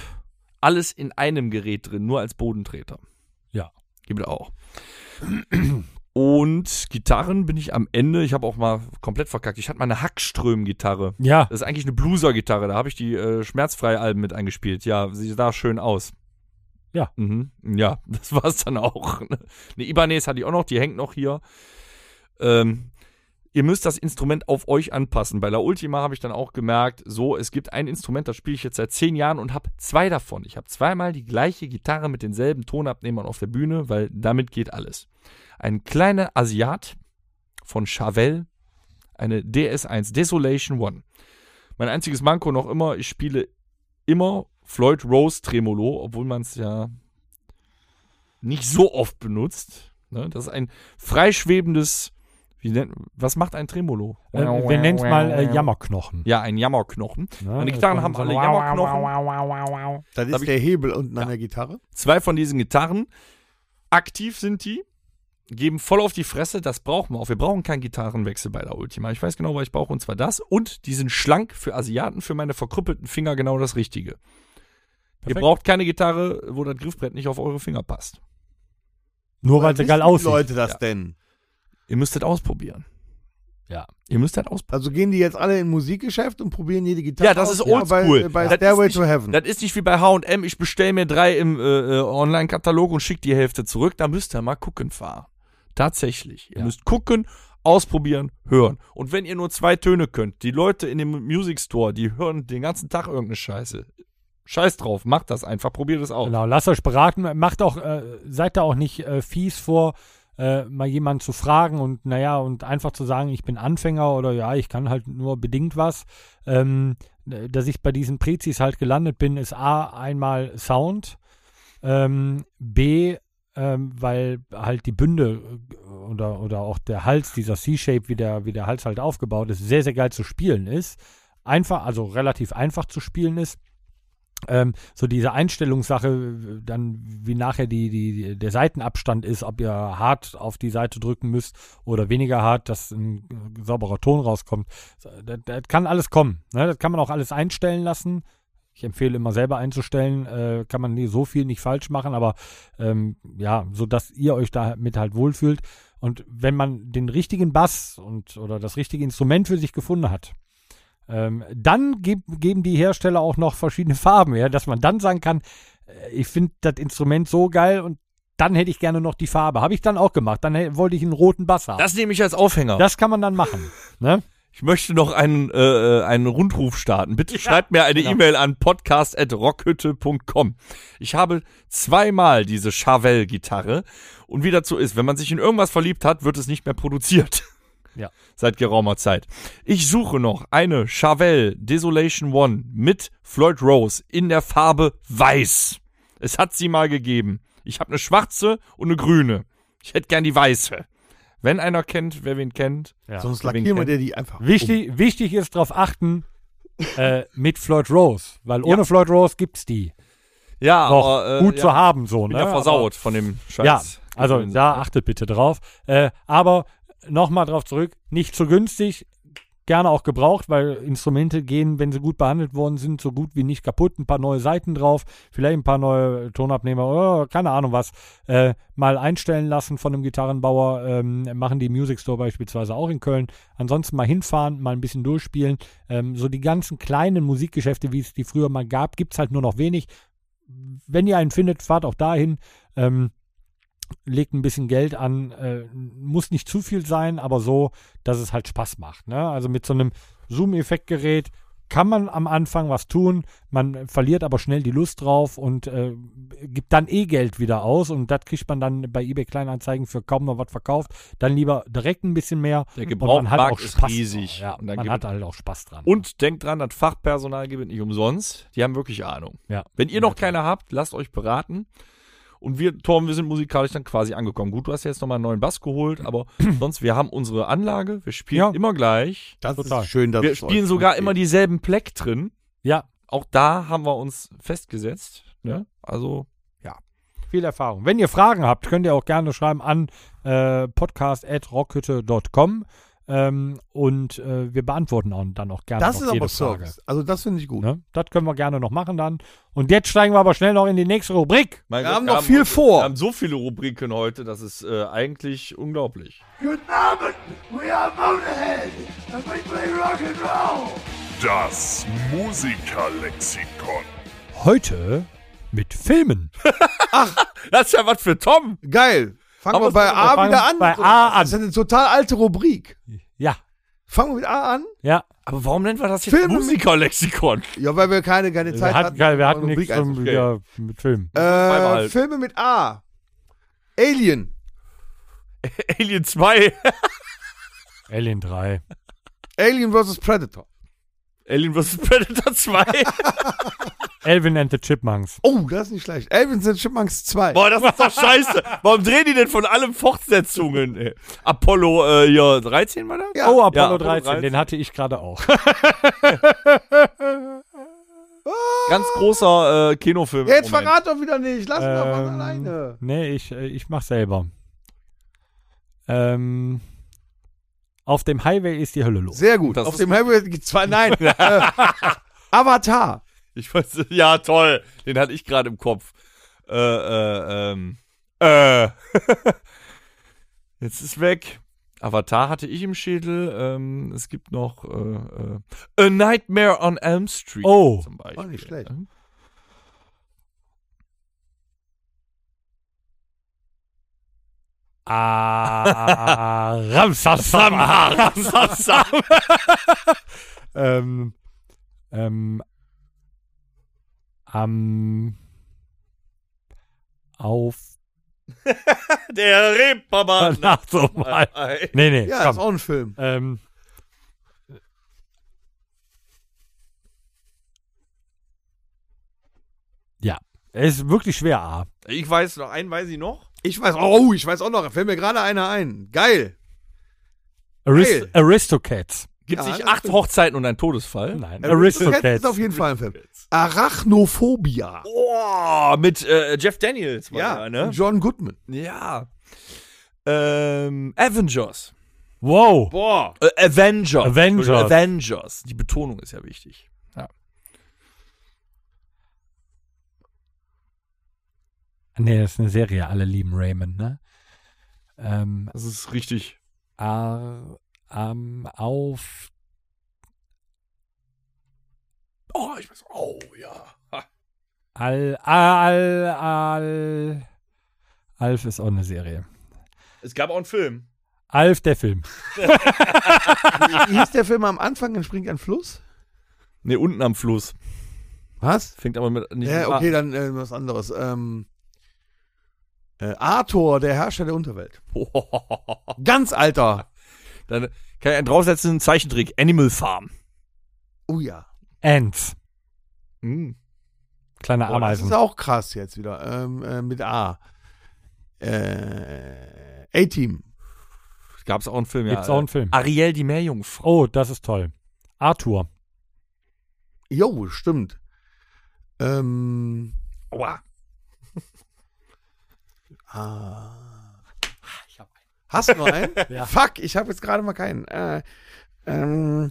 [SPEAKER 4] alles in einem Gerät drin, nur als Bodentreter.
[SPEAKER 2] Ja.
[SPEAKER 4] Gibt auch. Und Gitarren bin ich am Ende, ich habe auch mal komplett verkackt. Ich hatte mal eine Hackström-Gitarre.
[SPEAKER 2] ja,
[SPEAKER 4] Das ist eigentlich eine Blueser-Gitarre. Da habe ich die äh, schmerzfreie Alben mit eingespielt. Ja, sie sah schön aus.
[SPEAKER 2] Ja.
[SPEAKER 4] Mhm. Ja, das war es dann auch. Eine Ibanez hatte ich auch noch, die hängt noch hier. Ähm, ihr müsst das Instrument auf euch anpassen. Bei La Ultima habe ich dann auch gemerkt, so, es gibt ein Instrument, das spiele ich jetzt seit zehn Jahren und habe zwei davon. Ich habe zweimal die gleiche Gitarre mit denselben Tonabnehmern auf der Bühne, weil damit geht alles. Ein kleiner Asiat von Chauvel, eine DS1 Desolation One. Mein einziges Manko noch immer, ich spiele immer Floyd Rose Tremolo, obwohl man es ja nicht so oft benutzt. Ne? Das ist ein freischwebendes, wie nennt, was macht ein Tremolo?
[SPEAKER 2] äh, wir nennen es mal äh, Jammerknochen.
[SPEAKER 4] Ja, ein Jammerknochen.
[SPEAKER 2] Ne?
[SPEAKER 4] Meine
[SPEAKER 2] Das
[SPEAKER 4] Gitarren
[SPEAKER 2] war
[SPEAKER 4] haben
[SPEAKER 2] so
[SPEAKER 4] alle Jammerknochen.
[SPEAKER 5] Das
[SPEAKER 4] Hab
[SPEAKER 5] ist
[SPEAKER 4] ich-
[SPEAKER 5] der Hebel unten an der Gitarre.
[SPEAKER 4] Zwei von diesen Gitarren, aktiv sind die, geben voll auf die Fresse, das brauchen wir auch. Wir brauchen keinen Gitarrenwechsel bei der Ultima. Ich weiß genau, was ich brauche, und zwar das. Und die sind schlank für Asiaten, für meine verkrüppelten Finger genau das Richtige. Ihr
[SPEAKER 2] Perfekt.
[SPEAKER 4] braucht keine Gitarre, wo das Griffbrett nicht auf eure Finger passt.
[SPEAKER 2] Nur weil
[SPEAKER 5] Wissen
[SPEAKER 2] sie geil
[SPEAKER 5] die
[SPEAKER 2] aussieht.
[SPEAKER 5] Leute das
[SPEAKER 4] Ja.
[SPEAKER 5] denn?
[SPEAKER 4] Ihr müsst das ausprobieren.
[SPEAKER 2] Ja.
[SPEAKER 4] Ihr müsst das ausprobieren.
[SPEAKER 5] Also gehen die jetzt alle in ein Musikgeschäft und probieren jede Gitarre
[SPEAKER 4] Ja, das
[SPEAKER 5] aus?
[SPEAKER 4] ist oldschool.
[SPEAKER 5] Bei, bei
[SPEAKER 4] Das
[SPEAKER 5] Stairway
[SPEAKER 4] ist
[SPEAKER 5] to Heaven.
[SPEAKER 4] Das ist nicht wie bei H&M, ich bestelle mir drei im äh, äh, Online-Katalog und schicke die Hälfte zurück. Da müsst ihr mal gucken fahren. Tatsächlich. Ihr
[SPEAKER 2] Ja.
[SPEAKER 4] müsst gucken, ausprobieren, hören. Und wenn ihr nur zwei Töne könnt, die Leute in dem Music Store, die hören den ganzen Tag irgendeine Scheiße. Scheiß drauf, macht das einfach, probiert es aus.
[SPEAKER 2] Genau, lasst euch beraten. Macht auch, äh, seid da auch nicht äh, fies vor, äh, mal jemanden zu fragen und naja, und einfach zu sagen, ich bin Anfänger oder ja, ich kann halt nur bedingt was. Ähm, äh, dass ich bei diesen Prezis halt gelandet bin, ist A, einmal Sound, ähm, B, ähm, weil halt die Bünde äh, oder, oder auch der Hals, dieser C-Shape, wie der, wie der Hals halt aufgebaut ist, sehr, sehr geil zu spielen ist. Einfach, also relativ einfach zu spielen ist. ähm, so diese Einstellungssache, äh, dann wie nachher die, die, der Seitenabstand ist, ob ihr hart auf die Seite drücken müsst oder weniger hart, dass ein sauberer Ton rauskommt. Das, das kann alles kommen. Ne? Das kann man auch alles einstellen lassen. Ich empfehle immer selber einzustellen, äh, kann man nie- so viel nicht falsch machen, aber ähm, ja, so dass ihr euch damit halt wohlfühlt. Und wenn man den richtigen Bass und oder das richtige Instrument für sich gefunden hat, ähm, dann geb, geben die Hersteller auch noch verschiedene Farben her, dass man dann sagen kann, äh, ich finde das Instrument so geil und dann hätte ich gerne noch die Farbe. Habe ich dann auch gemacht. Dann hä- wollte ich einen roten Bass haben.
[SPEAKER 4] Das nehme ich als Aufhänger.
[SPEAKER 2] das kann man dann machen. ne?
[SPEAKER 4] Ich möchte noch einen, äh, äh, einen Rundruf starten. Bitte schreibt mir
[SPEAKER 2] genau.
[SPEAKER 4] eine E-Mail an podcast.rockhütte.com. Ich habe zweimal diese Charvel-Gitarre und wie dazu ist, wenn man sich in irgendwas verliebt hat, wird es nicht mehr produziert.
[SPEAKER 2] Ja.
[SPEAKER 4] Seit geraumer Zeit. Ich suche noch eine Charvel Desolation One mit Floyd Rose in der Farbe Weiß. Es hat sie mal gegeben. Ich habe eine schwarze und eine grüne. Ich hätte gern die weiße. Wenn einer kennt, wer wen kennt,
[SPEAKER 2] Ja.
[SPEAKER 5] Sonst
[SPEAKER 4] Wegen
[SPEAKER 5] lackieren wir
[SPEAKER 4] Ken-
[SPEAKER 5] dir die einfach.
[SPEAKER 4] Um-
[SPEAKER 2] Wichtig, wichtig ist darauf achten äh, mit Floyd Rose, weil ohne Floyd Rose gibt's die
[SPEAKER 4] Ja,
[SPEAKER 2] noch
[SPEAKER 4] aber, äh,
[SPEAKER 2] gut
[SPEAKER 4] ja,
[SPEAKER 2] zu haben so.
[SPEAKER 4] Bin
[SPEAKER 2] Ne?
[SPEAKER 4] ja versaut von dem
[SPEAKER 2] Aber,
[SPEAKER 4] Scheiß.
[SPEAKER 2] ja, also da achtet bitte drauf. Äh, aber nochmal drauf zurück, nicht zu günstig, gerne auch gebraucht, weil Instrumente gehen, wenn sie gut behandelt worden sind, so gut wie nicht kaputt. Ein paar neue Seiten drauf, vielleicht ein paar neue Tonabnehmer oder keine Ahnung was. Äh, mal einstellen lassen von einem Gitarrenbauer, ähm, machen die Music Store beispielsweise auch in Köln. Ansonsten mal hinfahren, mal ein bisschen durchspielen. Ähm, so die ganzen kleinen Musikgeschäfte, wie es die früher mal gab, gibt es halt nur noch wenig. Wenn ihr einen findet, fahrt auch dahin. Ähm, legt ein bisschen Geld an, äh, muss nicht zu viel sein, aber so, dass es halt Spaß macht. Ne? Also mit so einem Zoom-Effektgerät kann man am Anfang was tun, man verliert aber schnell die Lust drauf und äh, gibt dann eh Geld wieder aus und das kriegt man dann bei eBay Kleinanzeigen für kaum noch was verkauft, dann lieber direkt ein bisschen mehr
[SPEAKER 4] Der
[SPEAKER 2] und man hat
[SPEAKER 4] Gebrauchmarkt
[SPEAKER 2] auch
[SPEAKER 4] ist
[SPEAKER 2] Spaß
[SPEAKER 4] riesig.
[SPEAKER 2] Dran. Ja,
[SPEAKER 4] Und dann
[SPEAKER 2] man
[SPEAKER 4] gibt-
[SPEAKER 2] hat halt auch Spaß dran.
[SPEAKER 4] Und denkt dran, das Fachpersonal gibt es nicht umsonst. Die haben wirklich Ahnung.
[SPEAKER 2] ja.
[SPEAKER 4] Wenn ihr noch keine habt, lasst euch beraten. Und wir, Torben, wir sind musikalisch dann quasi angekommen. Gut, du hast ja jetzt nochmal einen neuen Bass geholt, aber sonst, wir haben unsere Anlage, wir spielen
[SPEAKER 2] Ja.
[SPEAKER 4] immer gleich.
[SPEAKER 5] Das
[SPEAKER 2] Total.
[SPEAKER 5] ist schön, dass
[SPEAKER 4] Wir
[SPEAKER 5] es
[SPEAKER 4] spielen
[SPEAKER 5] euch
[SPEAKER 4] sogar
[SPEAKER 5] gut
[SPEAKER 4] immer
[SPEAKER 5] geht.
[SPEAKER 4] dieselben Pleck drin.
[SPEAKER 2] ja,
[SPEAKER 4] Auch da haben wir uns festgesetzt. Ne? Also,
[SPEAKER 2] viel Erfahrung. Wenn ihr Fragen habt, könnt ihr auch gerne schreiben an äh, podcast.rockhütte.com ähm, und äh, wir beantworten auch, dann auch gerne
[SPEAKER 5] Das
[SPEAKER 2] noch
[SPEAKER 5] ist aber
[SPEAKER 2] jede Frage.
[SPEAKER 5] Service. Also das finde ich gut.
[SPEAKER 2] Ne? Das können wir gerne noch machen dann. Und jetzt steigen wir aber schnell noch in die nächste Rubrik.
[SPEAKER 4] mein
[SPEAKER 5] Wir haben noch viel vor.
[SPEAKER 4] Wir haben so viele Rubriken heute, das ist äh, eigentlich unglaublich.
[SPEAKER 1] Das Musikerlexikon.
[SPEAKER 2] Heute mit Filmen.
[SPEAKER 4] Das ist ja was für Tom.
[SPEAKER 5] Geil. Fangen
[SPEAKER 4] Aber
[SPEAKER 5] wir bei
[SPEAKER 4] wir
[SPEAKER 5] A
[SPEAKER 2] fangen
[SPEAKER 5] wieder an.
[SPEAKER 2] bei
[SPEAKER 5] So,
[SPEAKER 2] A an.
[SPEAKER 5] Das ist eine total alte Rubrik.
[SPEAKER 2] Ja,
[SPEAKER 5] Fangen wir mit A an?
[SPEAKER 2] ja.
[SPEAKER 4] Aber warum nennt man das jetzt
[SPEAKER 5] Filme mit-
[SPEAKER 4] Musikerlexikon?
[SPEAKER 5] Ja, weil wir keine, keine Zeit
[SPEAKER 2] Wir hatten,
[SPEAKER 5] hatten.
[SPEAKER 2] geil, wir hatten
[SPEAKER 5] eine
[SPEAKER 2] nichts
[SPEAKER 5] Rubrik
[SPEAKER 2] zum,
[SPEAKER 4] okay.
[SPEAKER 2] ja, mit Filmen.
[SPEAKER 5] einzuführen. äh,
[SPEAKER 4] Beibehalten.
[SPEAKER 5] Filme mit A. Alien.
[SPEAKER 4] Alien 2.
[SPEAKER 2] Alien 3.
[SPEAKER 5] Alien vs. Predator.
[SPEAKER 4] Alien vs. Predator 2.
[SPEAKER 2] Elvin and the Chipmunks.
[SPEAKER 5] Oh, das ist nicht schlecht. Alien sind Chipmunks 2.
[SPEAKER 4] Boah, das ist doch scheiße. Warum drehen die denn von allem Fortsetzungen? Ey? Apollo äh, ja, 13 war das?
[SPEAKER 5] Ja.
[SPEAKER 2] Oh,
[SPEAKER 4] Ja,
[SPEAKER 2] Apollo
[SPEAKER 4] Apollo
[SPEAKER 2] 13,
[SPEAKER 4] 13.
[SPEAKER 2] den hatte ich gerade auch.
[SPEAKER 4] Ganz großer äh, Kinofilm. im
[SPEAKER 5] Ja, jetzt
[SPEAKER 4] Moment.
[SPEAKER 5] verrat doch wieder nicht. Lass mich doch mal
[SPEAKER 2] Ähm,
[SPEAKER 5] alleine.
[SPEAKER 2] Nee, ich, äh, ich mach selber. Ähm, auf dem Highway ist die Hölle los.
[SPEAKER 5] Sehr gut.
[SPEAKER 4] Das
[SPEAKER 5] Auf
[SPEAKER 4] ist-
[SPEAKER 5] dem Highway gibt's zwei, nein. äh, Avatar.
[SPEAKER 4] Ich weiß, ja, toll. Den hatte ich gerade im Kopf. Äh, äh, ähm. Äh. Jetzt ist weg. Avatar hatte ich im Schädel. Ähm, es gibt noch äh, äh, A Nightmare on Elm Street
[SPEAKER 2] Oh.
[SPEAKER 4] zum Beispiel.
[SPEAKER 5] Oh, nicht schlecht.
[SPEAKER 2] Ah, Ramsasam.
[SPEAKER 4] Samara, Sasam.
[SPEAKER 2] ähm, ähm, am, auf,
[SPEAKER 4] Der Reeperbahn.
[SPEAKER 2] nach so mal. Nee, nee,
[SPEAKER 5] Ah, Ja, ist
[SPEAKER 2] komm.
[SPEAKER 5] auch ein Film.
[SPEAKER 2] Ähm, ja, es ist wirklich schwer, A.
[SPEAKER 4] Ich weiß noch, einen weiß ich noch.
[SPEAKER 5] Ich weiß, oh, ich weiß auch noch. Fällt mir gerade einer ein. Geil.
[SPEAKER 2] Arist
[SPEAKER 5] Geil.
[SPEAKER 2] Aristocats.
[SPEAKER 4] Gibt es
[SPEAKER 3] Ja,
[SPEAKER 4] nicht
[SPEAKER 3] das
[SPEAKER 4] acht Hochzeiten und ein Todesfall? Äh,
[SPEAKER 2] Nein,
[SPEAKER 3] Aristocats
[SPEAKER 2] Aristocats.
[SPEAKER 3] ist auf jeden Fall ein Film. Arachnophobia.
[SPEAKER 4] Oh, mit äh, Jeff Daniels war
[SPEAKER 3] ja,
[SPEAKER 4] der, ne?
[SPEAKER 3] John Goodman.
[SPEAKER 4] Ja. Ähm, Avengers.
[SPEAKER 2] Wow.
[SPEAKER 6] Boah.
[SPEAKER 4] Äh, Avengers.
[SPEAKER 2] Avengers.
[SPEAKER 4] Avengers. Die Betonung ist ja wichtig.
[SPEAKER 2] Nee, das ist eine Serie. Alle lieben Raymond, ne? Ähm,
[SPEAKER 4] Das ist richtig.
[SPEAKER 2] ar, am, auf.
[SPEAKER 4] Oh, ich weiß. Oh, ja.
[SPEAKER 2] Al, al, al. Alf ist auch eine Serie.
[SPEAKER 4] Es gab auch einen Film.
[SPEAKER 2] Alf, der Film.
[SPEAKER 3] Hieß der Film am Anfang, entspringt ein Fluss?
[SPEAKER 4] Ne, unten am Fluss.
[SPEAKER 3] Was?
[SPEAKER 4] Fängt aber mit. Nicht
[SPEAKER 3] Ja,
[SPEAKER 4] mit
[SPEAKER 3] okay, dann äh, was anderes. Ähm, äh, Arthor, der Herrscher der Unterwelt.
[SPEAKER 4] A.
[SPEAKER 3] Ganz alter.
[SPEAKER 4] Dann kann ich einen draufsetzen, einen Zeichentrick. Animal Farm.
[SPEAKER 3] Oh ja.
[SPEAKER 2] Ants.
[SPEAKER 4] Hm.
[SPEAKER 2] Kleine
[SPEAKER 3] Boah, das ist
[SPEAKER 2] Ameisen.
[SPEAKER 3] auch krass jetzt wieder. Ähm, äh, mit A. Äh, A-Team.
[SPEAKER 4] Gab es auch einen Film, ja.
[SPEAKER 2] Gibt's auch einen
[SPEAKER 3] Ah.
[SPEAKER 2] Film.
[SPEAKER 4] Ariel die Meerjungfrau.
[SPEAKER 2] Oh, das ist toll. Arthur.
[SPEAKER 3] Jo, stimmt. Ähm,
[SPEAKER 4] Aua.
[SPEAKER 3] ah. Hast du noch einen?
[SPEAKER 2] Ja.
[SPEAKER 3] Fuck, ich habe jetzt gerade mal keinen. Äh, ähm,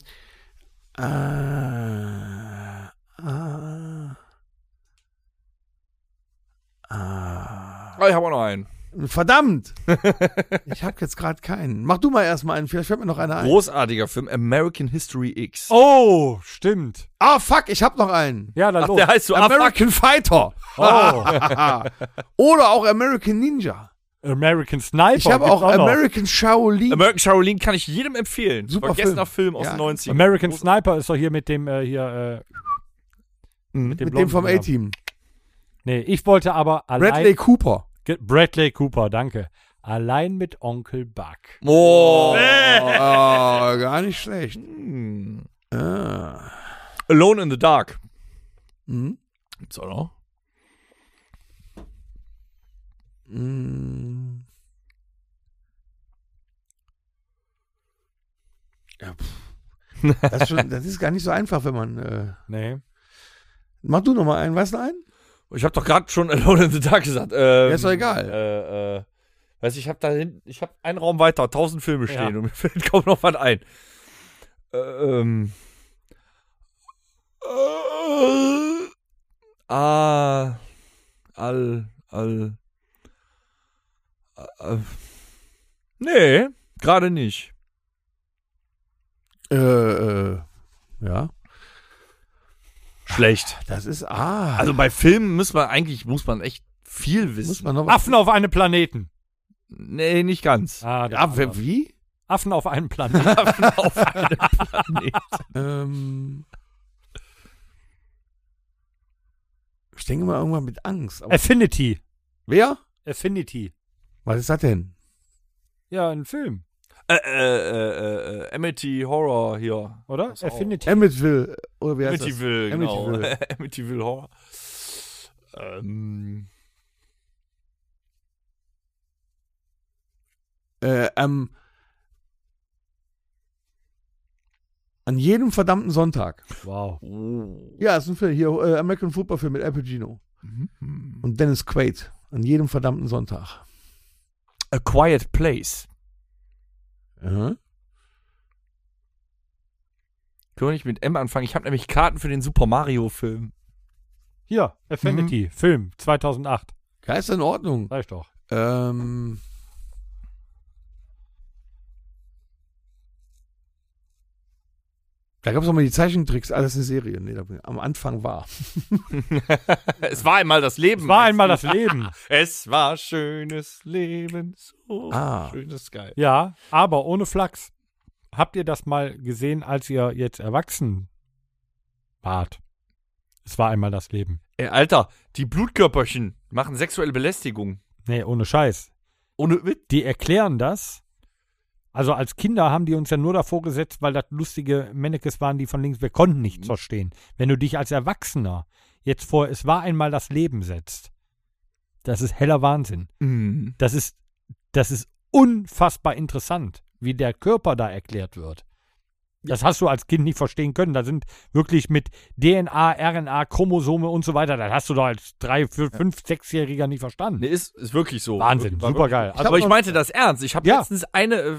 [SPEAKER 3] äh, ah, ah.
[SPEAKER 4] Oh, ich habe auch noch einen.
[SPEAKER 3] Verdammt! ich habe jetzt gerade keinen. Mach du mal erstmal einen, vielleicht fällt mir noch einer ein.
[SPEAKER 4] Großartiger Film. American History X.
[SPEAKER 2] Oh, stimmt.
[SPEAKER 3] Ah, fuck, ich habe noch einen.
[SPEAKER 2] Ja, dann
[SPEAKER 4] Ach,
[SPEAKER 2] los.
[SPEAKER 4] der heißt so American.
[SPEAKER 3] American Fighter.
[SPEAKER 2] oh,
[SPEAKER 3] Oder auch American Ninja.
[SPEAKER 2] American Sniper.
[SPEAKER 3] Ich habe
[SPEAKER 2] gibt's
[SPEAKER 3] auch
[SPEAKER 2] noch.
[SPEAKER 3] American Shaolin.
[SPEAKER 4] American Shaolin kann ich jedem empfehlen.
[SPEAKER 3] Super
[SPEAKER 4] Vergessener
[SPEAKER 3] Film.
[SPEAKER 4] Film, aus
[SPEAKER 3] Ja.
[SPEAKER 4] den 90ern.
[SPEAKER 2] American Sniper ist doch hier mit dem äh, hier äh,
[SPEAKER 4] Mhm.
[SPEAKER 3] Hm, mit dem vom
[SPEAKER 2] blonden, ja.
[SPEAKER 3] A-Team.
[SPEAKER 2] Nee, ich wollte aber allein
[SPEAKER 3] Bradley Cooper.
[SPEAKER 2] Ge- Bradley Cooper, danke. Allein mit Onkel Buck.
[SPEAKER 4] Oh.
[SPEAKER 3] Oh, gar nicht schlecht.
[SPEAKER 4] Hm.
[SPEAKER 3] Ah.
[SPEAKER 4] Alone in the Dark. ne?
[SPEAKER 3] Mhm.
[SPEAKER 4] Gibt's auch noch.
[SPEAKER 3] Mhm. Ja, pff. das, ist schon, das ist gar nicht so einfach, wenn man. Äh,
[SPEAKER 2] Nee.
[SPEAKER 3] mach du noch mal einen, weißt du einen?
[SPEAKER 4] Ich habe doch gerade schon Alone in the Dark gesagt. Ähm,
[SPEAKER 3] Ja, ist doch egal.
[SPEAKER 4] Äh, äh, weiß ich, ich habe da hinten, ich habe einen Raum weiter, tausend Filme
[SPEAKER 2] Ja.
[SPEAKER 4] stehen und mir fällt kaum noch was ein. Äh, ähm. Äh, ah, all, all. Äh, nee, gerade nicht.
[SPEAKER 3] Äh, äh, ja.
[SPEAKER 4] Schlecht.
[SPEAKER 3] Das ist ah, A.
[SPEAKER 4] Also bei Filmen muss man eigentlich, muss man echt viel
[SPEAKER 3] muss
[SPEAKER 4] wissen.
[SPEAKER 3] man noch was.
[SPEAKER 2] Affen auf einem Planeten.
[SPEAKER 4] Nee, nicht ganz.
[SPEAKER 2] Ah, der
[SPEAKER 3] Ja,
[SPEAKER 2] andere.
[SPEAKER 3] wer- wie?
[SPEAKER 2] Affen auf einem Planeten.
[SPEAKER 4] auf einem Planeten.
[SPEAKER 3] Ähm, ich denke mal irgendwann mit Angst.
[SPEAKER 2] Äh,
[SPEAKER 3] Aber
[SPEAKER 2] Affinity.
[SPEAKER 3] wer?
[SPEAKER 2] Affinity.
[SPEAKER 3] Was ist das denn?
[SPEAKER 2] Ja, ein Film,
[SPEAKER 4] Äh, äh, äh, äh, Amity Horror hier.
[SPEAKER 2] oder?
[SPEAKER 4] Das auch.
[SPEAKER 2] Affinity.
[SPEAKER 3] Emmetsville. Oder wer ist das?
[SPEAKER 4] Amityville, genau.
[SPEAKER 3] Amityville.
[SPEAKER 4] Amityville Horror. Ähm,
[SPEAKER 3] Äh, ähm, an jedem verdammten Sonntag.
[SPEAKER 2] Wow.
[SPEAKER 3] Ja, ist ein Film hier, äh, American Football Film mit Al Pacino
[SPEAKER 4] mhm.
[SPEAKER 3] und Dennis Quaid. An jedem verdammten Sonntag.
[SPEAKER 4] A Quiet Place.
[SPEAKER 3] Mhm.
[SPEAKER 4] Können wir nicht mit M anfangen? Ich habe nämlich Karten für den Super Mario Film.
[SPEAKER 2] Hier, Affinity,
[SPEAKER 4] Mhm.
[SPEAKER 2] Film, 2008.
[SPEAKER 3] Ja, ist in Ordnung.
[SPEAKER 2] Sag ich doch.
[SPEAKER 3] Ähm, da gab es mal die Zeichentricks, alles eine Serie. Nee, da, am Anfang war.
[SPEAKER 4] es war einmal Hm, das Leben.
[SPEAKER 2] Es war einmal das Leben.
[SPEAKER 4] Es war schönes Leben. So
[SPEAKER 3] Ah.
[SPEAKER 4] Oh, schönes Geil.
[SPEAKER 2] Ja, aber ohne Flachs. Habt ihr das mal gesehen, als ihr jetzt erwachsen wart? Es war einmal das Leben.
[SPEAKER 4] Ey, Äh, Alter, die Blutkörperchen machen sexuelle Belästigung.
[SPEAKER 2] Nee, ohne Scheiß.
[SPEAKER 4] Ohne Witz.
[SPEAKER 2] die erklären das. Also als Kinder haben die uns ja nur davor gesetzt, weil das lustige Männekes waren, die von links, wir konnten nichts verstehen. Wenn du dich als Erwachsener jetzt vor, es war einmal das Leben setzt, das ist heller Wahnsinn.
[SPEAKER 4] Mhm.
[SPEAKER 2] Das ist, das ist unfassbar interessant, wie der Körper da erklärt wird. Das hast du als Kind nicht verstehen können. Da sind wirklich mit DNA, RNA, Chromosome und so weiter. Das hast du doch als drei, vier, fünf, sechsjähriger nicht verstanden.
[SPEAKER 4] Nee, ist, ist wirklich so.
[SPEAKER 2] Wahnsinn,
[SPEAKER 4] War-
[SPEAKER 2] super geil.
[SPEAKER 4] Ich aber Also ich meinte das ernst. Ich habe
[SPEAKER 2] Ja.
[SPEAKER 4] letztens eine äh,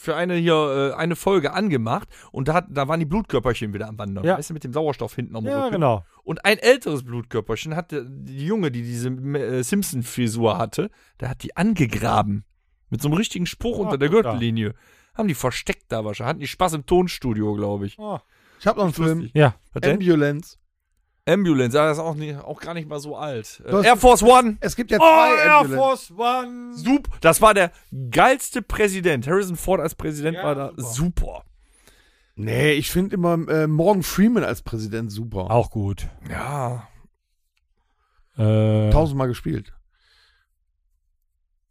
[SPEAKER 4] für eine hier äh, eine Folge angemacht und da, hat, da waren die Blutkörperchen wieder am Wandern.
[SPEAKER 2] Ja.
[SPEAKER 4] Weißt du, mit dem Sauerstoff hinten am
[SPEAKER 2] ja,
[SPEAKER 4] Rücken.
[SPEAKER 2] genau.
[SPEAKER 4] Und ein älteres Blutkörperchen hatte die Junge, die diese äh, Simpson-Frisur hatte, da hat die angegraben. Mit so einem richtigen Spruch unter der
[SPEAKER 2] guck da.
[SPEAKER 4] Gürtellinie. Haben die versteckt da wahrscheinlich. Hatten die Spaß im Tonstudio, glaube ich.
[SPEAKER 2] Ah,
[SPEAKER 3] Ich habe noch einen Film.
[SPEAKER 4] Lustig.
[SPEAKER 2] ja.
[SPEAKER 4] Was denn?
[SPEAKER 3] Ambulance.
[SPEAKER 4] Ambulance, ja, das ist auch, nie, auch gar nicht mal so alt. Äh,
[SPEAKER 3] Das-
[SPEAKER 4] Air Force One.
[SPEAKER 3] Es gibt ja zwei Ambulance.
[SPEAKER 2] Oh, One.
[SPEAKER 4] Sup, das war der geilste Präsident. Harrison Ford als Präsident
[SPEAKER 2] Ja,
[SPEAKER 4] war da
[SPEAKER 2] super.
[SPEAKER 4] super.
[SPEAKER 3] Nee, ich finde immer äh, Morgan Freeman als Präsident super.
[SPEAKER 2] Auch gut.
[SPEAKER 4] Ja.
[SPEAKER 2] Äh,
[SPEAKER 3] Tausendmal gespielt.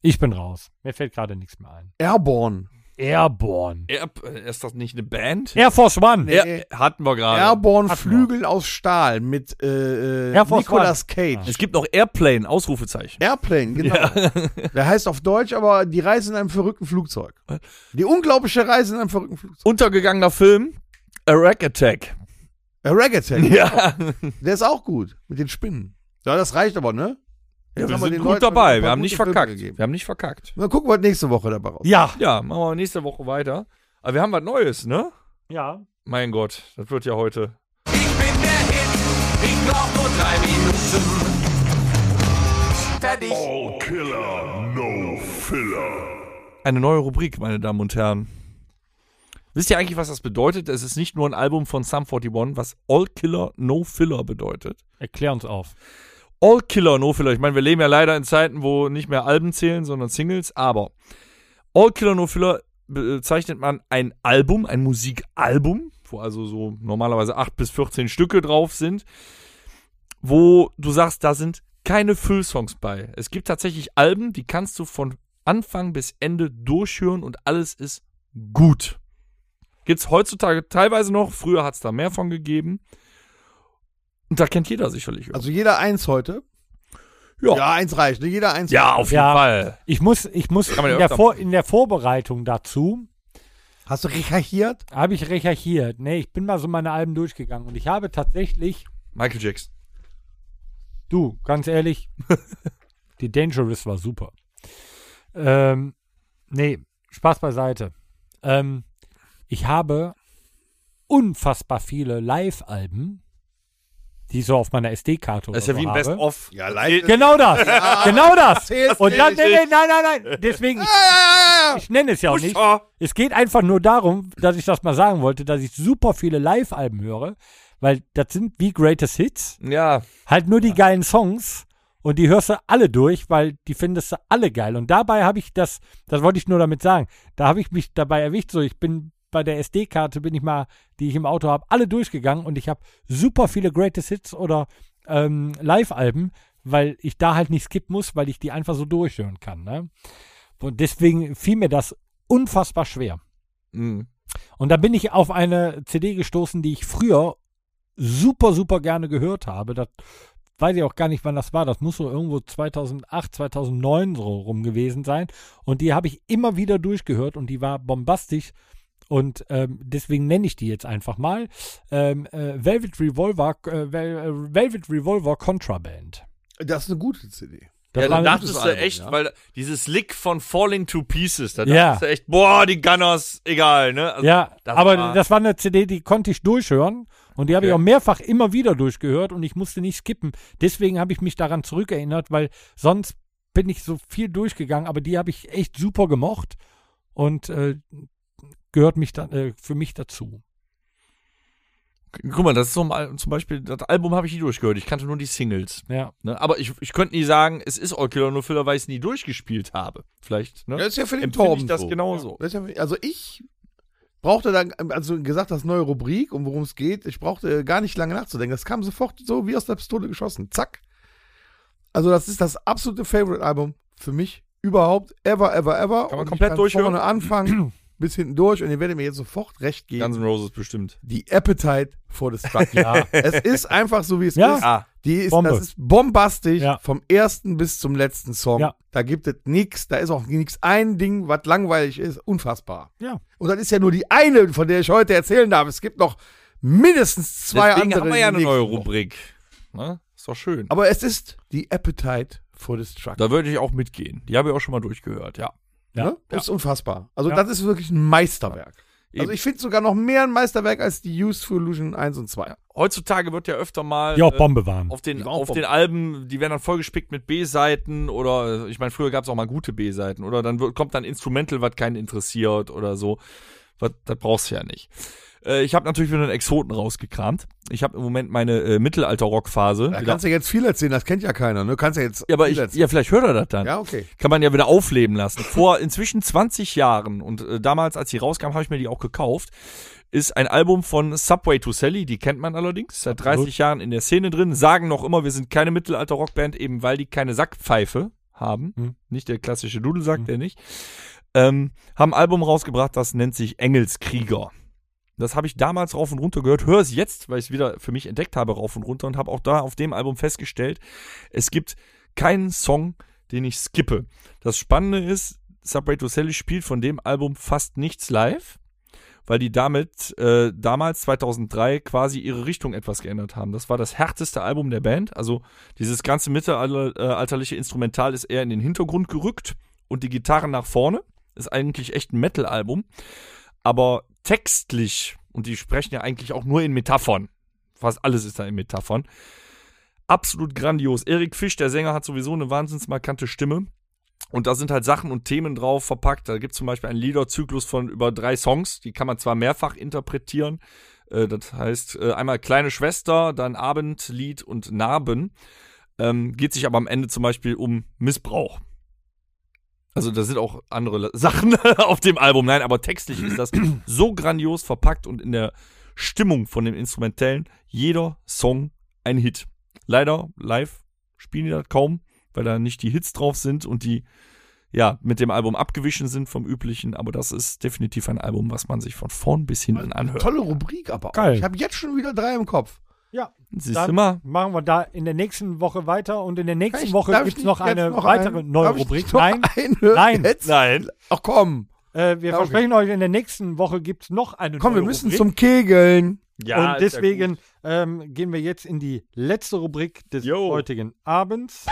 [SPEAKER 2] ich bin raus. Mir fällt gerade nichts mehr ein.
[SPEAKER 3] Airborne.
[SPEAKER 2] Airborne.
[SPEAKER 4] Er, äh, ist das nicht eine Band?
[SPEAKER 2] Air Force One.
[SPEAKER 3] Nee.
[SPEAKER 4] Er- äh, hatten wir gerade.
[SPEAKER 3] Airborne
[SPEAKER 2] Hatten wir.
[SPEAKER 3] Flügel aus Stahl mit äh, äh,
[SPEAKER 2] Air Force
[SPEAKER 3] Nicolas Cage.
[SPEAKER 4] Es gibt noch Airplane, Ausrufezeichen.
[SPEAKER 3] Airplane, genau. Der heißt auf Deutsch aber die Reise in einem verrückten Flugzeug. Die unglaubliche Reise in einem verrückten Flugzeug.
[SPEAKER 4] Untergegangener Film, A Rack Attack.
[SPEAKER 3] Äh, Raggetag,
[SPEAKER 4] Ja,
[SPEAKER 3] der ist auch gut mit den Spinnen. Ja, das reicht aber, ne?
[SPEAKER 4] ja wir
[SPEAKER 3] haben wir
[SPEAKER 4] sind
[SPEAKER 3] den
[SPEAKER 4] gut
[SPEAKER 3] Leuten ein
[SPEAKER 4] dabei.
[SPEAKER 3] paar
[SPEAKER 4] Wir haben
[SPEAKER 3] gute
[SPEAKER 4] nicht
[SPEAKER 3] Filme
[SPEAKER 4] verkackt.
[SPEAKER 3] gegeben.
[SPEAKER 4] Wir haben nicht verkackt.
[SPEAKER 3] Dann gucken wir nächste Woche dabei raus.
[SPEAKER 2] Ja.
[SPEAKER 4] Ja, machen wir nächste Woche weiter. Aber wir haben was Neues, ne?
[SPEAKER 2] Ja.
[SPEAKER 4] Mein Gott, das wird ja heute.
[SPEAKER 7] Ich bin der Hit, ich brauch nur drei Minuten. Fertig.
[SPEAKER 1] All killer, no filler.
[SPEAKER 4] Eine neue Rubrik, meine Damen und Herren. Wisst ihr eigentlich, was das bedeutet? Es ist nicht nur ein Album von Sum 41, was All Killer, No Filler bedeutet.
[SPEAKER 2] Erklär uns auf.
[SPEAKER 4] All Killer, No Filler. Ich meine, wir leben ja leider in Zeiten, wo nicht mehr Alben zählen, sondern Singles, aber All Killer, No Filler bezeichnet man ein Album, ein Musikalbum, wo also so normalerweise 8 bis 14 Stücke drauf sind, wo du sagst, da sind keine Füllsongs bei. Es gibt tatsächlich Alben, die kannst du von Anfang bis Ende durchhören und alles ist gut. Gibt's heutzutage teilweise noch, früher hat's da mehr von gegeben. Und da kennt jeder sicherlich. irgendwas.
[SPEAKER 3] Also jeder eins heute.
[SPEAKER 4] Ja.
[SPEAKER 3] ja eins reicht. Ne? Jeder eins.
[SPEAKER 4] Ja, auf jeden
[SPEAKER 2] Ja.
[SPEAKER 4] Fall.
[SPEAKER 2] Ich muss, ich muss
[SPEAKER 4] Kann man ja
[SPEAKER 2] in, der
[SPEAKER 4] öfter
[SPEAKER 2] Vor in der Vorbereitung dazu
[SPEAKER 3] Hast du recherchiert?
[SPEAKER 2] habe ich recherchiert. Nee, ich bin mal so meine Alben durchgegangen und ich habe tatsächlich,
[SPEAKER 4] Michael Jackson.
[SPEAKER 2] du, ganz ehrlich, die Dangerous war super. Ähm, nee, Spaß beiseite. Ähm, ich habe unfassbar viele Live-Alben, die ich so auf meiner SD-Karte oder
[SPEAKER 4] Das ist ja
[SPEAKER 2] so
[SPEAKER 4] wie ein
[SPEAKER 2] habe.
[SPEAKER 4] Best-of.
[SPEAKER 3] Ja, leicht.
[SPEAKER 2] Genau das. genau das.
[SPEAKER 3] Zählst
[SPEAKER 2] Und dann,
[SPEAKER 3] nicht.
[SPEAKER 2] nee, nee, nein, nein, nein. Deswegen, ich, ich nenne es ja auch nicht. Es geht einfach nur darum, dass ich das mal sagen wollte, dass ich super viele Live-Alben höre, weil das sind wie Greatest Hits.
[SPEAKER 4] Ja,
[SPEAKER 2] Halt nur die geilen Songs und die hörst du alle durch, weil die findest du alle geil. Und dabei habe ich das, das wollte ich nur damit sagen, da habe ich mich dabei erwischt, so ich bin bei der SD-Karte bin ich mal, die ich im Auto habe, alle durchgegangen und ich habe super viele Greatest Hits oder ähm, Live-Alben, weil ich da halt nicht skippen muss, weil ich die einfach so durchhören kann. Ne? Und deswegen fiel mir das unfassbar schwer.
[SPEAKER 4] Mhm.
[SPEAKER 2] Und da bin ich auf eine CD gestoßen, die ich früher super, super gerne gehört habe. Das weiß ich auch gar nicht, wann das war. Das muss so irgendwo 2008, 2009 so rum gewesen sein. Und die habe ich immer wieder durchgehört und die war bombastisch. Und ähm, deswegen nenne ich die jetzt einfach mal ähm, äh, Velvet Revolver, äh, Vel- äh, Velvet Revolver Contraband.
[SPEAKER 3] Das ist eine gute CD.
[SPEAKER 4] ja
[SPEAKER 2] war
[SPEAKER 4] da
[SPEAKER 2] ein
[SPEAKER 4] dachtest
[SPEAKER 3] gutes
[SPEAKER 4] du
[SPEAKER 3] Album,
[SPEAKER 4] echt,
[SPEAKER 3] ja.
[SPEAKER 4] weil dieses Lick von Falling to Pieces, da
[SPEAKER 2] Ja.
[SPEAKER 4] dachtest du echt, boah, die Gunners, egal, ne? Also,
[SPEAKER 2] Ja,
[SPEAKER 4] das
[SPEAKER 2] aber
[SPEAKER 4] war-
[SPEAKER 2] das war eine CD, die konnte ich durchhören und die habe ich
[SPEAKER 4] Okay.
[SPEAKER 2] auch mehrfach immer wieder durchgehört und ich musste nicht skippen. Deswegen habe ich mich daran zurückerinnert, weil sonst bin ich so viel durchgegangen, aber die habe ich echt super gemocht und äh, gehört mich dann äh, für mich dazu.
[SPEAKER 4] Guck mal, das ist so ein, Al- zum Beispiel, das Album habe ich nie durchgehört. Ich kannte nur die Singles.
[SPEAKER 2] Ja,
[SPEAKER 4] Ne? Aber ich, ich könnte nie sagen, es ist All Killer No Filler, weil ich es nie durchgespielt habe. Vielleicht, ne?
[SPEAKER 3] Das ist ja für den
[SPEAKER 4] Empfinde
[SPEAKER 3] Torben
[SPEAKER 4] ich das
[SPEAKER 3] so.
[SPEAKER 4] genauso.
[SPEAKER 3] Das genau ist ja- Also ich brauchte dann, also gesagt, das neue Rubrik und worum es geht, ich brauchte gar nicht lange nachzudenken. Das kam sofort so wie aus der Pistole geschossen. Zack. Also das ist das absolute Favorite-Album für mich überhaupt. Ever, ever, ever.
[SPEAKER 4] Kann man
[SPEAKER 3] Und ich
[SPEAKER 4] komplett durchhören.
[SPEAKER 3] Vorne anfangen bis hinten durch und ihr werdet mir jetzt sofort recht geben.
[SPEAKER 4] Guns N' Roses bestimmt.
[SPEAKER 3] die Appetite for Destruction.
[SPEAKER 2] Ja.
[SPEAKER 3] Es ist einfach so, wie es
[SPEAKER 2] Ja.
[SPEAKER 3] ist.
[SPEAKER 4] Ah,
[SPEAKER 3] Die ist,
[SPEAKER 2] Bombe.
[SPEAKER 3] das ist bombastisch
[SPEAKER 2] Ja.
[SPEAKER 3] vom ersten bis zum letzten Song.
[SPEAKER 2] Ja.
[SPEAKER 3] Da gibt es nichts, da ist auch nichts ein Ding, was langweilig ist, unfassbar.
[SPEAKER 2] Ja.
[SPEAKER 3] Und das ist ja nur die eine, von der ich heute erzählen darf. Es gibt noch mindestens zwei
[SPEAKER 4] Deswegen
[SPEAKER 3] andere.
[SPEAKER 4] haben wir ja eine
[SPEAKER 3] die nächsten
[SPEAKER 4] neue
[SPEAKER 3] Wochen.
[SPEAKER 4] Rubrik. Ne? Ist doch schön.
[SPEAKER 3] Aber es ist die Appetite for Destruction.
[SPEAKER 4] Da würde ich auch mitgehen. Die habe ich auch schon mal durchgehört, ja.
[SPEAKER 2] Ja.
[SPEAKER 3] Ne? Das ist unfassbar. Also
[SPEAKER 2] Ja.
[SPEAKER 3] das ist wirklich ein Meisterwerk.
[SPEAKER 4] Eben.
[SPEAKER 3] Also ich finde sogar noch mehr ein Meisterwerk als die Used for Illusion 1 und 2.
[SPEAKER 4] Heutzutage wird ja öfter mal
[SPEAKER 2] Die auch
[SPEAKER 4] äh,
[SPEAKER 2] Bombe waren.
[SPEAKER 4] auf, den,
[SPEAKER 3] Die war auch
[SPEAKER 4] auf
[SPEAKER 3] Bombe.
[SPEAKER 4] den Alben, die werden dann vollgespickt mit B-Seiten oder äh, ich meine, früher gab es auch mal gute B-Seiten oder dann wird, kommt dann Instrumental, was keinen interessiert oder so. Was, das brauchst du ja nicht. Äh, ich habe natürlich wieder einen Exoten rausgekramt. Ich habe im Moment meine äh, Mittelalter-Rock-Phase.
[SPEAKER 3] Da
[SPEAKER 4] wieder-
[SPEAKER 3] kannst du jetzt viel erzählen, das kennt ja keiner. Ne? Kannst ja jetzt
[SPEAKER 4] Ja, aber
[SPEAKER 3] viel
[SPEAKER 4] ich,
[SPEAKER 3] erzählen.
[SPEAKER 4] ja, vielleicht hört er das dann.
[SPEAKER 3] Ja, okay.
[SPEAKER 4] kann man ja wieder aufleben lassen. Vor inzwischen 20 Jahren und äh, damals, als die rauskam, habe ich mir die auch gekauft, ist ein Album von Subway to Sally, die kennt man allerdings, seit 30 Jahren in der Szene drin, sagen noch immer, wir sind keine Mittelalter-Rockband, eben weil die keine Sackpfeife haben,
[SPEAKER 2] Mhm.
[SPEAKER 4] nicht der klassische Dudelsack, der nicht, ähm, haben ein Album rausgebracht, das nennt sich Engelskrieger. Das habe ich damals rauf und runter gehört, höre es jetzt, weil ich es wieder für mich entdeckt habe, rauf und runter und habe auch da auf dem Album festgestellt, es gibt keinen Song, den ich skippe. Das Spannende ist, Subway to Sally spielt von dem Album fast nichts live, weil die damit äh, damals 2003 quasi ihre Richtung etwas geändert haben. Das war das härteste Album der Band. Also dieses ganze mittelalterliche Instrumental ist eher in den Hintergrund gerückt und die Gitarren nach vorne. Ist eigentlich echt ein Metal-Album. Aber textlich, und die sprechen ja eigentlich auch nur in Metaphern. Fast alles ist da in Metaphern. Absolut grandios. Erik Fisch, der Sänger, hat sowieso eine wahnsinnsmarkante Stimme. Und da sind halt Sachen und Themen drauf verpackt. Da gibt es zum Beispiel einen Liederzyklus von über drei Songs. Die kann man zwar mehrfach interpretieren. Äh, Das heißt, äh, einmal Kleine Schwester, dann Abendlied und Narben. Ähm, Geht sich aber am Ende zum Beispiel um Missbrauch. Also da sind auch andere La- Sachen auf dem Album. Nein, aber textlich ist das so grandios verpackt und in der Stimmung von dem Instrumentellen jeder Song ein Hit. Leider live spielen die das kaum, weil da nicht die Hits drauf sind und die ja mit dem Album abgewichen sind vom üblichen. Aber das ist definitiv ein Album, was man sich von vorn bis hinten anhört.
[SPEAKER 3] Tolle Rubrik aber auch.
[SPEAKER 2] Geil.
[SPEAKER 3] Ich habe jetzt schon wieder drei im Kopf.
[SPEAKER 2] Ja,
[SPEAKER 4] Siehst du
[SPEAKER 2] dann
[SPEAKER 4] mal?
[SPEAKER 2] machen wir da in der nächsten Woche weiter und in der nächsten
[SPEAKER 3] Kann ich-
[SPEAKER 2] Woche
[SPEAKER 3] darf ich
[SPEAKER 2] gibt es
[SPEAKER 3] nicht
[SPEAKER 2] noch
[SPEAKER 3] jetzt
[SPEAKER 2] eine
[SPEAKER 3] noch
[SPEAKER 2] weitere
[SPEAKER 3] einen-
[SPEAKER 2] neue
[SPEAKER 3] darf ich
[SPEAKER 2] Rubrik.
[SPEAKER 3] nicht noch
[SPEAKER 2] Nein,
[SPEAKER 3] Eine
[SPEAKER 2] Nein.
[SPEAKER 3] Jetzt?
[SPEAKER 4] Nein.
[SPEAKER 3] Ach komm.
[SPEAKER 2] äh, wir
[SPEAKER 3] Ja, okay.
[SPEAKER 2] versprechen euch, in der nächsten Woche gibt es noch eine
[SPEAKER 3] Komm, wir
[SPEAKER 2] neue
[SPEAKER 3] müssen
[SPEAKER 2] Rubrik.
[SPEAKER 3] zum Kegeln.
[SPEAKER 2] und deswegen ähm, gehen wir jetzt in die letzte Rubrik des
[SPEAKER 4] Jo.
[SPEAKER 2] heutigen Abends.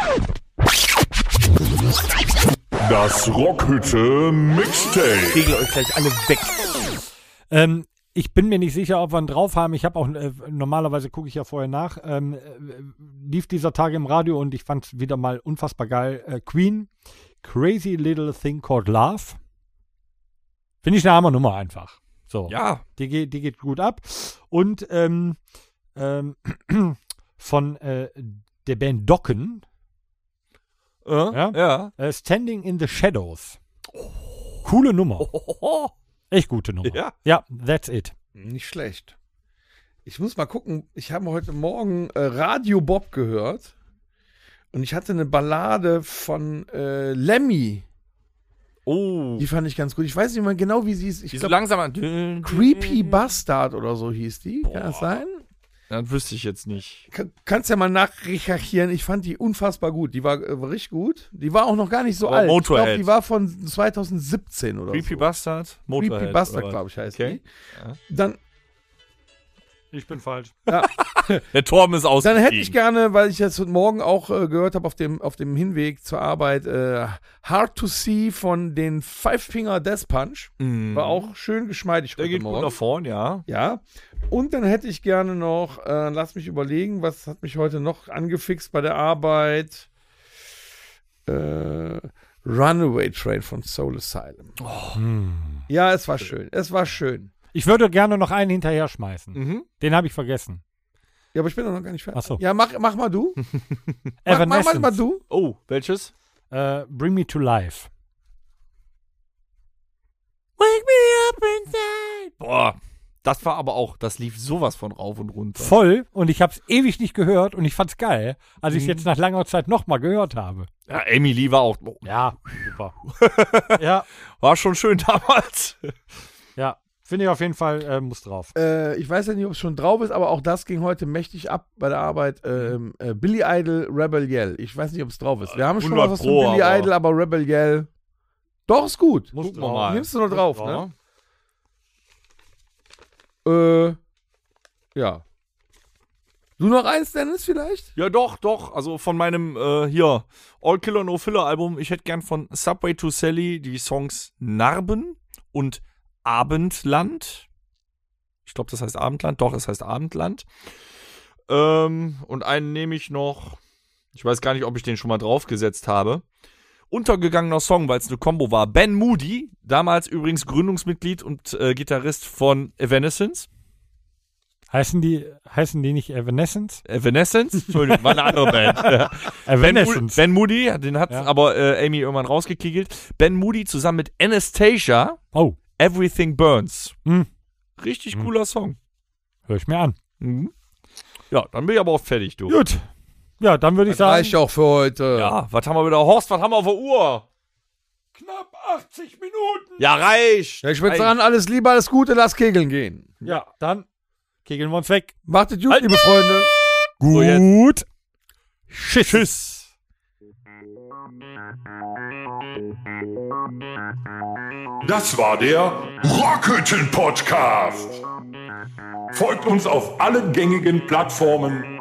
[SPEAKER 1] Das Rockhütte Mixtape.
[SPEAKER 4] regel euch gleich alle weg.
[SPEAKER 2] Ähm, ich bin mir nicht sicher, ob wir ihn drauf haben. Ich habe auch, äh, normalerweise gucke ich ja vorher nach, ähm, äh, lief dieser Tage im Radio und ich fand es wieder mal unfassbar geil. Äh, Queen, Crazy Little Thing Called Love. Finde ich eine arme Nummer einfach. So.
[SPEAKER 4] Ja,
[SPEAKER 2] Die, geht, die geht gut ab. Und ähm, ähm, von äh, der Band Docken,
[SPEAKER 4] äh, ja.
[SPEAKER 2] äh, Standing in the Shadows. Coole Nummer.
[SPEAKER 4] Hohoho.
[SPEAKER 2] Echt gute Nummer.
[SPEAKER 4] Ja.
[SPEAKER 2] Oh. ja that's it.
[SPEAKER 3] Nicht schlecht. Ich muss mal gucken, ich habe heute Morgen äh, Radio Bob gehört und ich hatte eine Ballade von äh, Lemmy.
[SPEAKER 4] Oh.
[SPEAKER 3] Die fand ich ganz gut. Ich weiß nicht mal genau, wie sie ist. Ich
[SPEAKER 4] die so
[SPEAKER 3] glaube,
[SPEAKER 4] langsam an.
[SPEAKER 3] Creepy Bastard oder so hieß die. Kann das sein?
[SPEAKER 4] Das wüsste ich jetzt nicht.
[SPEAKER 3] Kann, kannst ja mal nachrecherchieren. Ich fand die unfassbar gut. Die war, äh, war richtig gut. Die war auch noch gar nicht so
[SPEAKER 4] Aber
[SPEAKER 3] alt. Ich
[SPEAKER 4] Motorhead.
[SPEAKER 3] glaube, die war von 2017 oder
[SPEAKER 4] Creepy
[SPEAKER 3] so.
[SPEAKER 4] Bastard, Motorhead.
[SPEAKER 3] Creepy Bastard,
[SPEAKER 4] oder
[SPEAKER 3] glaube ich, heißt
[SPEAKER 4] Okay. Ja.
[SPEAKER 3] die. Dann,
[SPEAKER 2] Ich bin falsch.
[SPEAKER 4] was? Der Torben ist aus.
[SPEAKER 3] Dann hätte ich gerne, weil ich jetzt heute Morgen auch äh, gehört habe auf dem, auf dem Hinweg zur Arbeit, äh, Hard to See von den Five Finger Death Punch. War auch schön geschmeidig
[SPEAKER 4] Mhm. Der
[SPEAKER 3] heute
[SPEAKER 4] geht gut
[SPEAKER 3] Morgen.
[SPEAKER 4] nach vorn, ja.
[SPEAKER 3] Ja. Und dann hätte ich gerne noch, äh, lass mich überlegen, was hat mich heute noch angefixt bei der Arbeit? Äh, Runaway Train von Soul Asylum.
[SPEAKER 4] Oh.
[SPEAKER 2] Hm.
[SPEAKER 3] Ja, es war schön. Es war schön.
[SPEAKER 2] Ich würde gerne noch einen hinterher schmeißen.
[SPEAKER 4] Mhm.
[SPEAKER 2] Den habe ich vergessen.
[SPEAKER 3] Ja, aber ich bin doch noch gar nicht fertig.
[SPEAKER 2] Ach so.
[SPEAKER 3] Ja, mach, mach mal du. mach, mach, mach mal
[SPEAKER 2] Evanescence,
[SPEAKER 3] du.
[SPEAKER 4] Oh, welches?
[SPEAKER 2] äh, Bring Me to Life.
[SPEAKER 4] Wake me up inside. Boah, das war aber auch, das lief sowas von rauf und runter.
[SPEAKER 2] Voll und ich habe es ewig nicht gehört und ich fand's geil, als ich es jetzt nach langer Zeit nochmal gehört habe.
[SPEAKER 4] Ja, Amy Lee war auch,
[SPEAKER 2] Ja, super. ja,
[SPEAKER 4] war schon schön damals.
[SPEAKER 2] ja, Finde ich auf jeden Fall, äh, muss drauf.
[SPEAKER 3] Äh, ich weiß ja nicht, ob es schon drauf ist, aber auch das ging heute mächtig ab bei der Arbeit. Ähm, äh, Billy Idol, Rebel Yell. Ich weiß nicht, ob es drauf ist. Wir haben schon
[SPEAKER 4] 100
[SPEAKER 3] was von
[SPEAKER 4] Pro,
[SPEAKER 3] Billy
[SPEAKER 4] aber-
[SPEAKER 3] Idol, aber Rebel Yell. Doch, ist gut.
[SPEAKER 2] Muss
[SPEAKER 4] Gucken wir mal.
[SPEAKER 3] Nimmst du noch drauf,
[SPEAKER 2] Muss
[SPEAKER 3] ne? Äh, ja. Du noch eins, Dennis, vielleicht?
[SPEAKER 4] Ja, doch, doch. Also von meinem äh, hier All Killer No Filler Album. Ich hätte gern von Subway to Sally die Songs Narben und Abendland. Ich glaube, das heißt Abendland. Doch, es heißt Abendland. Ähm, und einen nehme ich noch. Ich weiß gar nicht, ob ich den schon mal draufgesetzt habe. Untergegangener Song, weil es eine Combo war. Ben Moody, damals übrigens Gründungsmitglied und äh, Gitarrist von Evanescence.
[SPEAKER 2] Heißen die, heißen die nicht Evanescence?
[SPEAKER 4] Evanescence? Entschuldigung, war eine andere Band. Ben, Mo-
[SPEAKER 2] Evanescence.
[SPEAKER 4] ben Moody, den hat
[SPEAKER 2] Ja.
[SPEAKER 4] aber äh, Amy irgendwann rausgekegelt. Ben Moody zusammen mit Anastasia,
[SPEAKER 2] oh,
[SPEAKER 4] Everything Burns.
[SPEAKER 2] Hm.
[SPEAKER 4] Richtig cooler Song.
[SPEAKER 2] höre ich mir an.
[SPEAKER 4] Mhm. Ja, dann bin ich aber auch fertig, du.
[SPEAKER 2] Gut. Ja, dann würde ich sagen.
[SPEAKER 3] Reicht auch für heute.
[SPEAKER 4] Ja, was haben wir wieder? Horst, was haben wir auf der Uhr?
[SPEAKER 2] Knapp 80 Minuten.
[SPEAKER 4] Ja, reicht.
[SPEAKER 3] Ja, ich würde
[SPEAKER 4] Reicht.
[SPEAKER 3] sagen, alles Liebe, alles Gute, lass kegeln gehen.
[SPEAKER 2] Ja, dann kegeln wir uns weg.
[SPEAKER 3] Wartet gut,
[SPEAKER 4] Halt.
[SPEAKER 3] liebe Freunde.
[SPEAKER 4] So, jetzt.
[SPEAKER 2] Gut.
[SPEAKER 4] Tschüss. Tschüss.
[SPEAKER 1] Das war der Rockhütten Podcast. Folgt uns auf allen gängigen Plattformen